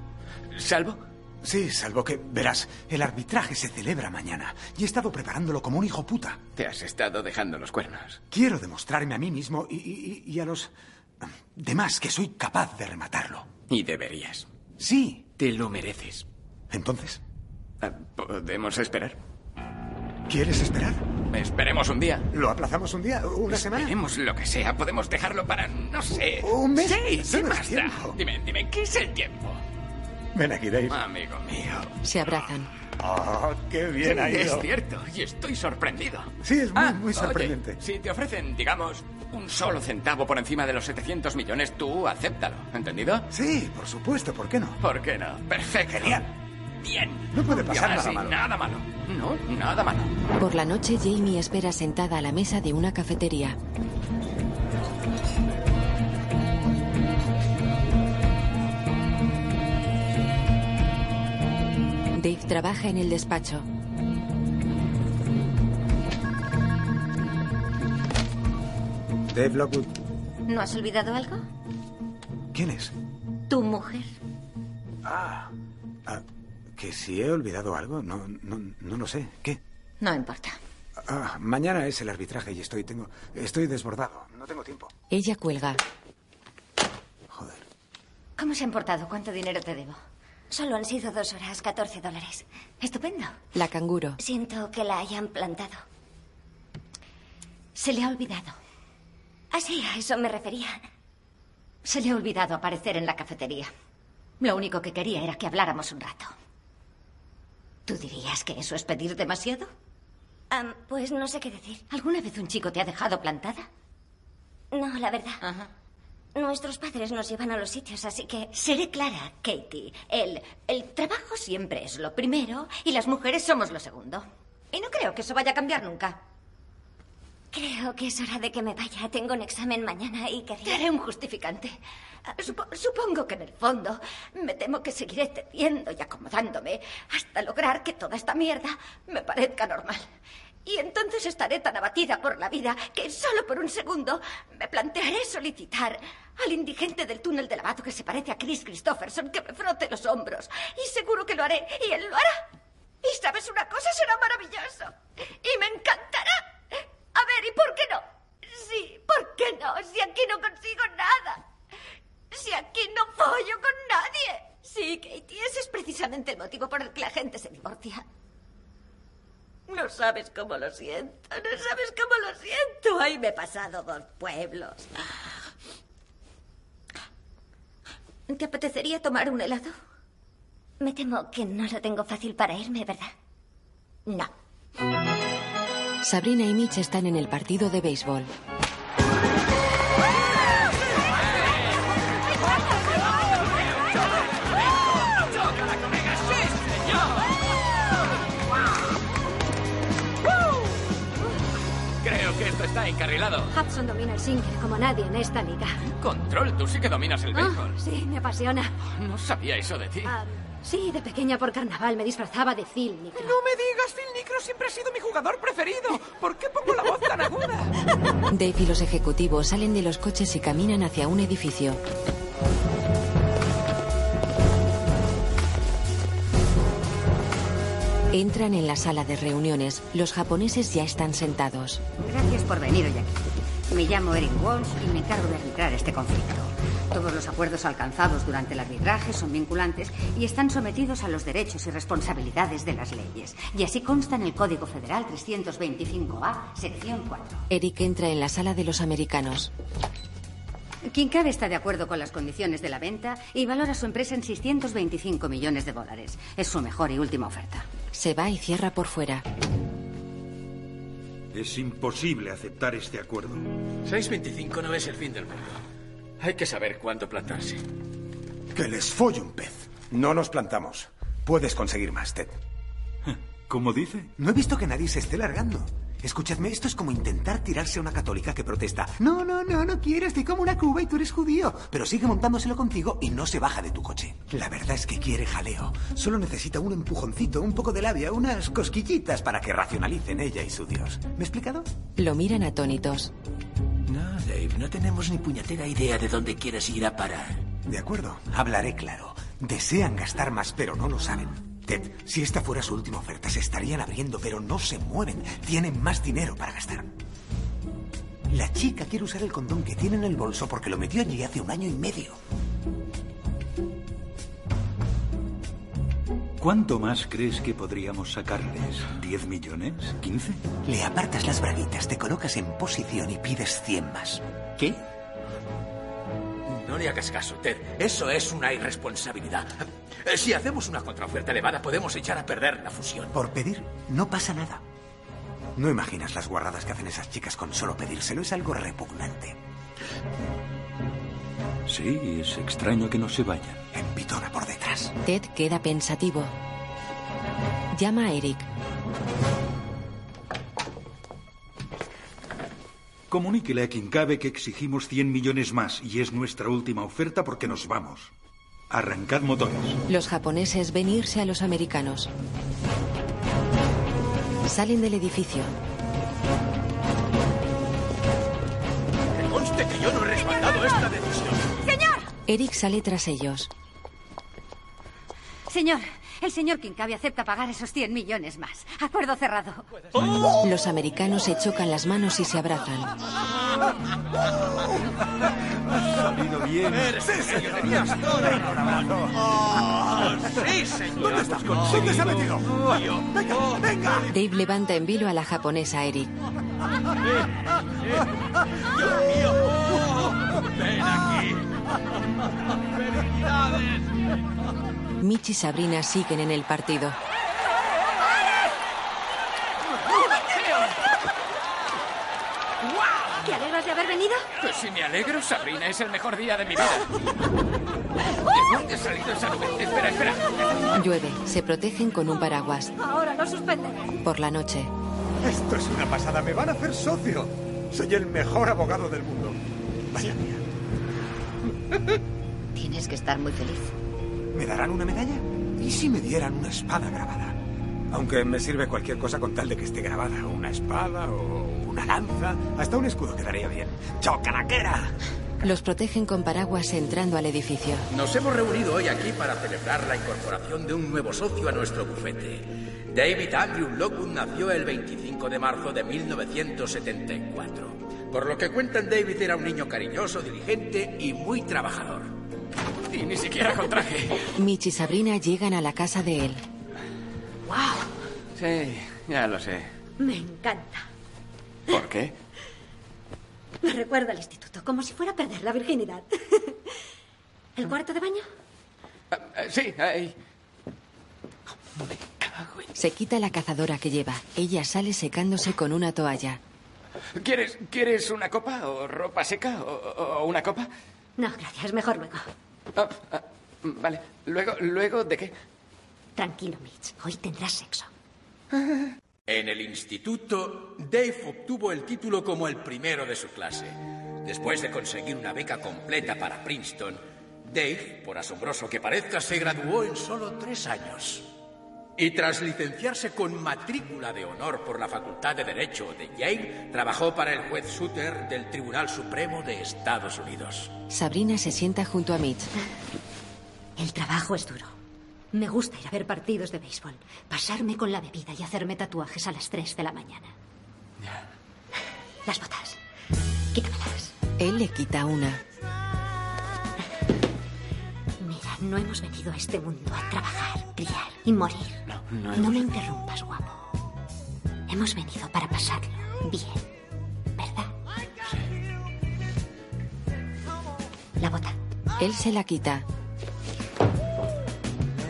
Speaker 7: ¿Salvo?
Speaker 4: Sí, salvo que, verás, el arbitraje se celebra mañana y he estado preparándolo como un hijo puta.
Speaker 7: Te has estado dejando los cuernos.
Speaker 4: Quiero demostrarme a mí mismo y, y- y- y a los demás que soy capaz de rematarlo.
Speaker 7: Y deberías.
Speaker 4: Sí.
Speaker 7: Te lo mereces.
Speaker 4: Entonces,
Speaker 7: Ah, ¿Podemos esperar?
Speaker 4: ¿quieres esperar?
Speaker 7: Esperemos un día.
Speaker 4: ¿Lo aplazamos un día? ¿Una semana?
Speaker 7: Esperemos lo que sea. Podemos dejarlo para, no sé.
Speaker 4: ¿Un mes?
Speaker 7: Sí,
Speaker 4: Eso
Speaker 7: sí,
Speaker 4: no es
Speaker 7: basta.
Speaker 4: tiempo.
Speaker 7: Dime, dime, ¿qué es el tiempo? Ah,
Speaker 4: Ven aquí, Dave.
Speaker 7: Amigo mío.
Speaker 2: Se abrazan.
Speaker 15: ¡Ah, qué bien
Speaker 22: Sí,
Speaker 15: ha ido!
Speaker 22: Es cierto, y estoy sorprendido.
Speaker 15: Sí, es muy,
Speaker 22: Ah,
Speaker 15: muy sorprendente.
Speaker 22: oye,
Speaker 7: si te ofrecen, digamos, un solo centavo por encima de los 700 millones, tú acéptalo. ¿Entendido?
Speaker 15: Sí, por supuesto, ¿por qué no?
Speaker 7: ¿Por qué no? Perfecto. Genial. Bien.
Speaker 15: No puede
Speaker 2: pasar nada malo.
Speaker 7: Nada malo. No, nada malo.
Speaker 2: Por la noche, Jamie espera sentada a la mesa de una cafetería. Dave trabaja en el despacho.
Speaker 15: Dave Lockwood.
Speaker 6: ¿No has olvidado algo?
Speaker 15: ¿Quién es?
Speaker 6: Tu mujer.
Speaker 15: Ah, ah, que si he olvidado algo, no, no, no lo sé. ¿Qué?
Speaker 6: No importa.
Speaker 15: Ah, mañana es el arbitraje y estoy, tengo, estoy desbordado. No tengo tiempo.
Speaker 2: Ella cuelga.
Speaker 6: ¿Cómo se han portado? ¿Cuánto dinero te debo?
Speaker 2: Solo
Speaker 6: han sido dos horas, 14 dólares. Estupendo.
Speaker 2: La canguro.
Speaker 6: Siento que la hayan plantado. Se le ha olvidado. Ah, sí, a eso me refería. Se le ha olvidado aparecer en la cafetería. Lo único que quería era que habláramos un rato. ¿Tú dirías que eso es pedir demasiado? pues no sé qué decir. ¿Alguna vez un chico te ha dejado plantada?
Speaker 10: No, la verdad. Nuestros padres nos llevan a los sitios, así que...
Speaker 6: Seré clara, Katie. El, el trabajo siempre es lo primero y las mujeres somos lo segundo. Y no creo que eso vaya a cambiar nunca.
Speaker 10: Creo que es hora de que me vaya. Tengo un examen mañana y quería...
Speaker 6: Te haré un justificante. Ah, supo- supongo que en el fondo me temo que seguiré cediendo y acomodándome hasta lograr que toda esta mierda me parezca normal. Y entonces estaré tan abatida por la vida que solo por un segundo me plantearé solicitar al indigente del túnel de lavado que se parece a Chris Christopherson que me frote los hombros. Y seguro que lo haré. Y él lo hará. Y sabes una cosa, será maravilloso. Y me encantará. A ver, ¿y por qué no? Sí, ¿por qué no? Si aquí no consigo nada. Si aquí no follo con nadie. Sí, Katie, ese es precisamente el motivo por el que la gente se divorcia. No sabes cómo lo siento, no sabes cómo lo siento. Ahí me he pasado dos pueblos. ¿Te apetecería tomar un helado?
Speaker 10: Me temo que no lo tengo fácil para irme, ¿verdad?
Speaker 6: No.
Speaker 2: Sabrina y Mitch están en el partido de béisbol.
Speaker 22: Creo que esto está encarrilado.
Speaker 3: Hudson domina el single como nadie en esta liga.
Speaker 22: Control, tú sí que dominas el béisbol.
Speaker 3: Ah, sí, me apasiona.
Speaker 22: No sabía eso de ti.
Speaker 3: Ah, sí, de pequeña por carnaval me disfrazaba de Phil Nicro.
Speaker 22: No me digas, Phil Nicro siempre ha sido mi jugador preferido. ¿Por qué pongo la voz tan aguda?
Speaker 2: Dave y los ejecutivos salen de los coches y caminan hacia un edificio. Entran en la sala de reuniones. Los japoneses ya están sentados.
Speaker 17: Gracias por venir hoy aquí. Me llamo Erin Walsh y me encargo de arbitrar este conflicto. Todos los acuerdos alcanzados durante el arbitraje son vinculantes y están sometidos a los derechos y responsabilidades de las leyes. Y así consta en el Código Federal 325A, sección 4.
Speaker 2: Eric entra en la sala de los americanos.
Speaker 17: Quien cabe está de acuerdo con las condiciones de la venta y valora su empresa en 625 millones de dólares. Es su mejor y última oferta.
Speaker 2: Se va y cierra por fuera.
Speaker 30: Es imposible aceptar este acuerdo.
Speaker 9: 6.25 no es el fin del mundo. Hay que saber cuándo plantarse.
Speaker 4: Que les folle un pez. No nos plantamos. Puedes conseguir más, Ted.
Speaker 30: ¿Cómo dice?
Speaker 4: No he visto que nadie se esté largando. Escuchadme, esto es como intentar tirarse a una católica que protesta. No, no, no, no quiero, estoy como una cuba y tú eres judío. Pero sigue montándoselo contigo y no se baja de tu coche. La verdad es que quiere jaleo. Solo necesita un empujoncito, un poco de labia, unas cosquillitas para que racionalicen ella y su dios. ¿Me he explicado?
Speaker 2: Lo miran atónitos.
Speaker 33: No, Dave, no tenemos ni puñetera idea de dónde quieres ir a parar.
Speaker 4: De acuerdo, hablaré claro. Desean gastar más, pero no lo saben. Ted, si esta fuera su última oferta, se estarían abriendo, pero no se mueven. Tienen más dinero para gastar. La chica quiere usar el condón que tiene en el bolso porque lo metió allí hace un año y medio.
Speaker 30: ¿Cuánto más crees que podríamos sacarles? ¿10 millones? ¿15?
Speaker 4: Le apartas las braguitas, te colocas en posición y pides 100 más.
Speaker 33: ¿Qué?
Speaker 5: No le hagas caso, Ted. Eso es una irresponsabilidad. Eh, Si hacemos una contraoferta elevada, podemos echar a perder la fusión.
Speaker 4: Por pedir, no pasa nada. No imaginas las guarradas que hacen esas chicas con solo pedírselo. Es algo repugnante.
Speaker 1: Sí, es extraño que no se vayan.
Speaker 4: En pitona por detrás.
Speaker 2: Ted queda pensativo. Llama a Eric.
Speaker 1: Comuníquele a quien cabe que exigimos 100 millones más y es nuestra última oferta porque nos vamos. Arrancad motores.
Speaker 2: Los japoneses ven irse a los americanos. Salen del edificio.
Speaker 5: Que conste que yo no he respaldado esta decisión.
Speaker 6: ¡Señor!
Speaker 2: Eric sale tras ellos.
Speaker 6: Señor, el señor Kincabe acepta pagar esos 100 millones más. Acuerdo cerrado.
Speaker 2: Los americanos se chocan las manos y se abrazan.
Speaker 1: Salido bien.
Speaker 5: Sí, señoría. Oh, sí, señor. ¿Dónde estás con
Speaker 4: ¿Dónde se ha metido?
Speaker 5: Venga, venga.
Speaker 2: Dave levanta en vilo a la japonesa Eric.
Speaker 5: Dios mío. Ven aquí. Felicidades.
Speaker 2: Mitch y Sabrina siguen en el partido.
Speaker 6: ¿Te alegras de haber venido?
Speaker 7: Pues si me alegro, Sabrina, es el mejor día de mi vida. ¿De dónde ha salido esa nube? Espera, espera.
Speaker 2: Llueve, se protegen con un paraguas.
Speaker 6: Ahora no suspende.
Speaker 2: Por la noche,
Speaker 34: Esto es una pasada. Me van a hacer socio. Soy el mejor abogado del mundo. Vaya mía.
Speaker 6: Tienes que estar muy feliz.
Speaker 4: ¿Me darán una medalla? ¿Y si me dieran una espada grabada? Aunque me sirve cualquier cosa con tal de que esté grabada. Una espada o una lanza. Hasta un escudo quedaría bien. ¡Chocaraquera!
Speaker 2: los protegen con paraguas entrando al edificio.
Speaker 5: Nos hemos reunido hoy aquí para celebrar la incorporación de un nuevo socio a nuestro bufete. David Andrew Lockwood nació el 25 de marzo de 1974. Por lo que cuentan, David era un niño cariñoso, diligente y muy trabajador. Y ni siquiera con traje.
Speaker 2: Mitch y Sabrina llegan a la casa de él.
Speaker 35: Sí, ya lo sé.
Speaker 3: Me encanta.
Speaker 35: ¿Por qué?
Speaker 3: Me recuerda al instituto, como si fuera a perder la virginidad. ¿El cuarto de baño?
Speaker 7: Ah,
Speaker 35: Eh, Sí, ahí.
Speaker 2: Se quita la cazadora que lleva. Ella sale secándose con una toalla.
Speaker 7: ¿Quieres, ¿Quieres una copa o ropa seca o, o- o una copa?
Speaker 3: No, gracias, mejor luego.
Speaker 7: Ah, ah, vale. Luego, luego, ¿de qué?
Speaker 3: Tranquilo, Mitch. Hoy tendrás sexo.
Speaker 5: En el instituto, Dave obtuvo el título como el primero de su clase. Después de conseguir una beca completa para Princeton, Dave, por asombroso que parezca, se graduó en solo tres años. Y tras licenciarse con matrícula de honor por la Facultad de Derecho de Yale, trabajó para el juez Souter del Tribunal Supremo de Estados Unidos.
Speaker 2: Sabrina se sienta junto a Mitch.
Speaker 3: El trabajo es duro. Me gusta ir a ver partidos de béisbol, pasarme con la bebida y hacerme tatuajes a las 3 de la mañana. Las botas. Quítamelas.
Speaker 2: Él le quita una.
Speaker 3: Mira, no hemos venido a este mundo a trabajar, criar y morir. No,
Speaker 35: no
Speaker 3: me interrumpas, guapo. Hemos venido para pasarlo bien, ¿verdad? La bota.
Speaker 2: Él se la quita.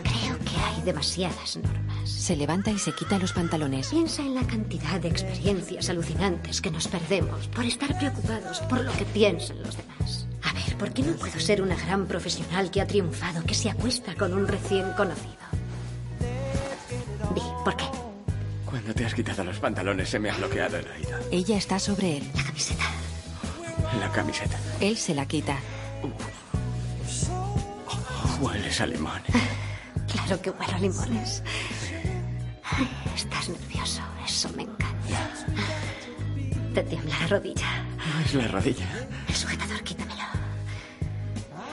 Speaker 3: Creo que hay demasiadas normas.
Speaker 2: Se levanta y se quita los pantalones.
Speaker 3: Piensa en la cantidad de experiencias alucinantes que nos perdemos por estar preocupados por lo que piensan los demás. A ver, ¿por qué no puedo ser una gran profesional que ha triunfado, que se acuesta con un recién conocido? Vi, ¿por qué?
Speaker 35: Cuando te has quitado los pantalones se me ha bloqueado el oído.
Speaker 2: Ella está sobre él.
Speaker 35: La camiseta.
Speaker 2: Él se la quita.
Speaker 35: Oh, Hueles a limón.
Speaker 3: Claro que huelo a limones. Ay, Estás nervioso, eso me encanta. Te tiembla la rodilla.
Speaker 35: No Ah, es la rodilla.
Speaker 3: El sujetador, quítamelo.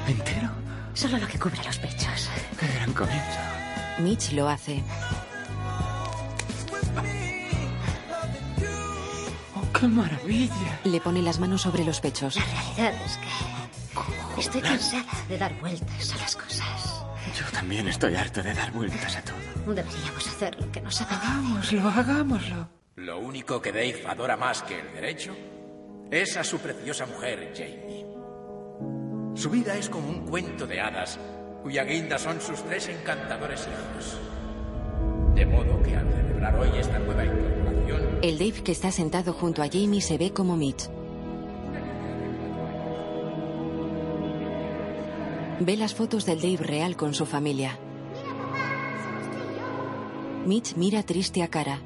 Speaker 3: ¿Entero? Solo lo que cubre los pechos.
Speaker 35: Qué gran comienzo.
Speaker 2: Mitch lo hace.
Speaker 35: Oh, ¡Qué maravilla!
Speaker 2: Le pone las manos sobre los pechos.
Speaker 3: realidad es que estoy cansada de dar vueltas a las cosas.
Speaker 35: Yo también estoy harto de dar vueltas a todo.
Speaker 3: Deberíamos hacer lo que nos apetece.
Speaker 35: Hagámoslo, hagámoslo.
Speaker 5: Lo único que Dave adora más que el derecho es a su preciosa mujer, Jamie. Su vida es como un cuento de hadas, cuya guinda son sus tres encantadores hijos. De modo que al celebrar hoy esta nueva incorporación,
Speaker 2: El Dave que está sentado junto a Jamie se ve como Mitch. Ve las fotos del Dave real con su familia. Mitch mira triste a cara.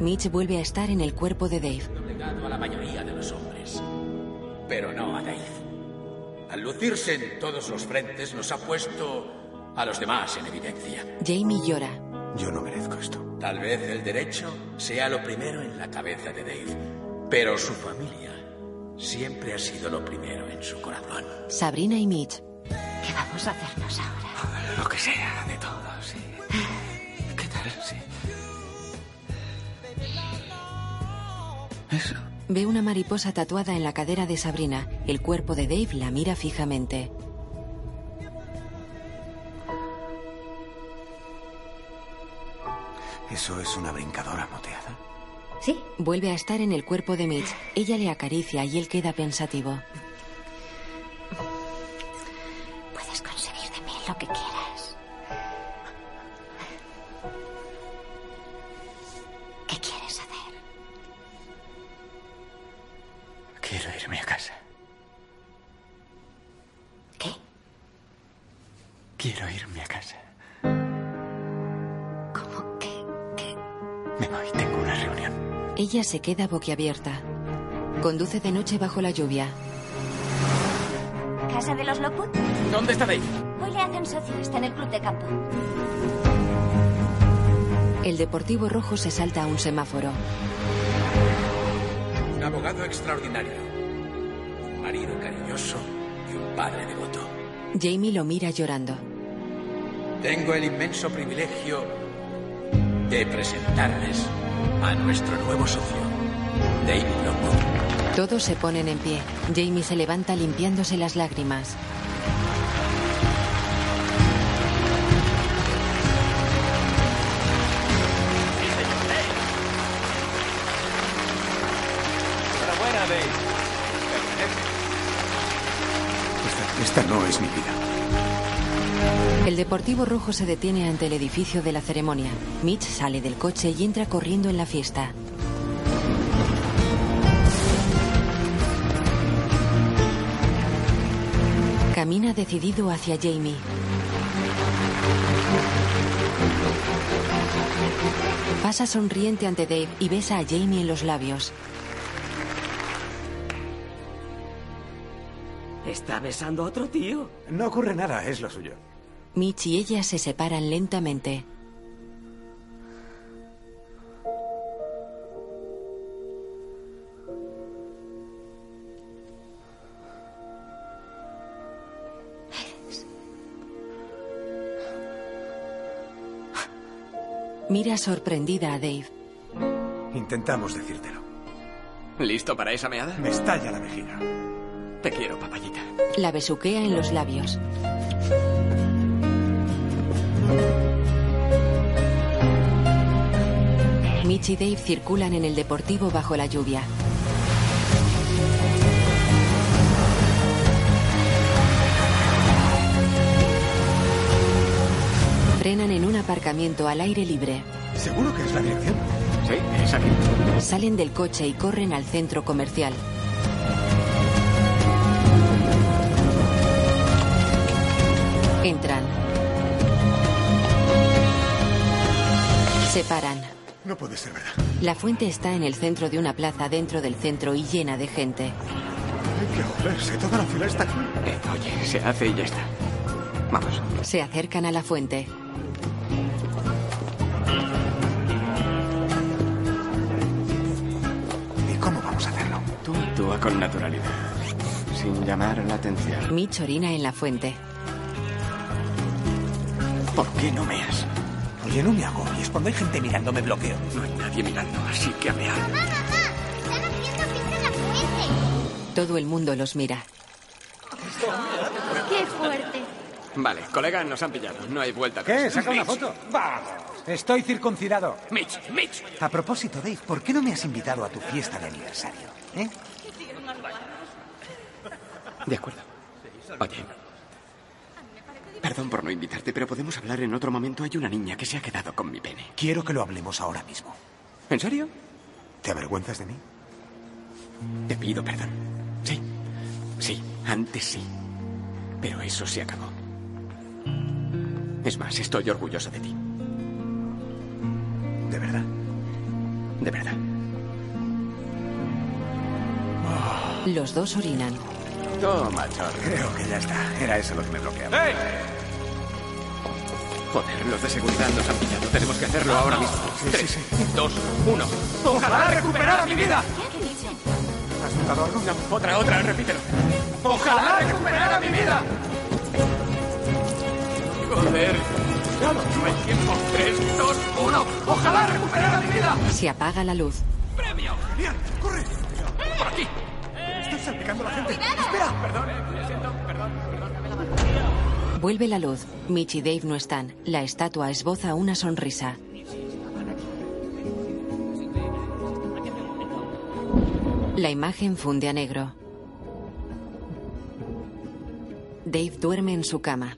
Speaker 2: Mitch vuelve a estar en el cuerpo de Dave.
Speaker 5: legado a la mayoría de los hombres. Pero no a Dave. Al lucirse en todos los frentes, nos ha puesto a los demás en evidencia.
Speaker 2: Jamie llora.
Speaker 5: Yo no merezco esto. Tal vez el derecho sea lo primero en la cabeza de Dave, pero su familia siempre ha sido lo primero en su corazón.
Speaker 2: Sabrina y Mitch.
Speaker 5: ¿Qué vamos a hacernos ahora? Lo que sea, de todo, sí. ¿Qué tal? Sí.
Speaker 2: Ve una mariposa tatuada en la cadera de Sabrina. El cuerpo de Dave la mira fijamente.
Speaker 4: ¿Eso es una brincadora moteada?
Speaker 2: ¿Sí? Vuelve a estar en el cuerpo de Mitch. Ella le acaricia y él queda pensativo.
Speaker 36: Puedes conseguir de mí lo que quieras. ¿Qué quieres hacer?
Speaker 5: Quiero irme a casa.
Speaker 36: ¿Qué?
Speaker 5: Quiero irme a casa.
Speaker 36: ¿Cómo que
Speaker 5: Me voy, tengo una reunión.
Speaker 2: Ella se queda boquiabierta. Conduce de noche bajo la lluvia.
Speaker 6: ¿Casa de los Lockwood?
Speaker 5: ¿Dónde está Dave?
Speaker 6: Hoy le hacen socio, está en el club de campo.
Speaker 2: El deportivo rojo se salta a un semáforo.
Speaker 5: Un abogado extraordinario, un marido cariñoso y un padre devoto.
Speaker 2: Jamie lo mira llorando.
Speaker 5: Tengo el inmenso privilegio de presentarles a nuestro nuevo socio, David Lockwood.
Speaker 2: Todos se ponen en pie. Jamie se levanta limpiándose las lágrimas.
Speaker 37: Enhorabuena, Dave.
Speaker 4: Esta, esta no es mi vida.
Speaker 2: El deportivo rojo se detiene ante el edificio de la ceremonia. Mitch sale del coche y entra corriendo en la fiesta. Camina decidido hacia Jamie. Pasa sonriente ante Dave y besa a Jamie en los labios.
Speaker 9: ¿Está besando a otro tío?
Speaker 4: No ocurre nada, es lo suyo.
Speaker 2: Mitch y ella se separan lentamente. Mira sorprendida a Dave.
Speaker 4: Intentamos decírtelo.
Speaker 7: ¿Listo para esa meada?
Speaker 4: Me estalla la vejiga.
Speaker 7: Te quiero, papayita.
Speaker 2: La besuquea en los labios. Mitch y Dave circulan en el deportivo bajo la lluvia. Frenan en un aparcamiento al aire libre.
Speaker 4: ¿Seguro que es la dirección?
Speaker 7: Sí, es aquí.
Speaker 2: Salen del coche y corren al centro comercial. Entran. Se paran.
Speaker 4: No puede ser verdad.
Speaker 2: La fuente está en el centro de una plaza dentro del centro y llena de gente.
Speaker 4: Hay que joderse, toda la ciudad está aquí.
Speaker 7: Eh, oye, se hace y ya está. Vamos.
Speaker 2: Se acercan a la fuente.
Speaker 4: ¿Y cómo vamos a hacerlo?
Speaker 7: Tú actúa con naturalidad, sin llamar la atención.
Speaker 2: Mitch orina en la fuente.
Speaker 7: ¿Por qué no meas?
Speaker 4: Oye, no me agobies. Cuando hay gente mirando, me bloqueo.
Speaker 7: No hay nadie mirando, así que a mear.
Speaker 2: Todo el mundo los mira.
Speaker 9: ¡Qué fuerte!
Speaker 7: Vale, colega, nos han pillado. No hay vuelta. atrás.
Speaker 4: ¿Qué? ¿Saca una foto? ¡Vamos! Estoy circuncidado.
Speaker 7: Mitch, Mitch.
Speaker 4: A propósito, Dave, ¿por qué no me has invitado a tu fiesta de aniversario? ¿Eh?
Speaker 7: De acuerdo. Oye. Perdón por no invitarte, pero podemos hablar en otro momento. Hay una niña que se ha quedado con mi pene.
Speaker 4: Quiero que lo hablemos ahora mismo.
Speaker 7: ¿En serio?
Speaker 4: ¿Te avergüenzas de mí?
Speaker 7: Te pido perdón. Sí. Sí, antes sí. Pero eso se acabó. Es más, estoy orgulloso de ti.
Speaker 4: ¿De verdad?
Speaker 7: De verdad.
Speaker 2: Los dos orinan.
Speaker 7: Toma, chorro.
Speaker 4: Creo que ya está. Era eso lo que me bloqueaba.
Speaker 7: ¡Hey! Joder, los de seguridad nos han pillado. Tenemos que hacerlo ahora mismo. Tres, dos, uno. ¡Ojalá recuperara mi vida!
Speaker 4: ¿Has notado algo?
Speaker 7: No, otra, otra, repítelo. ¡Ojalá recuperara mi vida! Joder. Ya no hay tiempo. Tres, dos, uno. ¡Ojalá recuperara mi vida!
Speaker 2: Se apaga la luz.
Speaker 7: ¡Premio!
Speaker 4: ¡Lian, corre!
Speaker 7: ¡Por aquí!
Speaker 4: ¡Están salpicando la gente! ¡Espera!
Speaker 7: Perdón, eh, lo siento, perdón, perdón. dame la mano.
Speaker 2: Vuelve la luz. Mitch y Dave no están. La estatua esboza una sonrisa. La imagen funde a negro. Dave duerme en su cama.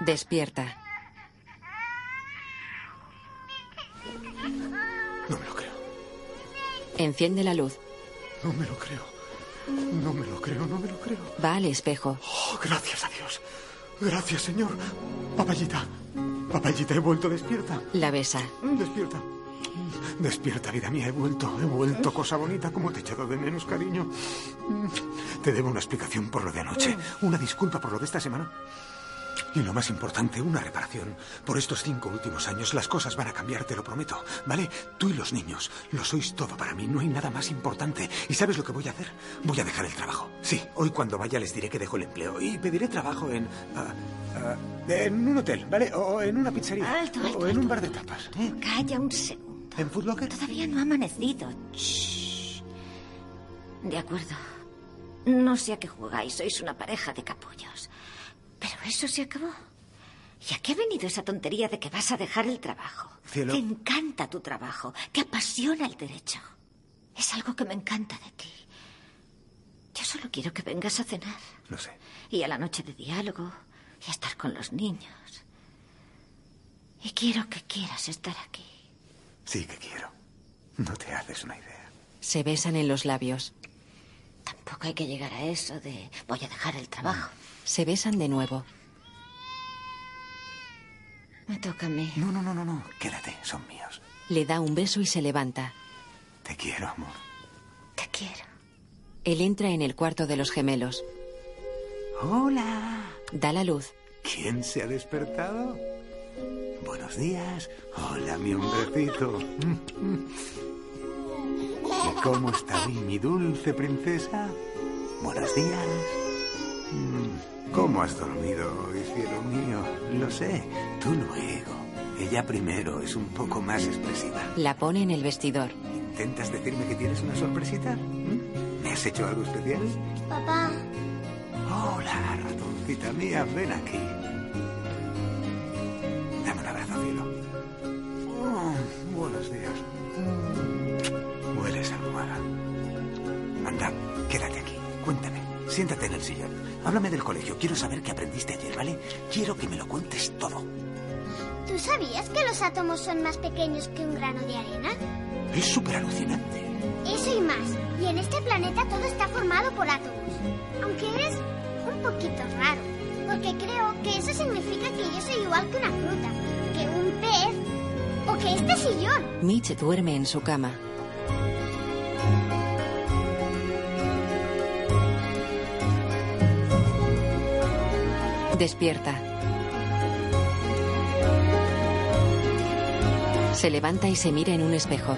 Speaker 2: Despierta.
Speaker 4: No me lo creo.
Speaker 2: Enciende la luz.
Speaker 4: No me lo creo. No me lo creo, no me lo creo.
Speaker 2: Va al espejo.
Speaker 4: Oh, gracias a Dios. Gracias, señor. Papayita. Papayita, he vuelto despierta. Mm,
Speaker 2: La besa.
Speaker 4: Despierta. Despierta, vida mía, he vuelto, he
Speaker 2: ¿Eh?
Speaker 4: vuelto, cosa bonita, como te he echado de menos, cariño. Te debo una explicación por lo de anoche,
Speaker 6: Mm.
Speaker 4: una disculpa por lo de esta semana. Y lo más importante, una reparación. Por estos cinco últimos años las cosas van a cambiar, te lo prometo. ¿Vale? Tú y los niños, lo sois todo para mí, no hay nada más importante. ¿Y sabes lo que voy a hacer? Voy a dejar el trabajo. Sí, hoy cuando vaya les diré que dejo el empleo y pediré trabajo en... ah, ah, en un hotel, ¿vale? O en una pizzería.
Speaker 6: Alto, alto,
Speaker 4: o en un
Speaker 6: alto.
Speaker 4: bar de tapas. ¿eh?
Speaker 6: Calla un segundo.
Speaker 4: ¿En Food Locker?
Speaker 6: Todavía no ha amanecido. Shh. De acuerdo. No sé a qué jugáis, sois una pareja de capullos. Pero eso se acabó. ¿Y a qué ha venido esa tontería de que vas a dejar el trabajo?
Speaker 4: Cielo.
Speaker 6: Te encanta tu trabajo, te apasiona el derecho. Es algo que me encanta de ti. Yo solo quiero que vengas a cenar
Speaker 4: No sé.
Speaker 6: y a la noche de diálogo y a estar con los niños. Y quiero que quieras estar aquí.
Speaker 4: Sí que quiero. No te haces una idea.
Speaker 2: Se besan en los labios.
Speaker 6: Tampoco hay que llegar a eso de voy a dejar el trabajo.
Speaker 2: Se besan de nuevo.
Speaker 6: Me toca a mí.
Speaker 4: No, no, no, no, no. Quédate, son míos.
Speaker 2: Le da un beso y se levanta.
Speaker 4: Te quiero, amor.
Speaker 6: Te quiero.
Speaker 2: Él entra en el cuarto de los gemelos.
Speaker 4: Hola.
Speaker 2: Da la luz.
Speaker 4: ¿Quién se ha despertado? Buenos días. Hola, mi hombrecito. ¿Y cómo está hoy, mi dulce princesa? Buenos días. Mm, ¿Cómo has dormido hoy, cielo mío? Lo sé, tú luego. Ella primero es un poco más expresiva.
Speaker 2: La pone en el vestidor.
Speaker 4: ¿Intentas decirme que tienes una sorpresita? ¿Mm? ¿Me has hecho algo especial?
Speaker 10: Papá,
Speaker 4: Hola, ratoncita mía, ven aquí. Dame un abrazo, cielo. Mm, buenos días. Mm, Hueles a almohada. Anda, quédate aquí. Cuéntame. Siéntate en el sillón. Háblame del colegio. Quiero saber qué aprendiste ayer, ¿vale? Quiero que me lo cuentes todo.
Speaker 10: ¿tú sabías que los átomos son más pequeños que un grano de arena?
Speaker 4: Es súper alucinante.
Speaker 10: Eso y más. Y en este planeta todo está formado por átomos. Aunque es un poquito raro. Porque creo que eso significa que yo soy igual que una fruta, que un pez o que este sillón.
Speaker 2: Mitch duerme en su cama. Despierta. Se levanta y se mira en un espejo.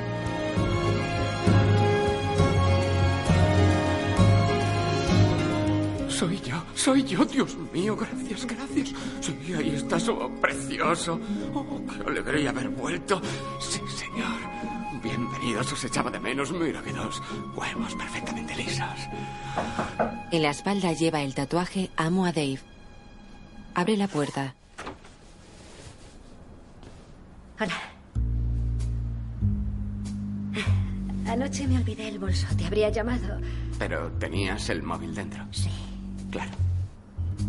Speaker 7: Soy yo, soy yo, Dios mío, gracias, gracias. Sí, ahí estás, oh, precioso. Oh, qué alegría haber vuelto. Sí, señor. Bienvenidos, os echaba de menos. Mira que dos huevos perfectamente lisos.
Speaker 2: En la espalda lleva el tatuaje Amo a Dave. Abre la puerta.
Speaker 3: Hola. Anoche me olvidé el bolso. Te habría llamado.
Speaker 7: Pero tenías el móvil dentro.
Speaker 3: Sí.
Speaker 7: Claro.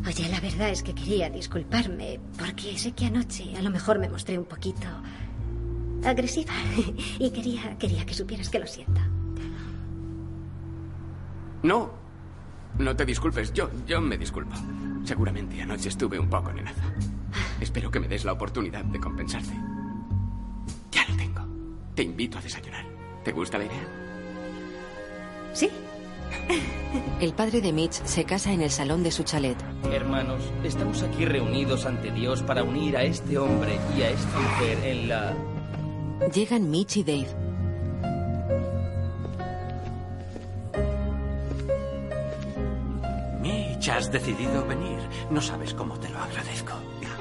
Speaker 3: Oye, la verdad es que quería disculparme porque sé que anoche a lo mejor me mostré un poquito agresiva y quería, quería que supieras que lo siento.
Speaker 7: No. No te disculpes. Yo, yo me disculpo. Seguramente anoche estuve un poco nenaza. Espero que me des la oportunidad de compensarte. Ya lo tengo. Te invito a desayunar. ¿Te gusta la idea?
Speaker 3: Sí.
Speaker 2: El padre de Mitch se casa en el salón de su chalet.
Speaker 13: Hermanos, estamos aquí reunidos ante Dios para unir a este hombre y a esta mujer en la...
Speaker 2: Llegan Mitch y Dave.
Speaker 5: Mitch, has decidido venir. No sabes cómo te lo agradezco.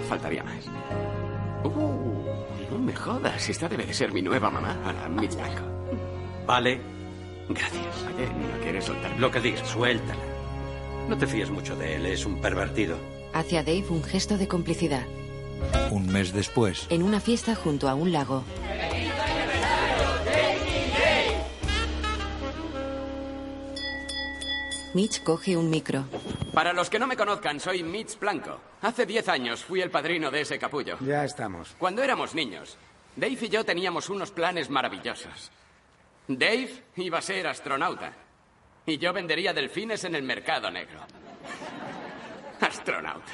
Speaker 7: Faltaría más. Uh, no me jodas. Esta debe de ser mi nueva mamá, a la Mitch Blanco.
Speaker 5: Vale. Gracias.
Speaker 7: Oye, ¿no quieres soltar?
Speaker 5: Lo que digas, suéltala. No te fíes mucho de él, es un pervertido.
Speaker 2: Hacia Dave un gesto de complicidad.
Speaker 30: Un mes después,
Speaker 2: En una fiesta junto a un lago. Mitch coge un micro.
Speaker 7: Para los que no me conozcan, soy Mitch Blanco. Hace 10 años fui el padrino de ese capullo.
Speaker 15: Ya estamos.
Speaker 7: Cuando éramos niños, Dave y yo teníamos unos planes maravillosos. Dave iba a ser astronauta y yo vendería delfines en el mercado negro. Astronauta.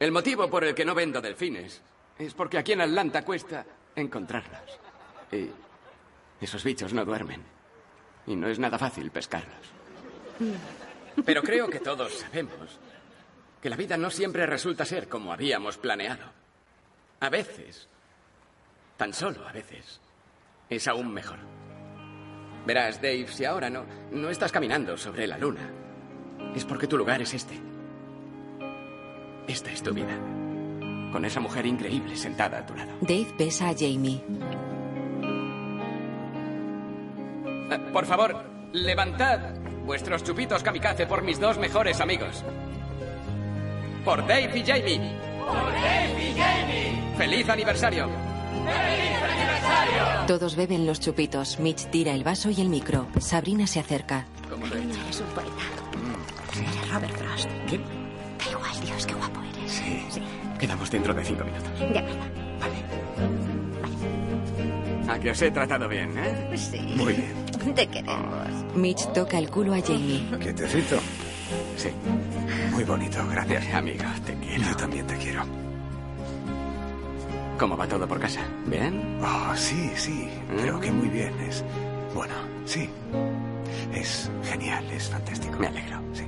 Speaker 7: El motivo por el que no vendo delfines es porque aquí en Atlanta cuesta encontrarlos. Y esos bichos no duermen. Y no es nada fácil pescarlos. Pero creo que todos sabemos que la vida no siempre resulta ser como habíamos planeado. A veces, tan solo a veces, es aún mejor. Verás, Dave, si ahora no, no estás caminando sobre la luna, es porque tu lugar es este. Esta es tu vida. Con esa mujer increíble sentada a tu lado.
Speaker 2: Dave besa a Jamie.
Speaker 7: Eh, Por favor, levantad vuestros chupitos kamikaze por mis dos mejores amigos. Por Dave y Jamie.
Speaker 31: ¡Por Dave y Jamie!
Speaker 7: ¡Feliz aniversario!
Speaker 31: ¡Feliz aniversario!
Speaker 2: Todos beben los chupitos. Mitch tira el vaso y el micro. Sabrina se acerca.
Speaker 16: Cariño, eres un poeta. Eres Robert Frost.
Speaker 7: ¿Qué?
Speaker 16: Da igual, Dios, qué guapo eres.
Speaker 7: Sí. Quedamos dentro de cinco minutos.
Speaker 16: De acuerdo.
Speaker 7: A Ah, que os he tratado bien, ¿eh?
Speaker 28: Sí.
Speaker 7: Muy bien.
Speaker 28: Te queremos.
Speaker 2: Mitch toca el culo a Jamie.
Speaker 7: Quietecito. Sí.
Speaker 4: Muy bonito, gracias.
Speaker 7: Amigo, te quiero. Yo
Speaker 4: también te quiero.
Speaker 7: ¿Cómo va todo por casa? ¿Bien?
Speaker 4: Oh, sí, sí. Creo que muy bien. Es. Bueno, sí. Es genial, es fantástico.
Speaker 7: Me alegro.
Speaker 4: Sí.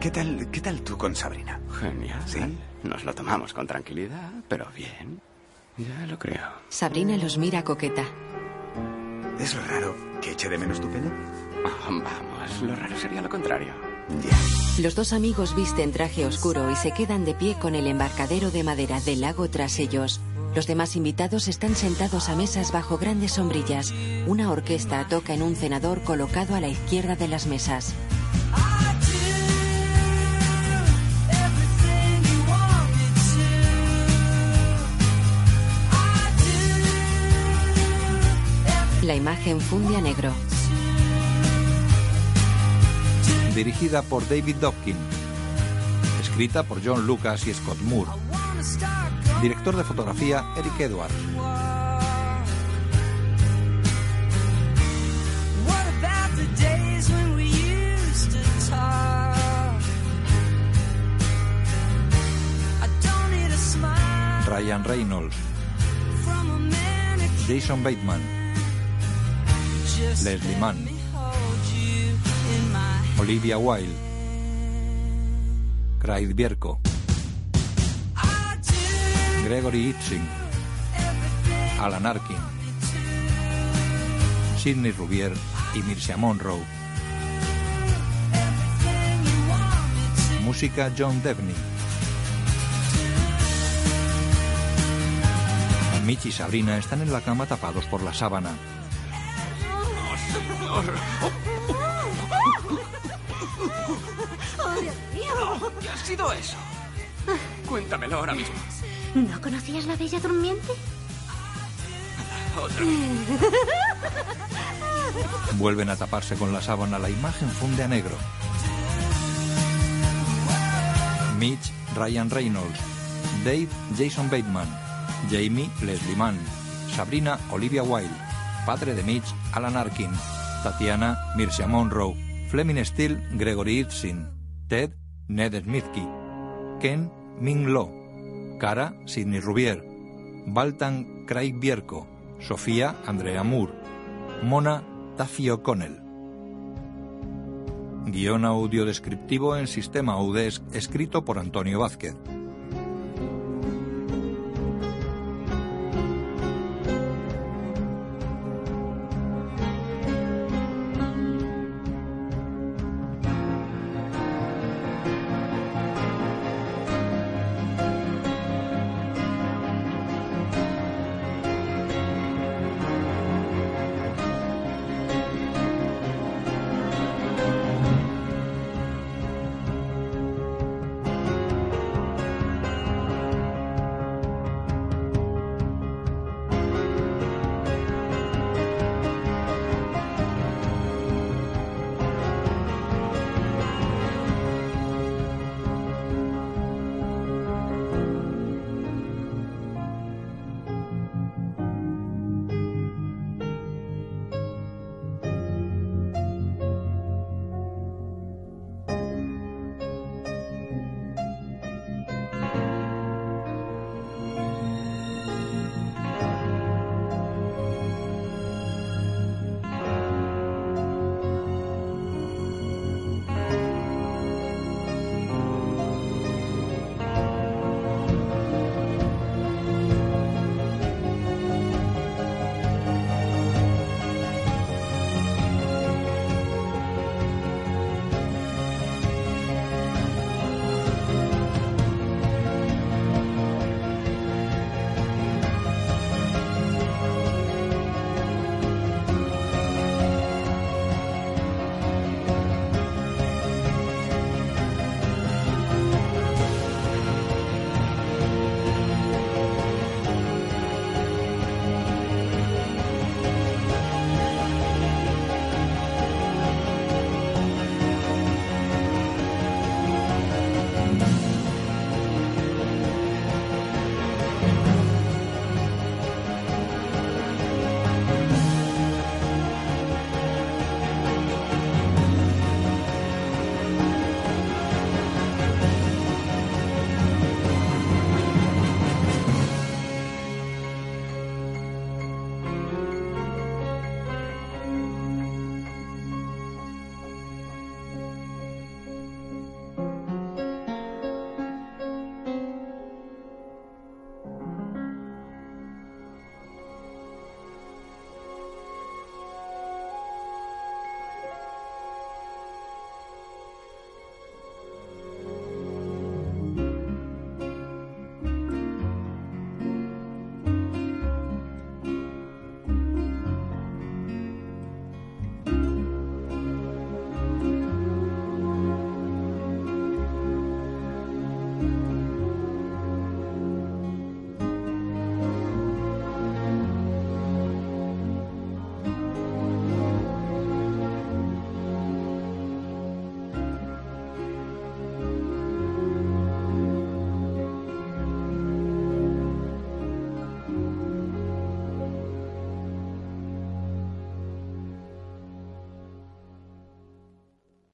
Speaker 4: ¿Qué tal, qué tal tú con Sabrina?
Speaker 7: Genial.
Speaker 4: Sí.
Speaker 7: Nos lo tomamos con tranquilidad, pero bien. Ya lo creo.
Speaker 2: Sabrina los mira coqueta.
Speaker 4: Es raro que eche de menos tu pelo.
Speaker 7: Ah, vamos, lo raro sería lo contrario.
Speaker 2: Los dos amigos visten traje oscuro y se quedan de pie con el embarcadero de madera del lago tras ellos. Los demás invitados están sentados a mesas bajo grandes sombrillas. Una orquesta toca en un cenador colocado a la izquierda de las mesas. La imagen funde a negro.
Speaker 1: dirigida por David Dobkin, escrita por John Lucas y Scott Moore, director de fotografía Eric Edwards,
Speaker 14: What about the days when we used to talk? I don't need a smile
Speaker 1: Ryan Reynolds,
Speaker 14: from a man if
Speaker 1: Jason Bateman,
Speaker 14: just
Speaker 1: Leslie Mann,
Speaker 14: me hold you in my
Speaker 1: Olivia Wilde, Craig Bierko, Gregory Itzing, Alan Arkin, Sidney Rubier y Mircea Monroe. Música John Devney. Mitch y Sabrina están en la cama tapados por la sábana.
Speaker 38: señor.
Speaker 9: ¡Oh, Dios mío!
Speaker 7: ¿Qué ha sido eso? Ah. Cuéntamelo ahora mismo.
Speaker 3: ¿No conocías la Bella Durmiente?
Speaker 7: Otra vez.
Speaker 1: Vuelven a taparse con la sábana, la imagen funde a negro. Mitch, Ryan Reynolds. Dave, Jason Bateman. Jamie, Leslie Mann. Sabrina, Olivia Wilde. Padre de Mitch, Alan Arkin. Tatiana, Mircea Monroe. Fleming Steele, Gregory Itzin. Ted, Ned Smithke. Ken, Ming Lo. Cara, Sidney Rubier. Baltan, Craig Bierko. Sofía, Andrea Moore. Mona, Taffy O'Connell. Guión audio descriptivo en sistema UDESC, escrito por Antonio Vázquez.